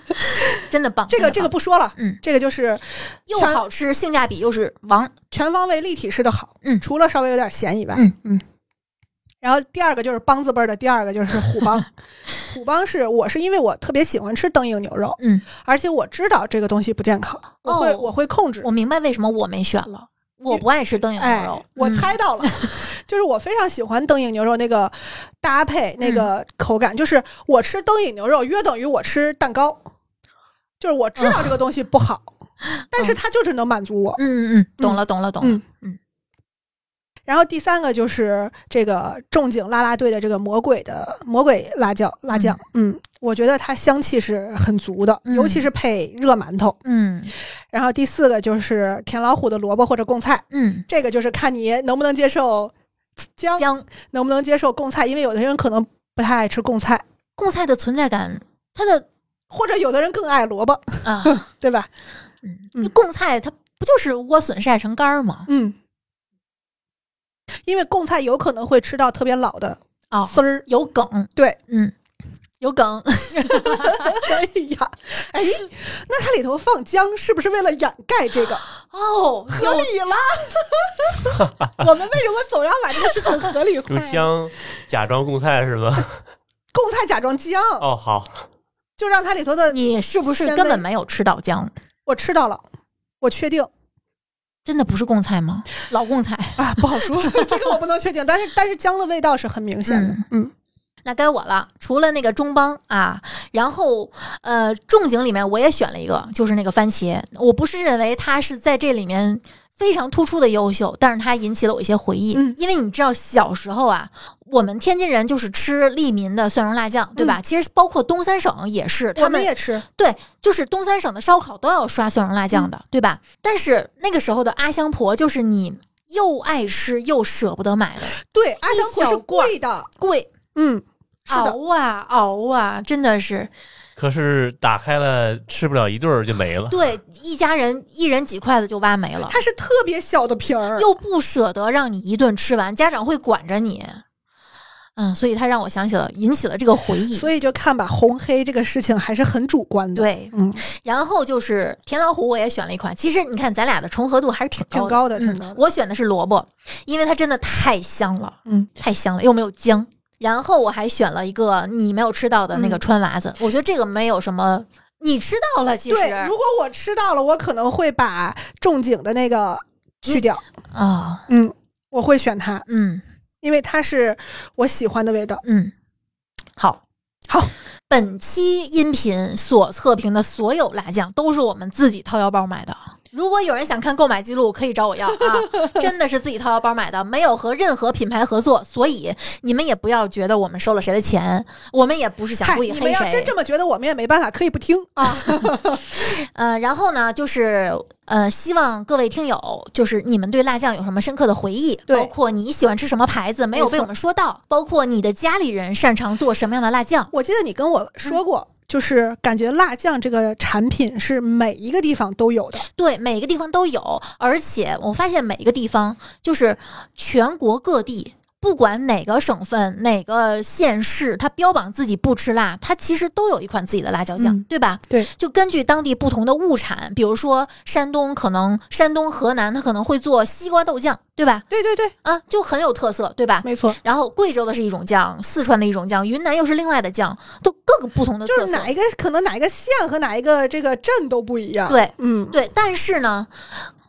Speaker 3: 真的棒，
Speaker 4: 这个这
Speaker 3: 真
Speaker 4: 个
Speaker 3: 的棒
Speaker 4: 不说了，
Speaker 3: 嗯，
Speaker 4: 这个就是
Speaker 3: 又
Speaker 4: 全
Speaker 3: 好吃，性价比又是王，
Speaker 4: 全方位立体式的好，
Speaker 3: 嗯
Speaker 4: 除了稍微有点咸以外，
Speaker 3: 嗯
Speaker 4: 嗯。然后第二个就是梆子辈儿的，第二个就是虎 帮。虎帮是我是因为我特别喜欢吃灯影牛肉，
Speaker 3: 嗯，
Speaker 4: 而且我知道这个东西不健康，我会、
Speaker 3: 哦
Speaker 4: 我会控制
Speaker 3: 我。明白为什么我没选了，我不爱吃灯影牛
Speaker 4: 哎
Speaker 3: 肉，，
Speaker 4: 我
Speaker 3: 嗯
Speaker 4: 猜到了，就是我非常喜欢灯影牛肉那个搭配
Speaker 3: 嗯
Speaker 4: 那个口感，就是我吃灯影牛肉约等于我吃蛋糕，就是我知
Speaker 3: 哦
Speaker 4: 道这个东西 不好，但是它就是能满足我。
Speaker 3: 嗯嗯嗯，懂了懂了懂了，
Speaker 4: 嗯然后第三个就是这个正经啦啦队的这个魔鬼的魔鬼辣椒辣酱，嗯我觉得它香气是很足的，
Speaker 3: 嗯
Speaker 4: 尤其是配热馒头。
Speaker 3: 嗯
Speaker 4: 然后第四个就是田老虎的萝卜或者贡菜，
Speaker 3: 嗯，
Speaker 4: 这个就是看你能不能接受姜，
Speaker 3: 姜
Speaker 4: 能不能接受贡菜，因为有的人可能不太爱吃贡菜，
Speaker 3: 贡菜的存在感，它的
Speaker 4: 或者有的人更爱萝卜，
Speaker 3: 啊，
Speaker 4: 对吧？
Speaker 3: 嗯，
Speaker 4: 嗯
Speaker 3: 那贡菜它不就是莴笋晒成干儿吗？
Speaker 4: 嗯，因为贡菜有可能会吃到特别老的
Speaker 3: 哦，
Speaker 4: 丝儿，
Speaker 3: 有梗，
Speaker 4: 对，
Speaker 3: 嗯，有梗，
Speaker 4: 哎呀，哎，那它里头放姜是不是为了掩盖这个？
Speaker 3: 哦，
Speaker 4: 合理了。 我们为什么总要把这个事情合理化
Speaker 5: 就？姜假装贡菜 是吗？
Speaker 4: 贡菜假装姜，
Speaker 5: 哦，好，
Speaker 4: 就让它里头的
Speaker 3: 你是不是
Speaker 4: 鲜
Speaker 3: 根
Speaker 4: 味
Speaker 3: 本没有吃到姜？
Speaker 4: 我吃到了，我确定
Speaker 3: 真的不是贡菜吗？老贡菜。
Speaker 4: 啊，不好说， 这个我不能确定，但是但是姜的味道是很明显的。嗯
Speaker 3: 那该我了，除了那个中帮啊，然后呃，仲景里面我也选了一个，就是那个番茄。我不是认为它是在这里面非常突出的优秀，但是它引起了我一些回忆。
Speaker 4: 嗯
Speaker 3: 因为你知道小时候啊，我们天津人就是吃利民的蒜蓉辣酱，对吧？其实包括东三省也是，
Speaker 4: 嗯我
Speaker 3: 他
Speaker 4: 们
Speaker 3: 们
Speaker 4: 也吃，
Speaker 3: 对，就是东三省的烧烤都要刷蒜蓉辣酱
Speaker 4: 嗯
Speaker 3: 的，对吧？但是那个时候的阿香婆就是你又爱吃又舍不得买的，
Speaker 4: 对，阿香婆
Speaker 3: 一
Speaker 4: 是
Speaker 3: 小罐儿
Speaker 4: 贵的，
Speaker 3: 贵，
Speaker 4: 嗯，是的，
Speaker 3: 熬啊熬啊，真的是。
Speaker 5: 可是打开了吃不了一顿儿就没 了。
Speaker 3: 对，一家人一人几筷子就挖没了，
Speaker 4: 它是特别小的瓶儿，
Speaker 3: 又不舍得让你一顿吃完，家长会管着你。嗯，所以他让我想起了，引起了这个回忆。
Speaker 4: 所以就看吧，红黑这个事情还是很主观的，，
Speaker 3: 对，
Speaker 4: 嗯，
Speaker 3: 然后就是田老虎，我也选了一款。其实你看，咱俩的重合度还是挺
Speaker 4: 挺
Speaker 3: 高
Speaker 4: 高的，挺高
Speaker 3: 嗯
Speaker 4: 的，
Speaker 3: 我选的是萝卜，因为它真的太香了，
Speaker 4: 嗯，
Speaker 3: 太香了，又没有姜。然后我还选了一个你没有吃到的那个
Speaker 4: 嗯
Speaker 3: 川娃子，我觉得这个没有什么，你吃到了其实
Speaker 4: 对，如果我吃到了，我可能会把正经的那个去掉。
Speaker 3: 啊，
Speaker 4: 嗯，我会选它，
Speaker 3: 嗯
Speaker 4: 因为它是我喜欢的味道。
Speaker 3: 嗯，好，
Speaker 4: 好，
Speaker 3: 本期音频所测评的所有辣酱都是我们自己掏腰包买的。如果有人想看购买记录，可以找我要 啊，真的是自己掏腰包买的，没有和任何品牌合作，所以你们也不要觉得我们收了谁的钱，我们也不是想
Speaker 4: 嗨，
Speaker 3: 故意
Speaker 4: 你们
Speaker 3: 黑
Speaker 4: 要真
Speaker 3: 谁
Speaker 4: 这。么觉得，我们也没办法，可以不听啊。
Speaker 3: 呃，然后呢，就是呃，希望各位听友，就是你们对辣酱有什么深刻的回忆，
Speaker 4: 对
Speaker 3: 包括你喜欢吃什么牌子没有
Speaker 4: 没错
Speaker 3: 被我们说到，包括你的家里人擅长做什么样的辣酱，
Speaker 4: 我记得你跟我
Speaker 3: 嗯
Speaker 4: 说过，就是感觉辣酱这个产品是每一个地方都有的。
Speaker 3: 对，每个地方都有，而且我发现每一个地方就是全国各地。不管哪个省份、哪个县市，它标榜自己不吃辣，它其实都有一款自己的辣椒酱，
Speaker 4: 嗯
Speaker 3: 对吧？
Speaker 4: 对，
Speaker 3: 就根据当地不同的物产，比如说山东可能山东、河南，它可能会做西瓜豆酱， 对吧？
Speaker 4: 对对对，
Speaker 3: 啊，就很有特色，对吧？
Speaker 4: 没错，
Speaker 3: 然后贵州的是一种酱，四川的一种酱，云南又是另外的酱，都各个不同的
Speaker 4: 就
Speaker 3: 特
Speaker 4: 是
Speaker 3: 色。
Speaker 4: 哪一个可能哪一个县和哪一个这个镇都不一样。，
Speaker 3: 对
Speaker 4: 嗯，
Speaker 3: 对，但是呢，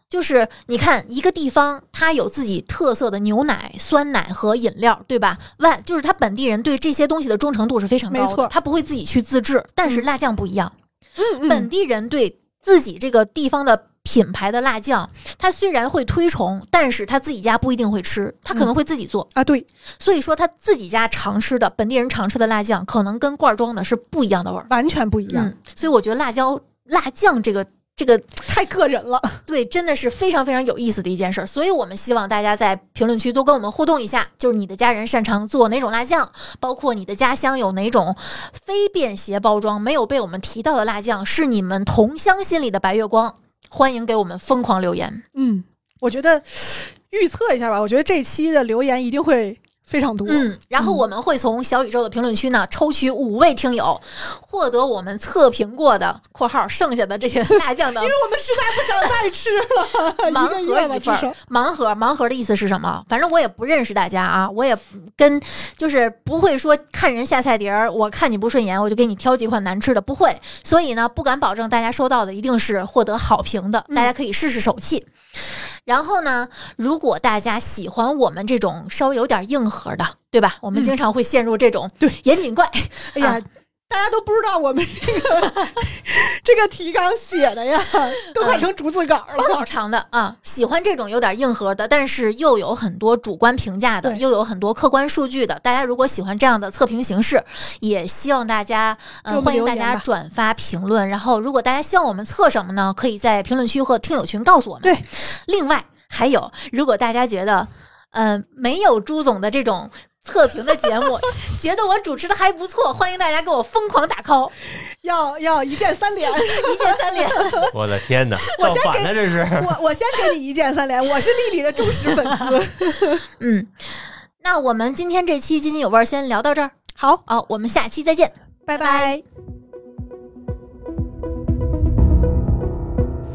Speaker 3: 就是你看一个地方，它有自己特色的牛奶、酸奶和饮料，对吧？外就是它本地人对这些东西的忠诚度是非常
Speaker 4: 没
Speaker 3: 高的，
Speaker 4: 错
Speaker 3: 他不会自己去自制。但是
Speaker 4: 嗯
Speaker 3: 辣酱不一样，
Speaker 4: 嗯
Speaker 3: 本
Speaker 4: 嗯，
Speaker 3: 地人对自己这个地方的。品牌的辣酱，他虽然会推崇，但是他自己家不一定会吃，他可能会自己做。
Speaker 4: 啊对，
Speaker 3: 所以说他自己家常吃的本地人常吃的辣酱，可能跟罐装的是不一样的味儿。
Speaker 4: 完全不一样，
Speaker 3: 嗯，所以我觉得辣椒辣酱这个这个
Speaker 4: 太个人了。
Speaker 3: 对，真的是非常非常有意思的一件事儿。所以我们希望大家在评论区多跟我们互动一下，就是你的家人擅长做哪种辣酱，包括你的家乡有哪种非便携包装没有被我们提到的辣酱，是你们同乡心里的白月光。欢迎给我们疯狂留言。
Speaker 4: 嗯，我觉得预测一下吧，我觉得这期的留言一定会非常多。
Speaker 3: 嗯，然后我们会从小宇宙的评论区呢抽取五位听友，获得我们测评过的（括号剩下的这些辣酱的
Speaker 4: 我们实在不想再吃了，
Speaker 3: 盲
Speaker 4: 一个月
Speaker 3: 盒
Speaker 4: 了
Speaker 3: 一
Speaker 4: 至
Speaker 3: 份
Speaker 4: 少
Speaker 3: 儿。盲盒，盲盒的意思是什么？反正我也不认识大家啊，我也跟就是不会说看人下菜碟儿，我看你不顺眼，我就给你挑几款难吃的，不会。所以呢，不敢保证大家收到的一定是获得好评的，
Speaker 4: 嗯
Speaker 3: 大家可以试试手气。然后呢，如果大家喜欢我们这种稍微有点硬核的，对吧？我们
Speaker 4: 嗯
Speaker 3: 经常会陷入这种
Speaker 4: 对
Speaker 3: 严谨怪，
Speaker 4: 哎呀
Speaker 3: 啊，
Speaker 4: 大家都不知道我们这个这个提纲写的 呀，都快成逐字稿
Speaker 3: 老
Speaker 4: 了。
Speaker 3: 长的啊，喜欢这种有点硬核的，但是又有很多主观评价的，
Speaker 4: 对
Speaker 3: 又有很多客观数据的。大家如果喜欢这样的测评形式，也希望大家
Speaker 4: 给
Speaker 3: 呃
Speaker 4: 我们
Speaker 3: 欢迎
Speaker 4: 留
Speaker 3: 大
Speaker 4: 言
Speaker 3: 家
Speaker 4: 吧
Speaker 3: 转发评论。然后，如果大家希望我们测什么呢？可以在评论区和听友群告诉我们。
Speaker 4: 对，
Speaker 3: 另外还有，如果大家觉得嗯、呃没有朱总的这种。测评的节目， 觉得我主持的还不错，欢迎大家给我疯狂打 call，
Speaker 4: 要要一键三 连，
Speaker 3: 一键三连。
Speaker 5: 我的天哪，
Speaker 4: 我
Speaker 5: 造
Speaker 4: 先
Speaker 5: 反
Speaker 4: 给
Speaker 5: 了这是。
Speaker 4: 我我先给你一键三连，我是丽丽的忠实粉丝。
Speaker 3: 嗯，那我们今天这期津津有味儿先聊到这儿。
Speaker 4: 好，
Speaker 3: 好，我们下期再见，
Speaker 4: 拜拜。
Speaker 3: 拜。